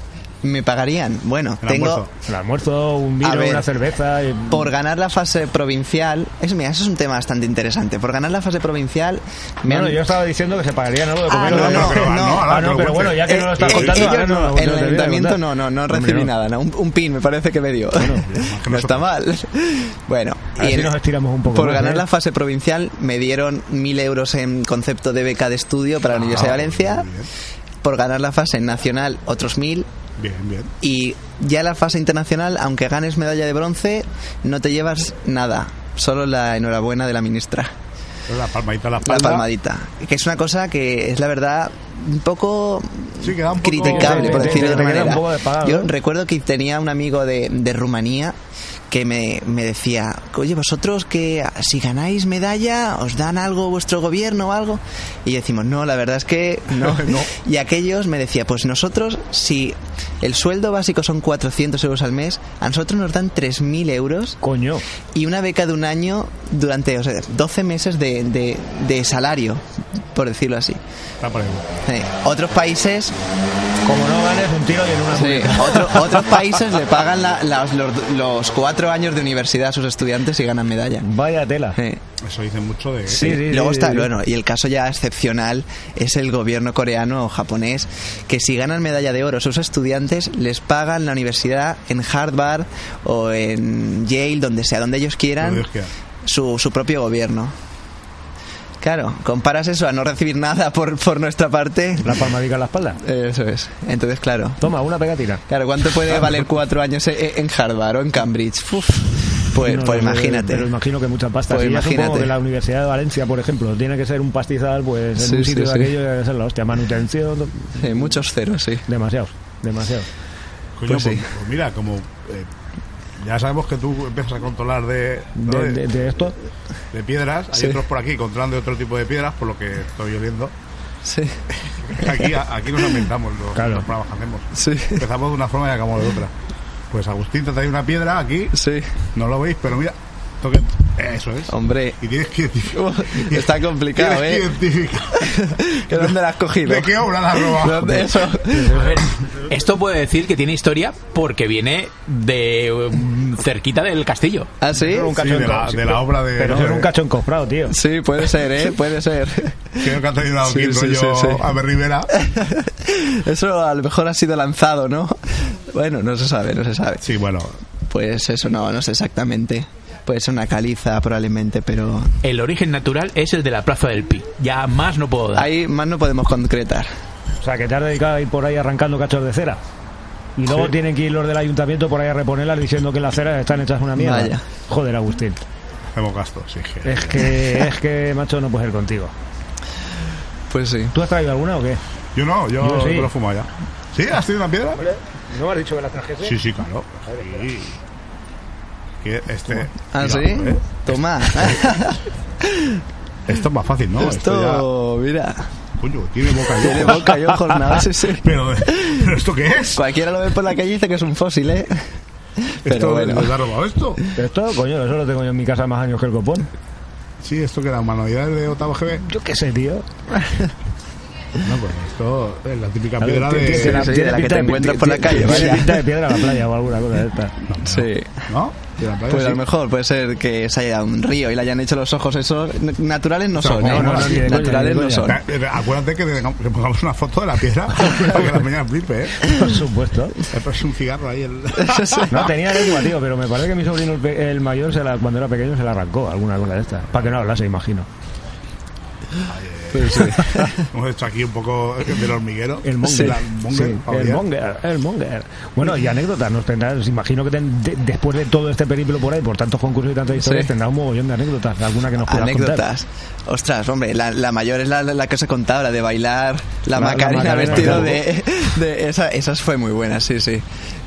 Speaker 7: me pagarían. Bueno,
Speaker 3: El
Speaker 7: tengo
Speaker 3: almuerzo.
Speaker 1: El almuerzo, un vino,
Speaker 7: A ver.
Speaker 1: una cerveza. eh,
Speaker 7: por ganar la fase provincial. Eso, mira, eso es un tema bastante interesante. Por ganar la fase provincial me
Speaker 1: Bueno,
Speaker 7: han-
Speaker 1: yo estaba diciendo que se pagarían algo de
Speaker 7: Ah,
Speaker 1: comer. o
Speaker 7: no,
Speaker 1: de-
Speaker 7: no,
Speaker 1: pero-
Speaker 7: no.
Speaker 1: ah, no, pero bueno, ya que no lo estás
Speaker 7: Eh,
Speaker 1: contando,
Speaker 7: ellos
Speaker 1: ahora no,
Speaker 7: no,
Speaker 1: no te
Speaker 7: en
Speaker 1: lo
Speaker 7: el
Speaker 1: voy a
Speaker 7: ayuntamiento
Speaker 1: contar.
Speaker 7: no, no, no
Speaker 1: Hombre,
Speaker 7: recibí nada, no, un, un pin me parece que me dio. no está mal. Bueno,
Speaker 1: A ver si
Speaker 7: en-
Speaker 1: nos estiramos un poco
Speaker 7: por
Speaker 1: más,
Speaker 7: ganar
Speaker 1: ¿eh?
Speaker 7: la fase provincial me dieron mil euros en concepto de beca de estudio
Speaker 1: Ah,
Speaker 7: para la Universidad de Ah,
Speaker 3: Ah,
Speaker 7: Valencia. Por ganar la fase nacional otros mil
Speaker 3: Bien, bien.
Speaker 7: y ya la fase internacional, aunque ganes medalla de bronce, no te llevas nada, solo la enhorabuena de la ministra.
Speaker 3: Pues La palmadita a la
Speaker 7: La
Speaker 3: espalda.
Speaker 7: palmadita. Que es una cosa que es la verdad un poco
Speaker 3: Sí, queda un poco-
Speaker 7: criticable,
Speaker 1: Sí,
Speaker 7: por
Speaker 1: sí,
Speaker 7: decirlo
Speaker 1: sí,
Speaker 7: de
Speaker 1: te queda
Speaker 7: otra
Speaker 1: un
Speaker 7: manera.
Speaker 1: poco de pagar,
Speaker 7: Yo
Speaker 1: ¿no?
Speaker 7: recuerdo que tenía un amigo de, de Rumanía que me, me decía, oye, vosotros que si ganáis medalla, os dan algo vuestro gobierno o algo. Y decimos, no, la verdad es que no. Y aquellos me decía, pues nosotros, si el sueldo básico son 400 euros al mes, a nosotros nos dan 3.000 euros
Speaker 1: Coño.
Speaker 7: y una beca de un año durante o sea, 12 meses de, de- de salario, por decirlo así.
Speaker 3: Está por ahí.
Speaker 7: Sí. Otros países,
Speaker 1: Como no ganes un tiro y en una
Speaker 7: sí,
Speaker 1: muleta.
Speaker 7: otro- otros países le pagan la- las- los, los cuatro años de universidad a sus estudiantes y ganan medalla.
Speaker 1: Vaya tela.
Speaker 7: Sí.
Speaker 3: Eso dice mucho de...
Speaker 1: Sí, sí,
Speaker 7: Luego
Speaker 1: sí,
Speaker 7: está,
Speaker 1: sí.
Speaker 7: bueno, y el caso ya excepcional es el gobierno coreano o japonés, que si ganan medalla de oro sus estudiantes, les pagan la universidad en Harvard o en Yale, donde sea, donde ellos quieran,
Speaker 3: Donde ellos quieran.
Speaker 7: Su, su propio gobierno. Claro, comparas eso a no recibir nada por, por nuestra parte.
Speaker 1: La palmadica en la espalda.
Speaker 7: Eso es. Entonces, claro.
Speaker 1: Toma, una pegatina.
Speaker 7: Claro, ¿cuánto puede valer cuatro años e- en Harvard o en Cambridge? Uf. Pues,
Speaker 1: No,
Speaker 7: pues
Speaker 1: no,
Speaker 7: imagínate.
Speaker 1: Pero imagino que mucha pasta.
Speaker 7: Pues
Speaker 1: Si ya supongo
Speaker 7: imagínate.
Speaker 1: que la Universidad de Valencia, por ejemplo, tiene que ser un pastizal, pues en
Speaker 7: Sí,
Speaker 1: un sitio
Speaker 7: sí,
Speaker 1: de
Speaker 7: sí.
Speaker 1: aquello debe ser la hostia. Manutención,
Speaker 7: Sí, muchos ceros, sí.
Speaker 1: demasiados, demasiados.
Speaker 3: Coño,
Speaker 7: Pues
Speaker 3: pues,
Speaker 7: sí.
Speaker 3: pues mira, como... eh, ya sabemos que tú empiezas a controlar de... ¿no? eh,
Speaker 1: De, de- de esto,
Speaker 3: de piedras, hay
Speaker 7: Sí.
Speaker 3: otros por aquí controlando otro tipo de piedras, por lo que estoy oliendo.
Speaker 7: Sí,
Speaker 3: Aquí, a- aquí nos aumentamos los,
Speaker 1: Claro.
Speaker 3: los programas que hacemos.
Speaker 7: sí,
Speaker 3: Empezamos de una forma y acabamos de otra. Pues Agustín te trae una piedra aquí,
Speaker 7: sí.
Speaker 3: no lo veis, pero mira, toque. Eso es.
Speaker 7: Hombre,
Speaker 3: Y tienes que identificar.
Speaker 7: Está complicado,
Speaker 3: tienes
Speaker 7: ¿eh?
Speaker 3: que identificar
Speaker 7: ¿De dónde la has cogido?
Speaker 3: ¿De qué obra la has robado?
Speaker 7: ¿Dónde eso?
Speaker 2: A ver, esto puede decir que tiene historia porque viene de um, cerquita del castillo.
Speaker 7: ¿Ah, sí?
Speaker 1: Era un
Speaker 3: Sí, de, la,
Speaker 1: cachondeo.
Speaker 3: de la obra de.
Speaker 1: pero
Speaker 3: no, eh.
Speaker 1: eso es un
Speaker 3: de-
Speaker 1: cachón comprado, tío.
Speaker 7: Sí, puede ser, ¿eh? Puede ser.
Speaker 3: Creo que ha traído
Speaker 7: Sí,
Speaker 3: aquí
Speaker 7: sí,
Speaker 3: rollo
Speaker 7: sí, sí.
Speaker 3: a ver Rivera.
Speaker 7: Eso a lo mejor ha sido lanzado, ¿no? Bueno, no se sabe, no se sabe.
Speaker 3: Sí, bueno.
Speaker 7: Pues eso no, no sé exactamente. Puede ser una caliza probablemente, pero
Speaker 2: El origen natural es el de la Plaza del Pi. Ya más no puedo dar.
Speaker 7: ahí más no podemos concretar.
Speaker 1: O sea, que te has dedicado a ir por ahí arrancando cachos de cera. Y luego tienen que ir los del ayuntamiento por ahí a reponerlas diciendo que las ceras están hechas una mierda.
Speaker 7: Vaya.
Speaker 1: Joder, Agustín.
Speaker 3: Hemos gasto, sí. que-
Speaker 1: Es que, es que, macho, no puedes ir contigo.
Speaker 7: Pues sí.
Speaker 1: ¿Tú has traído alguna o qué?
Speaker 3: Yo no, yo,
Speaker 1: Yo sí.
Speaker 3: me lo fumo ya. ¿Sí? ¿Has traído una piedra?
Speaker 1: ¿No me has dicho que las trajese?
Speaker 3: Sí, sí, claro. Sí. Que este.
Speaker 7: ¿Ah,
Speaker 3: mira,
Speaker 7: sí?
Speaker 3: ¿eh?
Speaker 7: Toma.
Speaker 3: Esto es más fácil, ¿no?
Speaker 7: Esto, mira.
Speaker 3: ya- Coño, tiene boca y
Speaker 7: Tiene
Speaker 3: ojos.
Speaker 7: boca y ojos, nada más. sí, sí.
Speaker 3: Pero, ¿pero ¿esto qué es?
Speaker 7: Cualquiera lo ve por la calle y dice que es un fósil, ¿eh? Pero
Speaker 3: ¿Esto
Speaker 7: bueno.
Speaker 3: les ha robado esto?
Speaker 1: Esto, coño, eso lo tengo yo en mi casa más años que el copón.
Speaker 3: Sí, esto que era manualidad de octavo GB.
Speaker 1: Yo qué sé, tío.
Speaker 3: No, pues esto es la típica
Speaker 1: A ver,
Speaker 3: piedra
Speaker 1: tiene-
Speaker 3: de.
Speaker 7: sí,
Speaker 1: tiene-
Speaker 7: sí, de
Speaker 1: tiene
Speaker 7: la que
Speaker 1: pinta
Speaker 7: te encuentras por la
Speaker 1: tiene-
Speaker 7: calle,
Speaker 1: Tiene
Speaker 7: vaya.
Speaker 1: pinta de piedra a la playa o alguna cosa de esta.
Speaker 7: Sí.
Speaker 3: ¿No? De la playa,
Speaker 7: Pues a
Speaker 3: sí.
Speaker 7: lo mejor puede ser que se haya dado un río y le hayan hecho los ojos esos. N- Naturales no son,
Speaker 3: no,
Speaker 7: ¿eh?
Speaker 3: no, no, ni de
Speaker 1: coña,
Speaker 7: Naturales
Speaker 1: ni de
Speaker 7: no
Speaker 1: coña.
Speaker 7: son.
Speaker 3: Eh, eh, Acuérdate que, tengamos- que pongamos una foto de la piedra para que la peña flipe, ¿eh?
Speaker 1: Por supuesto.
Speaker 3: He puesto un cigarro ahí. El...
Speaker 1: No, tenía lengua, tío, pero me parece que mi sobrino el, pe- el mayor, se la, cuando era pequeño, se la arrancó alguna cosa de estas. Para que no hablase, imagino.
Speaker 7: Pues sí.
Speaker 3: Hemos hecho aquí un poco del hormiguero.
Speaker 1: El monger.
Speaker 3: La- monger,
Speaker 1: Sí,
Speaker 3: para
Speaker 1: el
Speaker 3: odiar.
Speaker 1: monger, el monger. Bueno, y anécdotas nos tendrás. Imagino que ten- de- después de todo este periplo por ahí, por tantos concursos y tantas historias,
Speaker 7: Sí.
Speaker 1: tendrás un mogollón de anécdotas. Alguna que nos puedas contar.
Speaker 7: Anécdotas. Ostras, hombre, la, la mayor es la, la que os he contado, la de bailar la,
Speaker 1: La- la
Speaker 7: Macarena
Speaker 1: Macarena,
Speaker 7: vestido
Speaker 1: claro.
Speaker 7: de, de- esa, esas fue muy buena, sí, sí.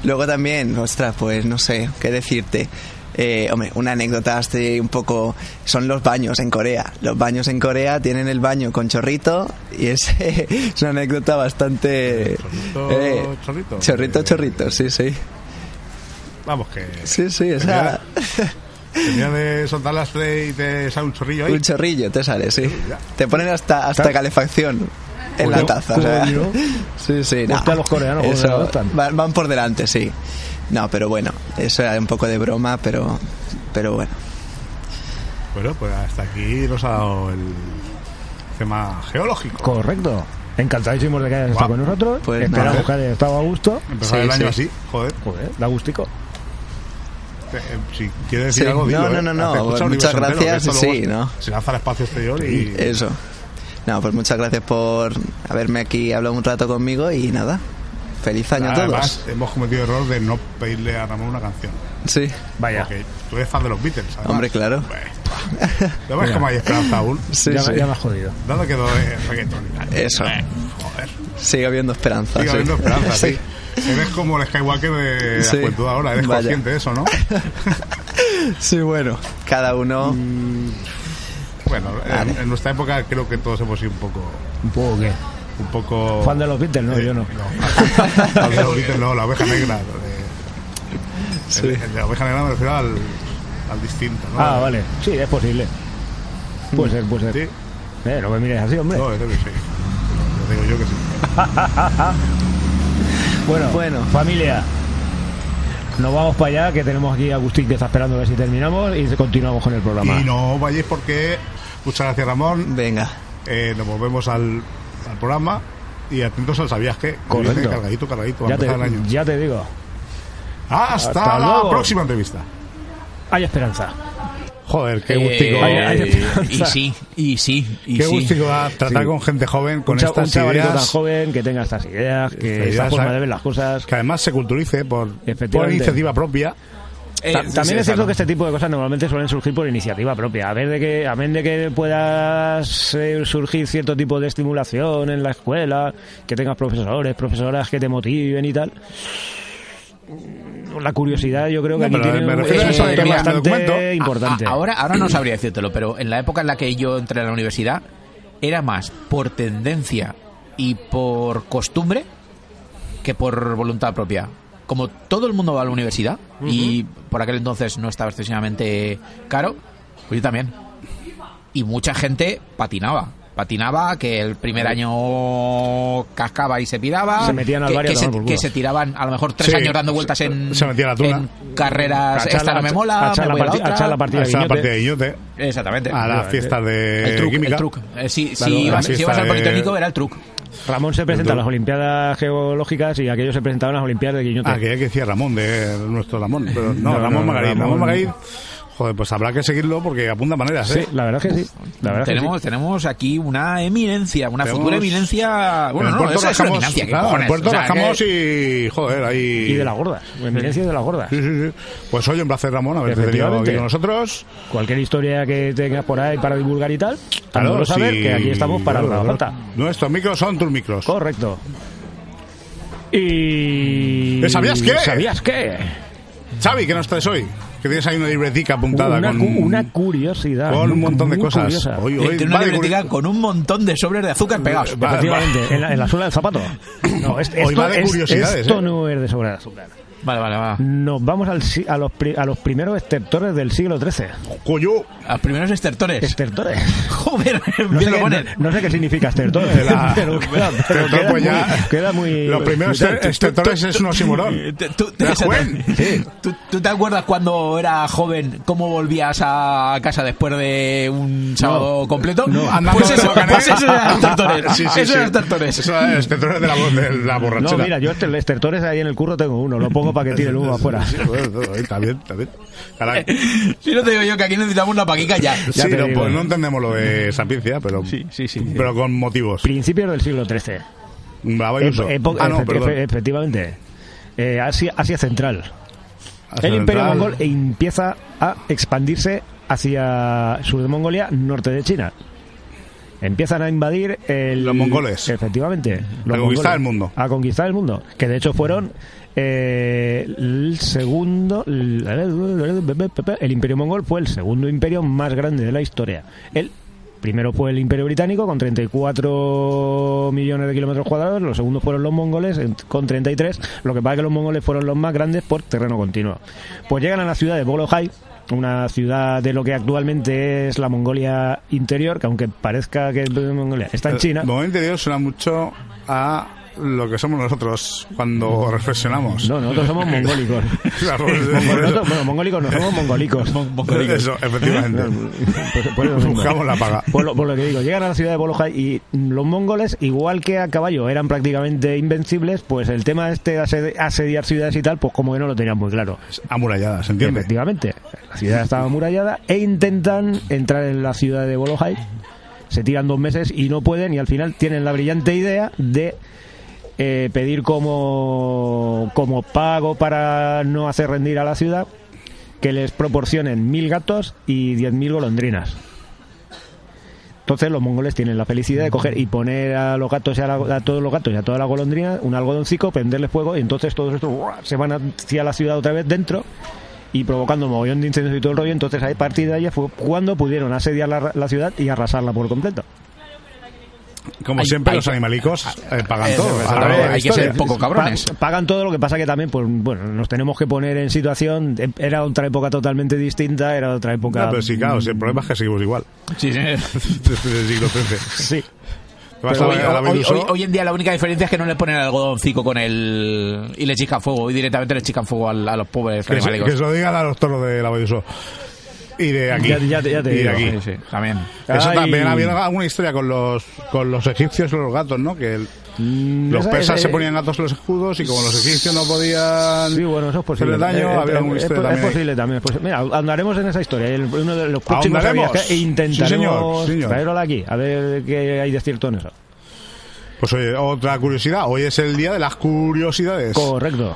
Speaker 7: Luego también, ostras, pues no sé qué decirte. Eh, hombre, una anécdota así un poco son los baños en Corea. Los baños en Corea tienen el baño con chorrito y es, es una anécdota bastante
Speaker 3: Chorrito, chorrito.
Speaker 7: chorrito,
Speaker 3: Eh,
Speaker 7: chorrito, sí, sí,
Speaker 3: Vamos, que.
Speaker 7: sí, sí, esa,
Speaker 3: Tenía de soltar las
Speaker 7: Pues
Speaker 3: tres y te sale un chorrillo ahí.
Speaker 7: un chorrillo te sale, sí.
Speaker 3: ya.
Speaker 7: Te ponen hasta hasta
Speaker 1: Claro.
Speaker 7: calefacción. en la taza. o sea.
Speaker 1: coño.
Speaker 7: sí, sí, no.
Speaker 1: Hostia, los coreanos, joder,
Speaker 7: Eso,
Speaker 1: ¿no están?
Speaker 7: van, van por delante, sí. No, pero bueno, eso era un poco de broma, pero, pero bueno.
Speaker 3: Bueno, pues hasta aquí nos ha dado el tema geológico.
Speaker 1: Correcto. Encantadísimos de que hayas estado
Speaker 3: Guau.
Speaker 1: con nosotros.
Speaker 7: Pues
Speaker 1: Esperamos
Speaker 3: nada.
Speaker 1: que hayas estado a gusto.
Speaker 3: Empezar
Speaker 7: Sí,
Speaker 3: el año
Speaker 7: sí.
Speaker 3: así, joder.
Speaker 1: Joder, da gustico.
Speaker 3: Eh, eh, Si quieres decir
Speaker 7: Sí,
Speaker 3: algo,
Speaker 7: no,
Speaker 3: dilo,
Speaker 7: no,
Speaker 3: eh.
Speaker 7: no, no,
Speaker 3: Te escucha
Speaker 7: pues
Speaker 3: un
Speaker 7: muchas
Speaker 3: universo entero,
Speaker 7: gracias,
Speaker 3: que esto
Speaker 7: sí,
Speaker 3: luego
Speaker 7: ¿no?
Speaker 3: Se lanza al espacio exterior y...
Speaker 7: Eso. No, pues muchas gracias por haberme aquí hablado un rato conmigo y nada. Feliz año a todos.
Speaker 3: Además, hemos cometido el error de no pedirle a Ramón una canción.
Speaker 7: Sí.
Speaker 1: Vaya.
Speaker 3: Porque tú eres fan de los Beatles, además.
Speaker 7: Hombre, claro.
Speaker 3: Bueno, ¿No ves cómo hay esperanza aún?
Speaker 7: Sí,
Speaker 1: ya, me-
Speaker 7: sí.
Speaker 1: ya me has jodido.
Speaker 3: Dado que no es reggaetón.
Speaker 7: Eso.
Speaker 3: Eh, Joder.
Speaker 7: Sigue habiendo esperanza.
Speaker 3: Sigue
Speaker 7: Ah, sí.
Speaker 3: habiendo esperanza, sí. Eres como el Skywalker de la
Speaker 7: Sí.
Speaker 3: juventud ahora, eres
Speaker 7: Vaya.
Speaker 3: consciente de eso, ¿no?
Speaker 7: Sí, bueno. Cada uno.
Speaker 1: Mm.
Speaker 3: Bueno,
Speaker 7: Vale.
Speaker 3: en, en nuestra época creo que todos hemos sido un poco...
Speaker 1: Un poco que.
Speaker 3: Un poco...
Speaker 1: Fan de los Beatles, no,
Speaker 3: Eh,
Speaker 1: yo no.
Speaker 3: fan de los Beatles, no, la oveja negra. eh,
Speaker 7: Sí.
Speaker 3: el- el de la oveja negra me refiero al, al distinto, ¿no?
Speaker 1: Ah, vale. Sí, es posible. Puede ser, puede ser.
Speaker 3: Sí,
Speaker 1: Eh, no me mires así, hombre.
Speaker 3: no, yo creo que sí. Lo digo yo que sí.
Speaker 1: Bueno,
Speaker 7: Bueno.
Speaker 1: familia. Nos vamos para allá, que tenemos aquí a Agustín que está esperando a ver si terminamos y continuamos con el programa.
Speaker 3: Y no vayáis porque, muchas gracias Ramón,
Speaker 7: Venga.
Speaker 3: Eh, nos volvemos al, al programa y atentos al sabías que que
Speaker 1: Correcto.
Speaker 3: viene eh, cargadito, cargadito, va a
Speaker 1: ya, te,
Speaker 3: empezar el año.
Speaker 1: ya te digo,
Speaker 3: Hasta,
Speaker 1: hasta
Speaker 3: la
Speaker 1: luego.
Speaker 3: próxima entrevista.
Speaker 1: hay esperanza.
Speaker 3: Joder, qué
Speaker 2: Eh,
Speaker 3: gustico.
Speaker 1: Ay, ay, ay, ah,
Speaker 2: y sí, y sí, y
Speaker 3: Qué
Speaker 2: sí.
Speaker 3: gustico da tratar
Speaker 1: Sí.
Speaker 3: con gente joven, con
Speaker 1: un, cha- un
Speaker 3: estas
Speaker 1: chavalito tan
Speaker 3: ideas,
Speaker 1: joven que tenga estas ideas, que
Speaker 3: Estas
Speaker 1: esta
Speaker 3: ideas,
Speaker 1: forma
Speaker 3: ¿sabes?
Speaker 1: de ver las cosas.
Speaker 3: que además se culturice por, por
Speaker 1: Efectivamente.
Speaker 3: iniciativa propia.
Speaker 2: Eh,
Speaker 1: Ta- también es
Speaker 3: esa,
Speaker 1: cierto
Speaker 3: ¿no?
Speaker 1: que este tipo de cosas normalmente suelen surgir por iniciativa propia. A ver de que, a menos de que puedas eh, surgir cierto tipo de estimulación en la escuela, que tengas profesores, profesoras que te motiven y tal. Mm, La curiosidad, yo creo que aquí
Speaker 3: No, pero
Speaker 1: tiene
Speaker 3: me
Speaker 1: un-
Speaker 3: refiero
Speaker 1: es
Speaker 2: a
Speaker 1: un
Speaker 2: eso de
Speaker 1: factor
Speaker 2: que me
Speaker 3: documento.
Speaker 1: bastante
Speaker 3: A-
Speaker 1: importante.
Speaker 2: A- Ah, ahora, ahora no sabría decírtelo, pero en la época en la que yo entré a la universidad era más por tendencia y por costumbre que por voluntad propia. Como todo el mundo va a la universidad y por aquel entonces no estaba excesivamente caro, pues yo también. Y mucha gente patinaba. Patinaba, que el primer año cascaba y se piraba.
Speaker 1: Se metían al
Speaker 2: que,
Speaker 1: barrio
Speaker 2: que
Speaker 1: a
Speaker 2: se,
Speaker 1: tomar por culo.
Speaker 2: que se tiraban a lo mejor tres
Speaker 3: Sí,
Speaker 2: años dando vueltas
Speaker 3: se-
Speaker 2: en,
Speaker 3: se metía a la tuna.
Speaker 2: en carreras. Esta no me mola,
Speaker 1: a echar
Speaker 2: me
Speaker 1: la
Speaker 2: voy a la
Speaker 1: parti- a
Speaker 2: otra.
Speaker 1: echar la partida
Speaker 3: Esa es la
Speaker 1: de
Speaker 3: parte
Speaker 1: guillote.
Speaker 3: de Guillote,
Speaker 2: Exactamente.
Speaker 3: a las
Speaker 1: Efectivamente.
Speaker 3: fiestas de
Speaker 2: el truc,
Speaker 3: química.
Speaker 2: el truc. Eh, si,
Speaker 1: Claro,
Speaker 2: si,
Speaker 1: la
Speaker 2: ibas, si
Speaker 3: fiesta
Speaker 2: ibas al
Speaker 3: de-
Speaker 2: Politécnico era el truc.
Speaker 1: Ramón se presenta a las Olimpiadas Geológicas y aquellos se presentaban a las Olimpiadas de Guiñote.
Speaker 3: Ah, que ya que decía Ramón, de nuestro Ramón. Pero no,
Speaker 1: No,
Speaker 3: Ramón
Speaker 1: no,
Speaker 3: Margarit. Ramón
Speaker 1: Ramón-
Speaker 3: Margarit, joder, pues habrá que seguirlo porque apunta maneras,
Speaker 1: Sí,
Speaker 3: ¿eh?
Speaker 1: la verdad es que sí. La verdad es que
Speaker 2: Tenemos, tenemos aquí una eminencia, una
Speaker 3: Tenemos-
Speaker 2: futura eminencia. Bueno,
Speaker 3: en
Speaker 2: no,
Speaker 3: Puerto
Speaker 2: eso es una
Speaker 3: Rajamos,
Speaker 2: eminencia. ¿qué
Speaker 3: claro,
Speaker 2: cojones?
Speaker 3: en Puerto
Speaker 2: O sea,
Speaker 3: Rajamos
Speaker 2: que-
Speaker 3: y, joder, ahí...
Speaker 1: sí. Y de las gordas. Eminencia de las gordas.
Speaker 3: Sí, sí, sí. Pues oye, un placer, Ramón, haberte tenido
Speaker 1: Efectivamente.
Speaker 3: aquí con nosotros.
Speaker 1: Cualquier historia que tengas por ahí para divulgar y tal, claro, saber
Speaker 3: sí,
Speaker 1: que aquí estamos para
Speaker 3: claro,
Speaker 1: lo que haga
Speaker 3: claro.
Speaker 1: falta.
Speaker 3: Nuestros micros son tus micros.
Speaker 1: Correcto. Y...
Speaker 3: ¿Le sabías qué?
Speaker 1: ¿Sabías qué?
Speaker 3: Xavi, ¿qué nos traes hoy? Que tienes ahí una libretica apuntada
Speaker 1: Una,
Speaker 3: con...
Speaker 1: cu- una curiosidad.
Speaker 3: con un montón de
Speaker 1: Ah, muy
Speaker 3: cosas.
Speaker 1: curiosa.
Speaker 3: Hoy-
Speaker 2: eh, tiene una
Speaker 3: vale,
Speaker 2: biblioteca con un montón de sobres de azúcar pegados.
Speaker 3: Va-
Speaker 1: Efectivamente, en la, en la suela del zapato. No, es-
Speaker 3: Hoy va de
Speaker 1: es-
Speaker 3: curiosidades,
Speaker 1: esto
Speaker 3: ¿eh?
Speaker 1: no es de sobra de azúcar.
Speaker 2: Vale, vale, vale.
Speaker 1: Nos vamos al, si- a, los, pri- a los primeros estertores del siglo XIII.
Speaker 3: Cuyo,
Speaker 2: Los primeros estertores.
Speaker 1: Estertores.
Speaker 2: Joder,
Speaker 1: Este- No
Speaker 2: bien
Speaker 1: sé,
Speaker 2: lo
Speaker 1: qué,
Speaker 2: ponen.
Speaker 1: no- no sé qué significa estertores,
Speaker 3: La-
Speaker 1: pero queda, pero
Speaker 3: pero
Speaker 1: queda
Speaker 3: pues ya-
Speaker 1: muy, queda muy-
Speaker 3: los primeros
Speaker 1: muy tal.
Speaker 3: este- estetores es un oxímoron.
Speaker 2: Te- tú-
Speaker 3: eh, ¿Te das
Speaker 2: exactamente.
Speaker 3: cuenta? Sí.
Speaker 2: ¿Tú, tú te acuerdas cuando era joven cómo volvías a casa después de un sábado completo?
Speaker 3: Andando
Speaker 2: pues,
Speaker 3: de
Speaker 2: eso,
Speaker 3: bocanera.
Speaker 2: pues eso eran los tartores.
Speaker 3: Sí, sí,
Speaker 2: eso
Speaker 3: sí.
Speaker 2: eran los tartores.
Speaker 3: Eso eran los tartores de la, de la borrachera.
Speaker 1: No, mira, yo este- estertores ahí en el curro tengo uno, lo pongo para que tire el humo afuera.
Speaker 3: Sí, bueno, no, está bien, está bien. Caray.
Speaker 2: Si no te digo yo que aquí necesitamos una paquica ya.
Speaker 3: Sí,
Speaker 1: te
Speaker 3: no,
Speaker 1: digo.
Speaker 3: pues no entendemos lo de sapiencia, pero, pero con motivos.
Speaker 1: Principios del siglo XIII.
Speaker 3: Bravo y uso.
Speaker 1: Epo- epo-
Speaker 3: Ah, no,
Speaker 1: efe-
Speaker 3: perdón.
Speaker 1: efe- efectivamente. Eh, Asia, Asia Central.
Speaker 3: Hacia
Speaker 1: el Imperio
Speaker 3: central.
Speaker 1: Mongol empieza a expandirse hacia sur de Mongolia, norte de China. Empiezan a invadir el-
Speaker 3: Los mongoles.
Speaker 1: Efectivamente. los
Speaker 3: A conquistar
Speaker 1: mongoles.
Speaker 3: el mundo.
Speaker 1: A conquistar el mundo. Que de hecho fueron eh, el segundo. El Imperio Mongol fue el segundo imperio más grande de la historia. El primero fue el Imperio Británico con 34 millones de kilómetros cuadrados. Los segundos fueron los mongoles en- con 33. Lo que pasa es que los mongoles fueron los más grandes por terreno continuo. Pues llegan a la ciudad de Bolojai una ciudad de lo que actualmente es la Mongolia interior, que aunque parezca que es Mongolia, está en China.
Speaker 3: El momento Eh, de Dios suena mucho a lo que somos nosotros cuando reflexionamos.
Speaker 1: No, nosotros somos mongólicos.
Speaker 3: Claro,
Speaker 1: Nosotros- bueno, mongólicos no, somos mongolicos.
Speaker 3: Eso, efectivamente.
Speaker 1: Pues- pues lo mismo.
Speaker 3: Buscamos la paga.
Speaker 2: Pues,
Speaker 1: Por lo, por lo que digo, llegan a la ciudad de Bolojai y los mongoles, igual que a caballo eran prácticamente invencibles, pues el tema este de asedi- asediar ciudades y tal, pues como que no lo tenían muy claro.
Speaker 3: Amurallada, ¿se entiende?
Speaker 1: Efectivamente, la ciudad estaba amurallada e intentan entrar en la ciudad de Bolojai. Se tiran dos meses y no pueden y al final tienen la brillante idea de eh, pedir como, como pago para no hacer rendir a la ciudad que les proporcionen mil gatos y diez mil golondrinas. Entonces los mongoles tienen la felicidad de coger y poner a los gatos y a, la- a todos los gatos y a todas las golondrinas un algodoncico, prenderle fuego y entonces todos estos ¡guau!, se van hacia la ciudad otra vez dentro y provocando un mogollón de incendios y todo el rollo. Entonces a partir de ahí fue cuando pudieron asediar la, la ciudad y arrasarla por completo.
Speaker 3: Como
Speaker 2: Hay-
Speaker 3: siempre,
Speaker 2: hay-
Speaker 3: los animalicos eh, pagan
Speaker 2: Eh,
Speaker 3: todo.
Speaker 2: hay
Speaker 3: a través de la
Speaker 2: que ser
Speaker 3: historia.
Speaker 2: poco Pues cabrones.
Speaker 1: Pa- pagan todo, lo que pasa que también, pues bueno, nos tenemos que poner en situación. eh, Era otra época totalmente distinta, era otra época.
Speaker 3: No, pero sí,
Speaker 2: Mm.
Speaker 3: claro, sí, el problema es que seguimos igual.
Speaker 2: Sí, sí.
Speaker 3: Desde el siglo XIII.
Speaker 1: Sí.
Speaker 3: Vas a
Speaker 2: Hoy,
Speaker 3: la- a la
Speaker 2: Pues hoy-
Speaker 3: Biduso,
Speaker 2: hoy- hoy en día la única diferencia es que no le ponen algodoncico con el... y le chican fuego, y directamente le chican fuego al- a los pobres
Speaker 3: que, se,
Speaker 2: animalicos.
Speaker 3: que se lo digan a los toros de la Bayuso. Y de aquí.
Speaker 1: Ya- ya te- ya te
Speaker 3: y de
Speaker 1: digo.
Speaker 3: aquí.
Speaker 2: Sí, sí, también.
Speaker 3: Eso
Speaker 1: Ay.
Speaker 3: también había alguna historia con los, con los egipcios y los gatos, ¿no? Que el- los
Speaker 2: Mm,
Speaker 1: esa-
Speaker 3: persas
Speaker 1: esa-
Speaker 3: se ponían gatos en los escudos y como los egipcios no podían
Speaker 1: Sí, bueno, eso es posible.
Speaker 3: hacerle daño,
Speaker 1: Eh, eh,
Speaker 3: había alguna
Speaker 1: es,
Speaker 3: historia
Speaker 1: es
Speaker 3: también. ahí.
Speaker 1: posible también. es posible. Mira, andaremos en esa historia. El- Uno de los próximos
Speaker 3: Ahondaremos.
Speaker 1: días que
Speaker 3: Sí,
Speaker 1: intentaremos
Speaker 3: señor, sí, señor.
Speaker 1: traerla aquí, a ver qué hay de cierto en eso.
Speaker 3: Pues oye, otra curiosidad. Hoy es el día de las curiosidades.
Speaker 1: Correcto.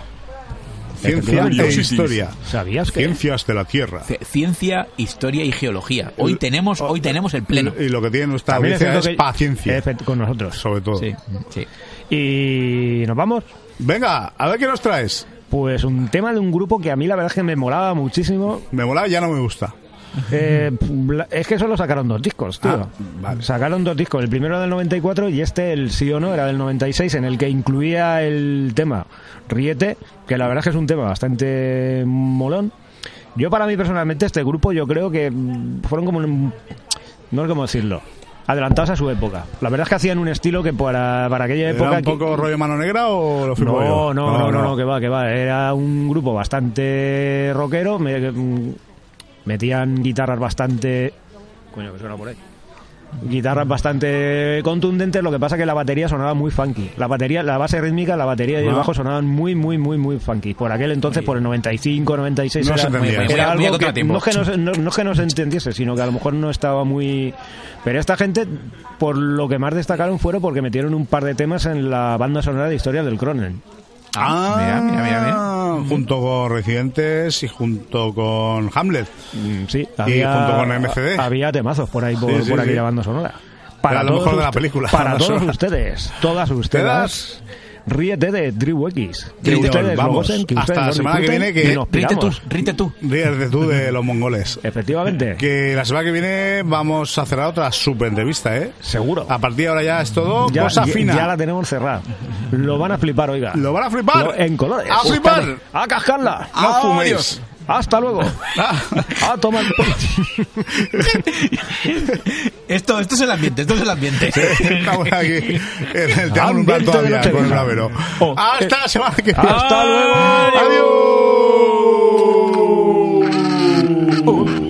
Speaker 3: Ciencia e
Speaker 4: Curiosities.
Speaker 3: historia.
Speaker 1: ¿Sabías que?
Speaker 3: Ciencias de la Tierra.
Speaker 2: C- Ciencia, historia y geología. Hoy tenemos, hoy tenemos el pleno.
Speaker 3: Y lo que tiene nuestra
Speaker 1: También es
Speaker 3: audiencia es,
Speaker 1: cierto que-
Speaker 3: paciencia,
Speaker 1: Efect- Con nosotros.
Speaker 3: sobre todo.
Speaker 2: Sí, sí.
Speaker 1: Y nos vamos.
Speaker 3: Venga, a ver qué nos traes.
Speaker 1: Pues un tema de un grupo que a mí la verdad es que me molaba muchísimo.
Speaker 3: Me molaba, ya no me gusta.
Speaker 1: Eh, la- es que solo sacaron dos discos, tío.
Speaker 3: Ah, vale.
Speaker 1: Sacaron dos discos, el primero del 94 y este, el sí o no, era del 96, en el que incluía el tema Riete, que la verdad es que es un tema bastante molón. Yo para mí personalmente este grupo yo creo que mm, fueron como un... no sé cómo decirlo. Adelantados a su época. La verdad es que hacían un estilo que para, para aquella
Speaker 3: ¿Era
Speaker 1: época...
Speaker 3: un poco rollo mano negra o lo fui
Speaker 1: Eh, No, no,
Speaker 3: yo?
Speaker 1: no, no, no, que va, que va. Era un grupo bastante rockero. me- mm, metían guitarras bastante. Coño, que suena por ahí. Guitarras bastante contundentes, lo que pasa que la batería sonaba muy funky. La batería, la base rítmica, la batería y el
Speaker 3: Ah.
Speaker 1: bajo sonaban muy, muy, muy, muy funky. Por aquel entonces, por el 95, 96,
Speaker 3: No
Speaker 1: era,
Speaker 3: se entendía.
Speaker 1: era
Speaker 3: Muy-
Speaker 2: muy a
Speaker 1: algo que,
Speaker 2: contratiempo.
Speaker 1: no, es que no, se- no- no es que no se entendiese, sino que a lo mejor no estaba muy... Pero esta gente, por lo que más destacaron fueron porque metieron un par de temas en la banda sonora de Historia del Cronen.
Speaker 2: Ah, mira, mira, mira, mira.
Speaker 3: Junto con Residentes y junto con Hamlet.
Speaker 1: Mm, Sí,
Speaker 3: Y junto con MCD.
Speaker 1: Había temazos por ahí, por,
Speaker 3: Sí, sí,
Speaker 1: por
Speaker 3: sí.
Speaker 1: aquella banda sonora.
Speaker 3: Era lo
Speaker 1: todos
Speaker 3: mejor de la
Speaker 1: ust-
Speaker 3: película, la
Speaker 1: Para
Speaker 3: banda
Speaker 1: todos
Speaker 3: sonora.
Speaker 1: ustedes, todas ustedes.
Speaker 3: Ustedes.
Speaker 1: Ríete de Drew X. Que
Speaker 3: Señor,
Speaker 1: ustedes lo
Speaker 3: vamos.
Speaker 1: gocen, que
Speaker 3: Hasta
Speaker 1: ustedes
Speaker 3: la
Speaker 1: lo
Speaker 3: semana que
Speaker 1: disfruten
Speaker 3: viene que-
Speaker 1: y nos
Speaker 2: Rite tú,
Speaker 1: piramos.
Speaker 2: rite tú.
Speaker 3: Ríete tú de los mongoles.
Speaker 1: Efectivamente.
Speaker 3: Que la semana que viene vamos a cerrar otra super entrevista, ¿eh?
Speaker 1: Seguro.
Speaker 3: A partir de ahora ya es todo
Speaker 1: Ya,
Speaker 3: cosa
Speaker 1: ya-
Speaker 3: fina.
Speaker 1: ya la tenemos cerrada. Lo van a flipar, oiga.
Speaker 3: Lo van a flipar.
Speaker 1: Lo- en colores.
Speaker 3: A flipar.
Speaker 1: Ustedes, A cascarla.
Speaker 3: No
Speaker 1: ¡Adiós!
Speaker 3: fuméis.
Speaker 1: Hasta luego. Ah. A tomar por-
Speaker 2: Esto, esto es el ambiente, esto es el ambiente.
Speaker 3: Estamos aquí en el Teatro
Speaker 1: Ambiente
Speaker 3: Lumbral todavía
Speaker 1: de la
Speaker 3: con el
Speaker 1: Teresa.
Speaker 3: Lavero.
Speaker 1: Oh,
Speaker 3: Hasta la semana que viene.
Speaker 1: Hasta luego.
Speaker 3: Adiós.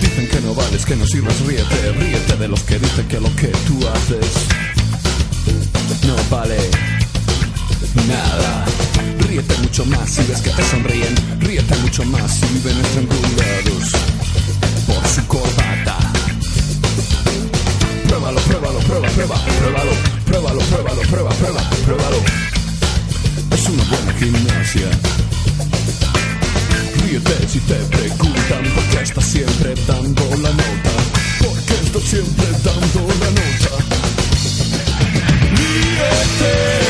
Speaker 4: Dicen que no vales, que no sirves, ríete, ríete de los que dicen que lo que tú haces no vale nada. Ríete mucho más si ves que te sonríen, ríete mucho más si viven estrangulados por su corbata. Pruébalo, pruébalo, prueba, prueba, pruébalo, pruébalo, pruébalo, prueba, prueba, pruébalo. Es una buena gimnasia. Ríete si e te preguntan por qué estás siempre dando la nota. ¿Por qué estás siempre dando la nota? Ríete.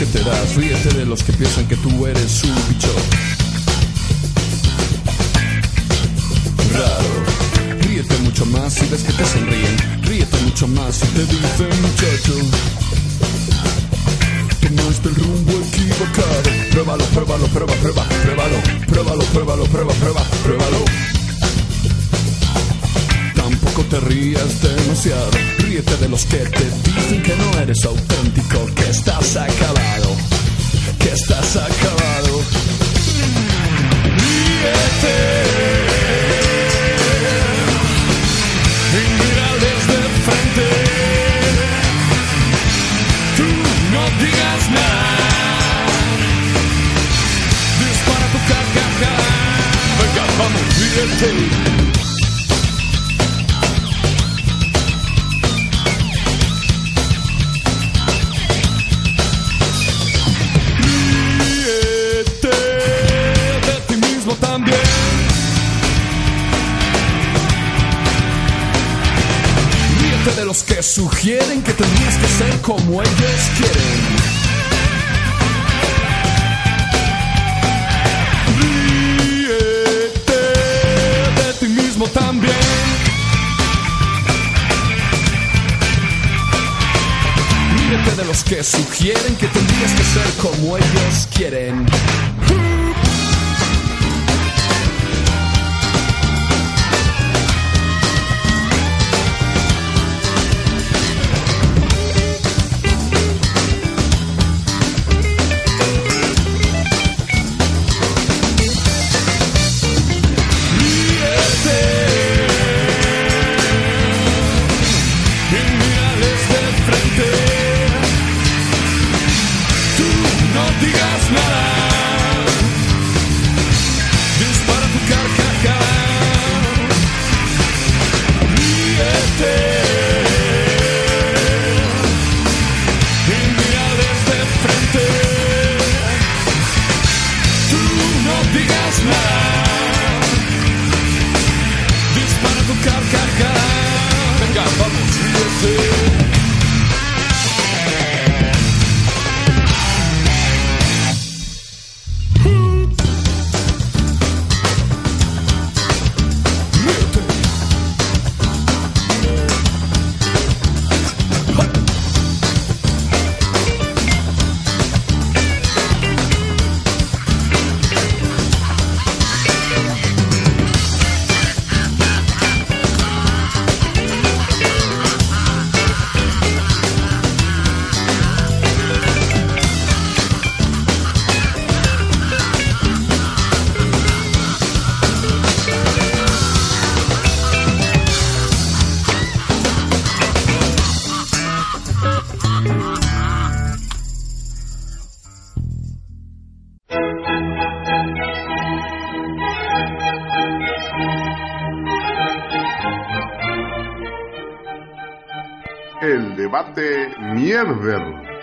Speaker 4: enteras. Ríete de los que piensan que tú eres un bicho. Raro. Ríete mucho más si ves que te sonríen. Ríete mucho más si te dicen muchacho. Tomaste el rumbo equivocado. Pruébalo, pruébalo, prueba, prueba, pruébalo. Pruébalo, pruébalo, prueba, prueba, pruébalo. Tampoco te rías demasiado. Ríete de los que te dicen que no eres auténtico, que estás acabado, que estás acabado. Ríete. Y mira desde frente. Tú no digas nada. Dispara tu carcajada. Venga, vamos, ríete. Ríete de ti mismo también. Ríete de los que sugieren que tendrías que ser como ellos quieren. Ríete de ti mismo también. Ríete de los que sugieren que tendrías que ser como ellos quieren. Y mira desde frente. Tú no digas nada. Dispara tu carcajada. Ríete. Y mira desde frente. Tú no digas nada. Dispara tu carcajada. Venga, vamos, ríete.
Speaker 6: El debate mierder.